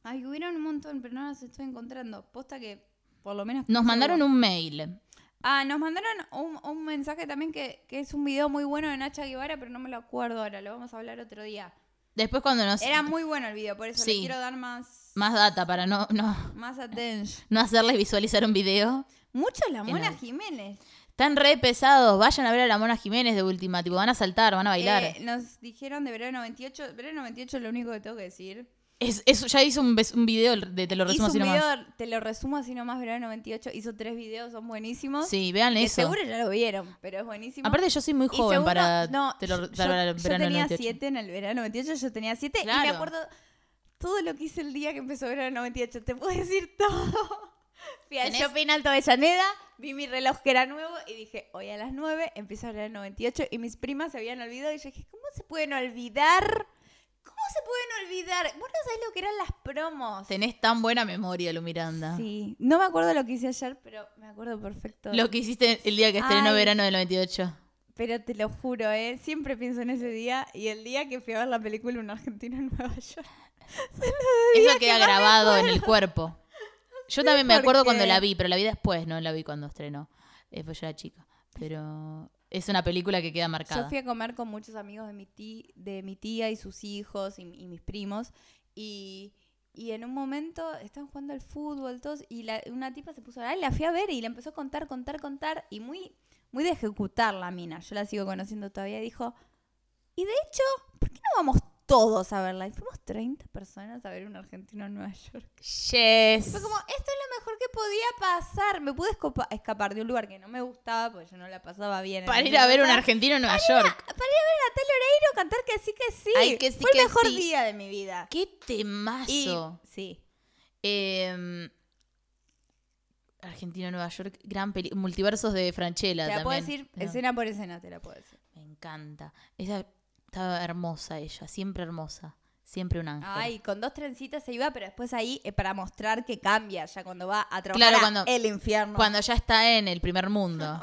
[SPEAKER 2] Ay, hubieron un montón, pero no las estoy encontrando. Posta que, por lo menos...
[SPEAKER 1] mandaron un mail.
[SPEAKER 2] Ah, nos mandaron un, un mensaje también que, que es un video muy bueno de Nacha Guevara, pero no me lo acuerdo ahora, lo vamos a hablar otro día.
[SPEAKER 1] Después cuando nos...
[SPEAKER 2] Era muy bueno el video, por eso
[SPEAKER 1] Sí.
[SPEAKER 2] le quiero dar más,
[SPEAKER 1] Más data para no, no,
[SPEAKER 2] más atención.
[SPEAKER 1] no hacerles visualizar un video.
[SPEAKER 2] Mucho la
[SPEAKER 1] Que
[SPEAKER 2] Mona
[SPEAKER 1] no.
[SPEAKER 2] Jiménez.
[SPEAKER 1] Están re pesados. Vayan a ver a la Mona Jiménez de última. Tipo, van a saltar, van a bailar.
[SPEAKER 2] Eh, nos dijeron de verano 98, verano 98 es lo único que tengo que decir.
[SPEAKER 1] Es, es- ya hizo un, bes- un video de Te lo resumo
[SPEAKER 2] Hizo
[SPEAKER 1] así
[SPEAKER 2] un
[SPEAKER 1] nomás.
[SPEAKER 2] video, te lo resumo así nomás, verano 98, hizo tres videos, son buenísimos.
[SPEAKER 1] Sí, vean
[SPEAKER 2] Que
[SPEAKER 1] eso.
[SPEAKER 2] seguro ya lo vieron, pero es buenísimo.
[SPEAKER 1] Aparte, yo soy muy
[SPEAKER 2] Y
[SPEAKER 1] joven
[SPEAKER 2] segundo,
[SPEAKER 1] para
[SPEAKER 2] no,
[SPEAKER 1] Te lo
[SPEAKER 2] yo,
[SPEAKER 1] para el
[SPEAKER 2] yo
[SPEAKER 1] verano del
[SPEAKER 2] tenía
[SPEAKER 1] 98.
[SPEAKER 2] 7 en el verano 98, yo tenía 7 y
[SPEAKER 1] Claro.
[SPEAKER 2] me acuerdo todo lo que hice el día que empezó verano 98, te puedo decir todo. Fui al
[SPEAKER 1] ¿Tenés?
[SPEAKER 2] shopping Alto Avellaneda, vi mi reloj que era nuevo y dije, hoy a las 9 empieza verano 98 y mis primas se habían olvidado y yo dije, ¿cómo se pueden olvidar? ¿Cómo se pueden olvidar? Vos no sabés lo que eran las promos.
[SPEAKER 1] Tenés tan buena memoria, Lu Miranda.
[SPEAKER 2] Sí, no me acuerdo lo que hice ayer, pero me acuerdo perfecto.
[SPEAKER 1] Lo que hiciste el día que estrenó
[SPEAKER 2] Ay.
[SPEAKER 1] verano del 98.
[SPEAKER 2] Pero te lo juro, ¿eh? siempre pienso en ese día y el día que fui a ver la película Un argentino en Nueva York.
[SPEAKER 1] Eso queda grabado en el cuerpo. Yo también me
[SPEAKER 2] por
[SPEAKER 1] acuerdo
[SPEAKER 2] qué.
[SPEAKER 1] cuando la vi, pero la vi después, no la vi cuando estrenó. Eh, pues yo era chica. Pero es una película que queda marcada.
[SPEAKER 2] Yo fui a comer con muchos amigos de mi, ti- de mi tía y sus hijos y, mi- y mis primos y, y en un momento estaban jugando al fútbol todos y la- una tipa se puso a hablar, y la fui a ver y la empezó a contar, contar, contar y muy, muy de ejecutar la mina, yo la sigo conociendo todavía, y dijo, y de hecho, ¿por qué no vamos todos a verla? Y fuimos 30 personas a ver Un argentino en Nueva York.
[SPEAKER 1] Yes.
[SPEAKER 2] Fue como, esto es lo mejor que podía pasar. Me pude escopa- escapar de un lugar que no me gustaba porque yo no la pasaba bien. en
[SPEAKER 1] Para
[SPEAKER 2] el
[SPEAKER 1] ir a ver un
[SPEAKER 2] lugar.
[SPEAKER 1] argentino en Nueva York.
[SPEAKER 2] Para ir a ver a Natalia Oreiro cantar que sí, que sí.
[SPEAKER 1] Ay, que sí,
[SPEAKER 2] Fue
[SPEAKER 1] que
[SPEAKER 2] el mejor
[SPEAKER 1] sí.
[SPEAKER 2] día de mi vida.
[SPEAKER 1] Qué
[SPEAKER 2] Y-
[SPEAKER 1] temazo.
[SPEAKER 2] sí.
[SPEAKER 1] Eh, Argentina, Nueva York, gran peli Multiversos de Franchella
[SPEAKER 2] Te la puedo
[SPEAKER 1] también.
[SPEAKER 2] decir
[SPEAKER 1] Pero
[SPEAKER 2] escena por escena, te la puedo decir.
[SPEAKER 1] Me encanta. Esa estaba hermosa ella, siempre hermosa. Siempre un ángel.
[SPEAKER 2] Ay, con dos trencitas se iba, pero después ahí eh, para mostrar que cambia ya cuando va a trabajar
[SPEAKER 1] Claro,
[SPEAKER 2] a
[SPEAKER 1] cuando-
[SPEAKER 2] el infierno.
[SPEAKER 1] Cuando ya está en el primer mundo.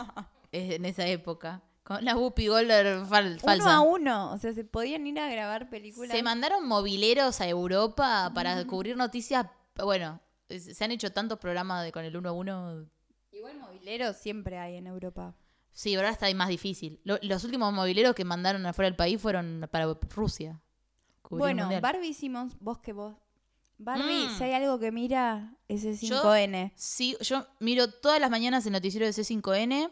[SPEAKER 1] es- en esa época. Con la Whoopi Goldberg fal-
[SPEAKER 2] uno
[SPEAKER 1] falsa.
[SPEAKER 2] a uno. O sea, se podían ir a grabar películas.
[SPEAKER 1] Se mandaron mobileros a Europa para cubrir noticias. Bueno, es- se han hecho tantos programas de, con el uno a uno
[SPEAKER 2] Igual mobileros siempre hay en Europa.
[SPEAKER 1] Sí, ahora está ahí más difícil. Lo- los últimos mobileros que mandaron afuera del país fueron para Rusia. Cubrir el
[SPEAKER 2] Bueno,
[SPEAKER 1] mundial.
[SPEAKER 2] Barbie hicimos vos que vos. Barbie,
[SPEAKER 1] Mm.
[SPEAKER 2] si hay algo que mira, ese
[SPEAKER 1] Yo-
[SPEAKER 2] 5N.
[SPEAKER 1] Sí, yo miro todas las mañanas el noticiero de C5N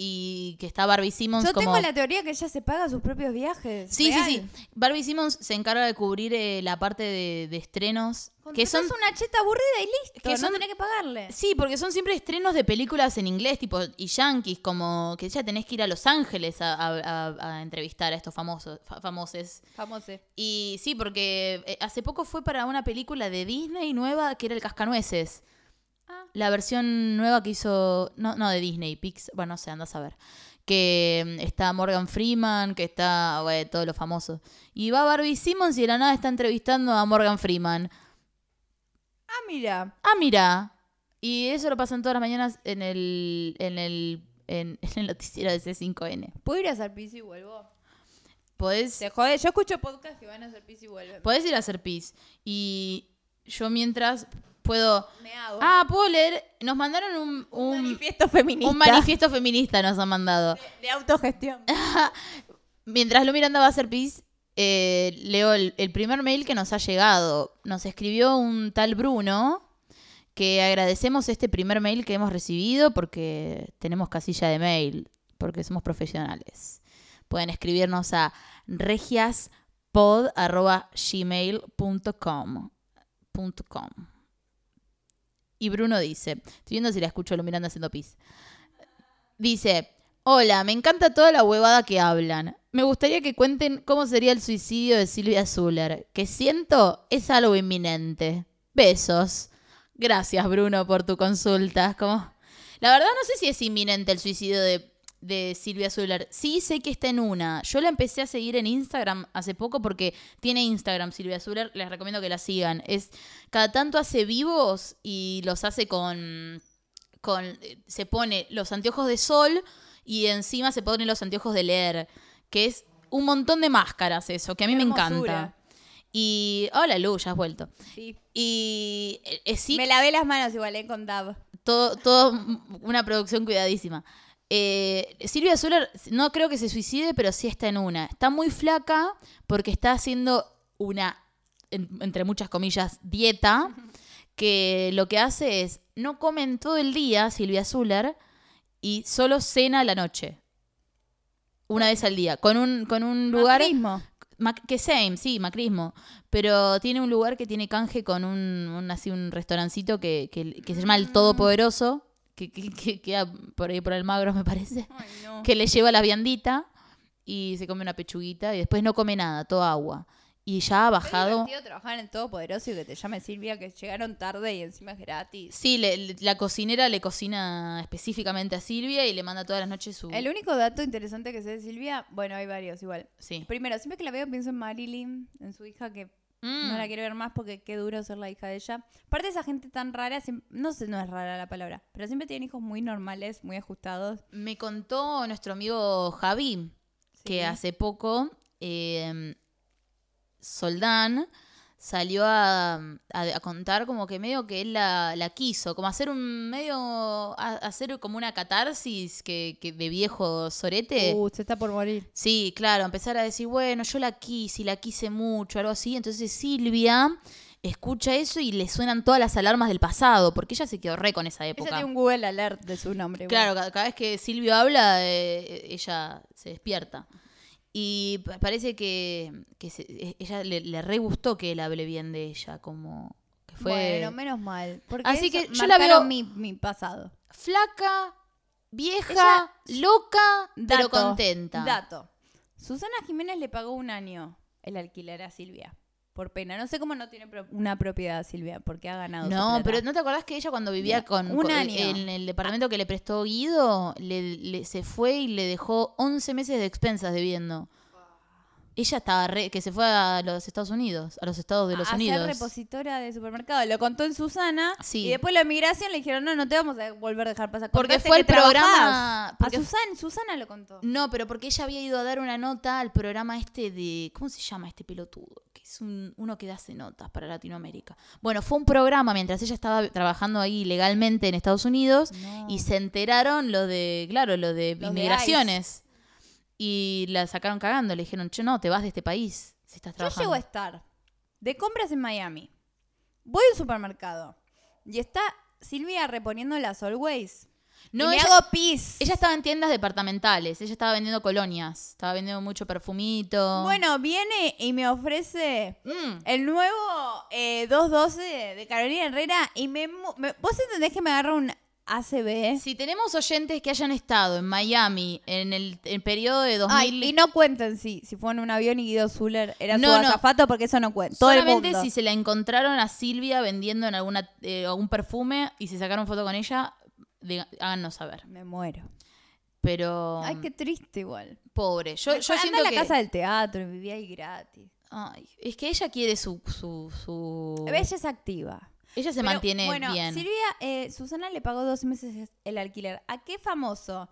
[SPEAKER 1] y que está Barbie
[SPEAKER 2] Yo,
[SPEAKER 1] Simmons como...
[SPEAKER 2] tengo la teoría que ella se paga sus propios viajes.
[SPEAKER 1] Sí,
[SPEAKER 2] real.
[SPEAKER 1] sí, sí. Barbie Simmons se encarga de cubrir eh, la parte de, de estrenos. Que
[SPEAKER 2] Contratás
[SPEAKER 1] son,
[SPEAKER 2] una cheta aburrida y listo.
[SPEAKER 1] que
[SPEAKER 2] no
[SPEAKER 1] son-
[SPEAKER 2] tenés que pagarle.
[SPEAKER 1] Sí, porque son siempre estrenos de películas en inglés, tipo y yankees, como que ya tenés que ir a Los Ángeles a, a- a- a entrevistar a estos famosos, fa- famosos.
[SPEAKER 2] Famoso.
[SPEAKER 1] Y sí, porque eh, hace poco fue para una película de Disney nueva que era El Cascanueces.
[SPEAKER 2] Ah.
[SPEAKER 1] La versión nueva que hizo. No, no de Disney, Pix. Bueno, no sé, andas a ver. Que mm, está Morgan Freeman, que está bueno, todos los famosos. Y va Barbie Simmons y de la nada está entrevistando a Morgan Freeman.
[SPEAKER 2] Ah, mira.
[SPEAKER 1] Ah, mira. Y eso lo pasan todas las mañanas en el. en el. en, en el noticiero de C5N.
[SPEAKER 2] Puedo ir a hacer piso y vuelvo.
[SPEAKER 1] Podés.
[SPEAKER 2] Se jode. Yo escucho podcasts que van a hacer piso y vuelven.
[SPEAKER 1] Podés ir a hacer pis. Y yo mientras puedo.
[SPEAKER 2] Me hago.
[SPEAKER 1] Ah, puedo leer. Nos mandaron un,
[SPEAKER 2] un,
[SPEAKER 1] un,
[SPEAKER 2] manifiesto feminista.
[SPEAKER 1] un manifiesto Ah, feminista, nos han mandado.
[SPEAKER 2] de autogestión.
[SPEAKER 1] Mientras Lu Miranda va a hacer pis, eh, leo el, el primer mail que nos ha llegado. Nos escribió un tal Bruno que agradecemos este primer mail que hemos recibido porque tenemos casilla de mail, porque somos profesionales. Pueden escribirnos a regiaspod.gmail.com. punto com. Y Bruno dice, estoy viendo si la escucho a Lu Miranda haciendo pis. Dice, hola, me encanta toda la huevada que hablan. Me gustaría que cuenten cómo sería el suicidio de Silvia Zuller, que siento es algo inminente. Besos. Gracias, Bruno, por tu consulta. Es Como... La verdad no sé si es inminente el suicidio de... de Silvia Zuller. Sí, sé que está en una. Yo la empecé a seguir en Instagram hace poco porque tiene Instagram Silvia Zuller. Les recomiendo que la sigan. Es cada tanto hace vivos y los hace con con se pone los anteojos de sol y encima se ponen los anteojos de leer, que es un montón de máscaras eso, que a mí me
[SPEAKER 2] Qué hermosura.
[SPEAKER 1] encanta. Y hola Lu, ya has vuelto.
[SPEAKER 2] Sí.
[SPEAKER 1] Y eh, eh, sí,
[SPEAKER 2] Me lavé las manos igual eh, con Dab.
[SPEAKER 1] todo, todo m- una producción cuidadísima. Eh, Silvia Soler no creo que se suicide, pero sí está en una. Está muy flaca porque está haciendo una, en- entre muchas comillas, dieta, que lo que hace es no comen todo el día Silvia Zuller y solo cena a la noche. Una vez al día, con un, con un lugar...
[SPEAKER 2] Macrismo.
[SPEAKER 1] Mac- que same, sí, macrismo. Pero tiene un lugar que tiene canje con un, un- así un restaurancito que, que- que se llama El Todopoderoso, que, que, que queda por ahí por Almagro, me parece,
[SPEAKER 2] Ay, no.
[SPEAKER 1] que le lleva la viandita y se come una pechuguita y después no come nada, todo agua. Y ya ha
[SPEAKER 2] Qué
[SPEAKER 1] bajado.
[SPEAKER 2] divertido trabajar en el Todopoderoso y que te llame Silvia, que llegaron tarde y encima es gratis.
[SPEAKER 1] Sí, le- le- la cocinera le cocina específicamente a Silvia y le manda todas las noches su...
[SPEAKER 2] El único dato interesante que sé de Silvia, bueno, hay varios igual.
[SPEAKER 1] Sí.
[SPEAKER 2] Primero, siempre que la veo pienso en Marilyn, en su hija que
[SPEAKER 1] Mm.
[SPEAKER 2] no la quiero ver más porque qué duro ser la hija de ella. Aparte esa gente tan rara, siem- no sé, no es rara la palabra, pero siempre tienen hijos muy normales, muy ajustados.
[SPEAKER 1] Me contó nuestro amigo Javi
[SPEAKER 2] Sí.
[SPEAKER 1] que hace poco eh, Soldán salió a, mm, a- a contar como que medio que él la, la quiso, como hacer un medio, a- hacer como una catarsis que, que de viejo sorete.
[SPEAKER 2] Uh, se está por morir.
[SPEAKER 1] Sí, claro, empezar a decir, bueno, yo la quise y la quise mucho, algo así. Entonces Silvia escucha eso y le suenan todas las alarmas del pasado, porque ella se quedó re con esa
[SPEAKER 2] Ella
[SPEAKER 1] época.
[SPEAKER 2] tiene un Google Alert de su nombre. igual.
[SPEAKER 1] Claro, ca- cada vez que Silvio habla, eh, ella se despierta. Y pa- parece que, que se- e- ella le, le re gustó que él hable bien de ella, como que fue
[SPEAKER 2] Bueno, menos mal. Porque
[SPEAKER 1] Así
[SPEAKER 2] eso
[SPEAKER 1] que yo la
[SPEAKER 2] marcaron
[SPEAKER 1] veo-
[SPEAKER 2] mi, mi pasado.
[SPEAKER 1] flaca, vieja,
[SPEAKER 2] Ella-
[SPEAKER 1] loca, pero
[SPEAKER 2] Dato,
[SPEAKER 1] contenta.
[SPEAKER 2] Dato. Susana Jiménez le pagó un año el alquiler a Silvia. Por pena. No sé cómo no tiene pro- una propiedad Silvia, porque ha ganado.
[SPEAKER 1] No,
[SPEAKER 2] su plata.
[SPEAKER 1] pero ¿no te acordás que ella cuando vivía
[SPEAKER 2] Mira,
[SPEAKER 1] con,
[SPEAKER 2] un
[SPEAKER 1] con-
[SPEAKER 2] año.
[SPEAKER 1] en el departamento que le prestó Guido, le, le- se fue y le dejó 11 meses de expensas debiendo? Ella estaba re- que se fue a los Estados Unidos, a los Estados de los
[SPEAKER 2] a
[SPEAKER 1] Unidos.
[SPEAKER 2] ser repositora de supermercado. Lo contó en Susana.
[SPEAKER 1] Sí.
[SPEAKER 2] Y después la migración le dijeron, no, no te vamos a volver a dejar pasar.
[SPEAKER 1] Porque
[SPEAKER 2] Contaste
[SPEAKER 1] fue el
[SPEAKER 2] que
[SPEAKER 1] programa-
[SPEAKER 2] trabajás.
[SPEAKER 1] porque-
[SPEAKER 2] A Susana, Susana lo contó.
[SPEAKER 1] No, pero porque ella había ido a dar una nota al programa este de. ¿Cómo se llama este pelotudo? Que es un- uno que hace notas para Latinoamérica. Bueno, fue un programa mientras ella estaba trabajando ahí legalmente en Estados Unidos
[SPEAKER 2] No.
[SPEAKER 1] y se enteraron lo de. Claro, lo de
[SPEAKER 2] Los Ah. de
[SPEAKER 1] inmigraciones. y la sacaron cagando. Le dijeron, che, no, te vas de este país si estás
[SPEAKER 2] Yo
[SPEAKER 1] trabajando.
[SPEAKER 2] llego a este- estar de compras en Miami. Voy al supermercado. Y está Silvia reponiendo las Always.
[SPEAKER 1] no,
[SPEAKER 2] y
[SPEAKER 1] ella,
[SPEAKER 2] me hago pis.
[SPEAKER 1] ella estaba en tiendas departamentales. Ella estaba vendiendo colonias. Estaba vendiendo mucho perfumito.
[SPEAKER 2] Bueno, viene y me ofrece
[SPEAKER 1] Mm.
[SPEAKER 2] el nuevo eh, 212 de Carolina Herrera y me, mu- me- ¿Vos entendés que me agarra un ACB?
[SPEAKER 1] Si tenemos oyentes que hayan estado en Miami en el, el periodo de 2000,
[SPEAKER 2] Ay, y no cuenten si, si fue en un avión y Guido Zuller era
[SPEAKER 1] No,
[SPEAKER 2] su
[SPEAKER 1] no.
[SPEAKER 2] azafato porque eso no cuenta. Todo el
[SPEAKER 1] solamente
[SPEAKER 2] mundo.
[SPEAKER 1] si se la encontraron a Silvia vendiendo en alguna eh, algún perfume y se sacaron foto con ella, diga- háganos saber.
[SPEAKER 2] Me muero.
[SPEAKER 1] Pero
[SPEAKER 2] Ay, qué triste igual.
[SPEAKER 1] pobre, yo, yo
[SPEAKER 2] Mejor anda
[SPEAKER 1] siento
[SPEAKER 2] a la
[SPEAKER 1] que
[SPEAKER 2] casa del teatro y vivía ahí gratis.
[SPEAKER 1] Ay, es que ella quiere su su, su-
[SPEAKER 2] Belleza activa.
[SPEAKER 1] ella Uh. se
[SPEAKER 2] Pero,
[SPEAKER 1] mantiene
[SPEAKER 2] bueno,
[SPEAKER 1] bien.
[SPEAKER 2] Silvia, eh, Susana le pagó 12 meses el alquiler. ¿A qué famoso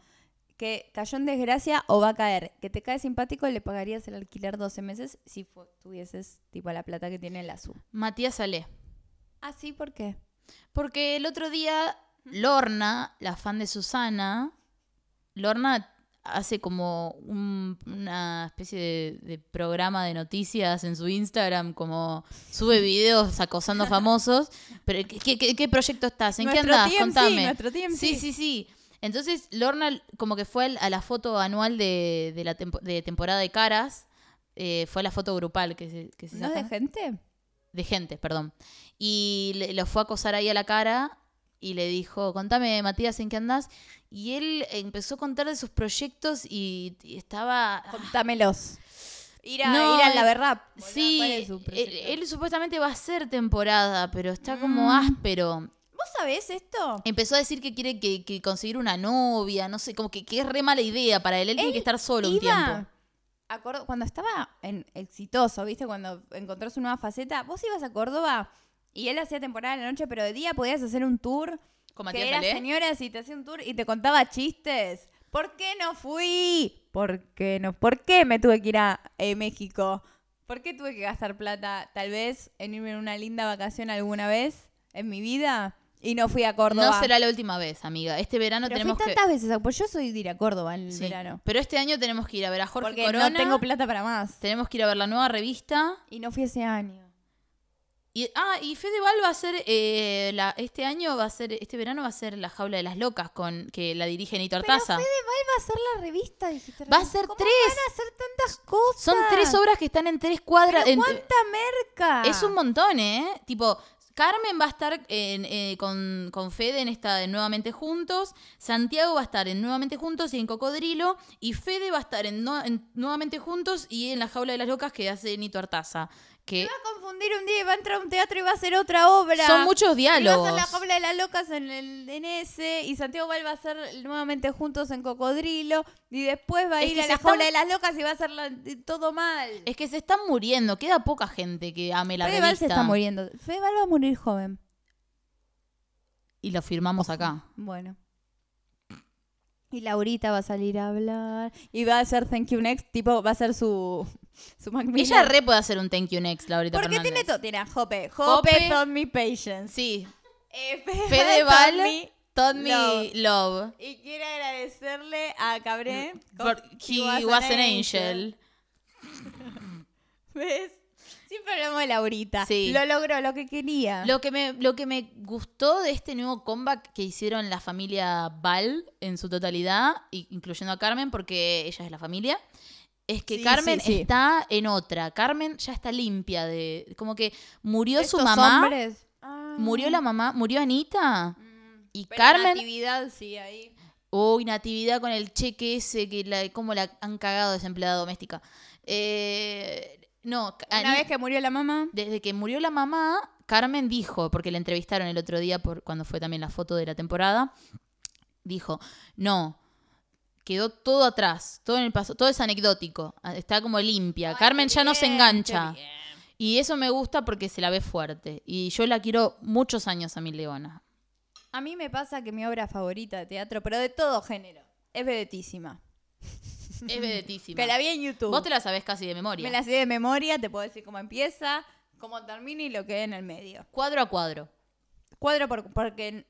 [SPEAKER 2] que cayó en desgracia o va a caer? Que te cae simpático le pagarías el alquiler 12 meses si fu- tuvieses tipo la plata que tiene la SU.
[SPEAKER 1] Matías Ale,
[SPEAKER 2] Ah, sí, ¿por qué?
[SPEAKER 1] porque el otro día Lorna, la fan de Susana, Lorna hace como un- una especie de, de programa de noticias en su Instagram, como sube videos acosando famosos. Pero ¿qué- ¿qué, qué- qué proyecto estás? ¿En qué
[SPEAKER 2] Nuestro
[SPEAKER 1] andas?
[SPEAKER 2] TMZ,
[SPEAKER 1] Contame.
[SPEAKER 2] nuestro TMZ.
[SPEAKER 1] Sí, sí, sí. Entonces Lorna como que fue al- a la foto anual de, de la tempo- de temporada de Caras, eh, fue a la foto grupal que se, que se
[SPEAKER 2] ¿No es
[SPEAKER 1] saca
[SPEAKER 2] de gente?
[SPEAKER 1] de gente, perdón. Y le- lo fue a acosar ahí a la cara y le dijo, contame Matías, ¿en qué andás? Y él empezó a contar de sus proyectos y, y estaba...
[SPEAKER 2] Contámelos. Ir a,
[SPEAKER 1] No,
[SPEAKER 2] ir a la
[SPEAKER 1] es-
[SPEAKER 2] berrap. boludo,
[SPEAKER 1] Sí,
[SPEAKER 2] ¿cuál es su
[SPEAKER 1] él,
[SPEAKER 2] proyecto?
[SPEAKER 1] él supuestamente va a ser temporada, pero está como
[SPEAKER 2] Mm.
[SPEAKER 1] áspero.
[SPEAKER 2] ¿Vos ¿Vos sabés esto?
[SPEAKER 1] Empezó a decir que quiere que, que conseguir una novia, no sé, como que, que es re mala idea para él. Él, tiene que estar solo un
[SPEAKER 2] Iba-
[SPEAKER 1] tiempo.
[SPEAKER 2] acuerdo- cuando estaba en exitoso, ¿viste? Cuando encontró su nueva faceta, vos ibas a Córdoba y él hacía temporada en la noche, pero de día podías hacer un tour.
[SPEAKER 1] Con
[SPEAKER 2] que
[SPEAKER 1] Matías
[SPEAKER 2] era
[SPEAKER 1] Salé.
[SPEAKER 2] señoras y te hacía un tour y te contaba chistes. ¿Por qué no fui? ¿Por qué no? ¿Por qué me tuve que ir a eh, México? ¿Por qué tuve que gastar plata tal vez en irme en una linda vacación alguna vez en mi vida y no fui a Córdoba?
[SPEAKER 1] No será la última vez, amiga. Este verano
[SPEAKER 2] pero fui
[SPEAKER 1] tenemos que.
[SPEAKER 2] tantas veces, a- pues yo soy de ir a Córdoba en el
[SPEAKER 1] Sí.
[SPEAKER 2] verano.
[SPEAKER 1] Pero este año tenemos que ir a ver a Jorge
[SPEAKER 2] Porque
[SPEAKER 1] Corona.
[SPEAKER 2] no tengo plata para más.
[SPEAKER 1] Tenemos que ir a ver la nueva revista.
[SPEAKER 2] Y no fui ese año.
[SPEAKER 1] Y, ah, y Fedeval va a ser, eh, la, este año va a ser, este verano va a ser La Jaula de las Locas, con que la dirige Nito Artaza.
[SPEAKER 2] va a ser la revista, dijiste.
[SPEAKER 1] Va a ser
[SPEAKER 2] ¿Cómo
[SPEAKER 1] tres.
[SPEAKER 2] van a hacer tantas cosas?
[SPEAKER 1] Son tres obras que están en tres cuadras.
[SPEAKER 2] Pero
[SPEAKER 1] en-
[SPEAKER 2] ¿Cuánta merca?
[SPEAKER 1] es un montón, ¿eh? Tipo, Carmen va a estar en, eh, con, con Fede en esta de Nuevamente Juntos, Santiago va a estar en Nuevamente Juntos y en Cocodrilo, y Fede va a estar en, Nue- en Nuevamente Juntos y en La Jaula de las Locas que hace Nito Artaza. Que
[SPEAKER 2] Va a confundir un día y va a entrar a un teatro y va a hacer otra obra.
[SPEAKER 1] son muchos
[SPEAKER 2] Y va a
[SPEAKER 1] diálogos.
[SPEAKER 2] ser la Jaula de las Locas en el DNS y Santiago Val va a ser nuevamente juntos en Cocodrilo y después va a
[SPEAKER 1] Es
[SPEAKER 2] ir
[SPEAKER 1] que
[SPEAKER 2] a
[SPEAKER 1] se
[SPEAKER 2] la
[SPEAKER 1] están-
[SPEAKER 2] Jaula de las Locas y va a hacer la- todo mal.
[SPEAKER 1] Es que se están muriendo, queda poca gente que ame la
[SPEAKER 2] Fedeval
[SPEAKER 1] revista.
[SPEAKER 2] se está muriendo. Fedeval va a morir joven.
[SPEAKER 1] Y lo firmamos acá.
[SPEAKER 2] Bueno. Y Laurita va a salir a hablar. Y va a hacer Thank You Next. Tipo, va a ser su. Su Mac Miller.
[SPEAKER 1] Ella re puede hacer un thank you next, Laurita
[SPEAKER 2] Porque
[SPEAKER 1] Fernández.
[SPEAKER 2] tiene todo. Tiene a Jope.
[SPEAKER 1] Jope.
[SPEAKER 2] Jope, Tommy Patience.
[SPEAKER 1] Sí.
[SPEAKER 2] Eh,
[SPEAKER 1] Fedeval,
[SPEAKER 2] Tommy.
[SPEAKER 1] Todd Me
[SPEAKER 2] Love.
[SPEAKER 1] Love.
[SPEAKER 2] Y quiero agradecerle a Cabré.
[SPEAKER 1] Mm, But he was an angel.
[SPEAKER 2] ¿Ves? Siempre hablamos de Laurita.
[SPEAKER 1] Sí.
[SPEAKER 2] Lo logró, lo que quería.
[SPEAKER 1] Lo que, me, lo que me gustó de este nuevo comeback que hicieron la familia Val en su totalidad, i- incluyendo a Carmen, porque ella es la familia, es que
[SPEAKER 2] Sí,
[SPEAKER 1] Carmen
[SPEAKER 2] sí, sí.
[SPEAKER 1] está en otra. Carmen ya está limpia de. Como que murió su
[SPEAKER 2] Estos
[SPEAKER 1] mamá.
[SPEAKER 2] hombres. Ah.
[SPEAKER 1] Murió la mamá, murió Anita.
[SPEAKER 2] Mm.
[SPEAKER 1] Y
[SPEAKER 2] Pero
[SPEAKER 1] Carmen.
[SPEAKER 2] Natividad, sí, ahí.
[SPEAKER 1] Uy, Natividad con el cheque ese, que la, cómo la han cagado de esa empleada doméstica. Eh, no,
[SPEAKER 2] Una
[SPEAKER 1] Ani-
[SPEAKER 2] vez que murió la mamá.
[SPEAKER 1] desde que murió la mamá, Carmen dijo, porque la entrevistaron el otro día por, cuando fue también la foto de la temporada, dijo, no, quedó todo atrás, todo en el paso, todo es anecdótico, a- está como limpia. Carmen ya no se engancha. Y eso me gusta porque se la ve fuerte. Y yo la quiero muchos años a mi leona.
[SPEAKER 2] A mí me pasa que mi obra favorita de teatro, pero de todo género, es vedetísima.
[SPEAKER 1] Es vedetísima.
[SPEAKER 2] Que la vi en YouTube.
[SPEAKER 1] Vos te la sabés casi de memoria.
[SPEAKER 2] Me la sé de memoria, te puedo decir cómo empieza, cómo termina y lo que hay en el medio.
[SPEAKER 1] Cuadro a cuadro.
[SPEAKER 2] Cuadro por, porque en,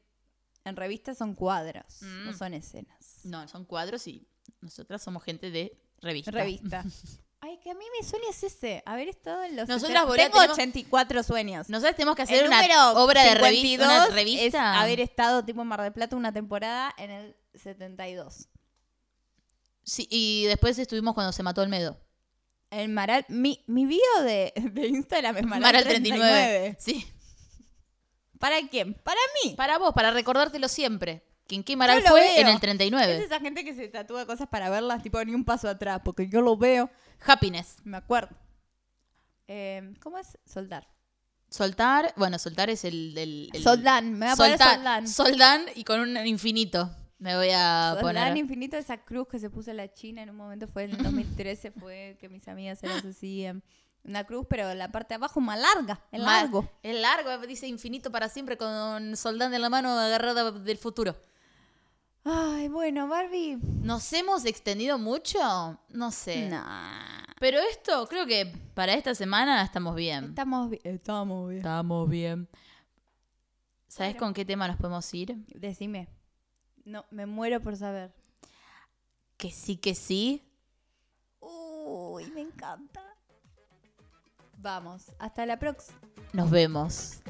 [SPEAKER 2] en revistas son cuadros,
[SPEAKER 1] Mm.
[SPEAKER 2] no son escenas.
[SPEAKER 1] No, son cuadros y nosotras somos gente de revista.
[SPEAKER 2] Revista. Ay, que a mí mi sueño es ese, haber estado en los...
[SPEAKER 1] Nosotras,
[SPEAKER 2] seten-
[SPEAKER 1] Borea,
[SPEAKER 2] Tengo
[SPEAKER 1] tenemos-
[SPEAKER 2] 84 sueños.
[SPEAKER 1] Nosotras tenemos que
[SPEAKER 2] El
[SPEAKER 1] hacer una
[SPEAKER 2] número
[SPEAKER 1] obra de
[SPEAKER 2] 52
[SPEAKER 1] revista. Una
[SPEAKER 2] es
[SPEAKER 1] revista.
[SPEAKER 2] haber estado tipo en Mar del Plata una temporada en el 72.
[SPEAKER 1] Sí, y después estuvimos cuando se mató Olmedo.
[SPEAKER 2] El Maral, mi, mi bio de, de Instagram es Maral,
[SPEAKER 1] Maral
[SPEAKER 2] 39.
[SPEAKER 1] 39. Sí.
[SPEAKER 2] ¿Para quién? Para mí.
[SPEAKER 1] Para vos, para recordártelo siempre. Que en qué Maral
[SPEAKER 2] Yo lo
[SPEAKER 1] fue
[SPEAKER 2] veo.
[SPEAKER 1] en el
[SPEAKER 2] Es
[SPEAKER 1] 39.
[SPEAKER 2] esa gente que se tatúa cosas para verlas, tipo ni un paso atrás, porque yo lo veo,
[SPEAKER 1] Happiness.
[SPEAKER 2] me acuerdo. Eh, ¿Cómo es? Soldar.
[SPEAKER 1] Soltar. Bueno, soltar es el. el, el-
[SPEAKER 2] Soldán, me voy a poner
[SPEAKER 1] Soltar-
[SPEAKER 2] Soldán.
[SPEAKER 1] Soldán y con un infinito. Me voy a
[SPEAKER 2] Soldán
[SPEAKER 1] poner.
[SPEAKER 2] infinito, esa cruz que se puso la China en un momento fue en el 2013, fue que mis amigas se las hacían. Una cruz, pero la parte de abajo más larga, el
[SPEAKER 1] Ma-
[SPEAKER 2] largo.
[SPEAKER 1] Es largo, dice infinito para siempre con Soldán de la mano agarrada del futuro.
[SPEAKER 2] Ay, bueno, Barbie.
[SPEAKER 1] ¿Nos hemos extendido mucho? No sé.
[SPEAKER 2] Nah.
[SPEAKER 1] Pero esto, creo que para esta semana estamos bien.
[SPEAKER 2] Estamos bien. Estamos bien.
[SPEAKER 1] Estamos bien. ¿Sabes
[SPEAKER 2] Bueno.
[SPEAKER 1] con qué tema nos podemos ir?
[SPEAKER 2] Decime. No, me muero por saber.
[SPEAKER 1] Que sí, que sí.
[SPEAKER 2] Uy, me encanta. Vamos, hasta la próxima.
[SPEAKER 1] Nos vemos.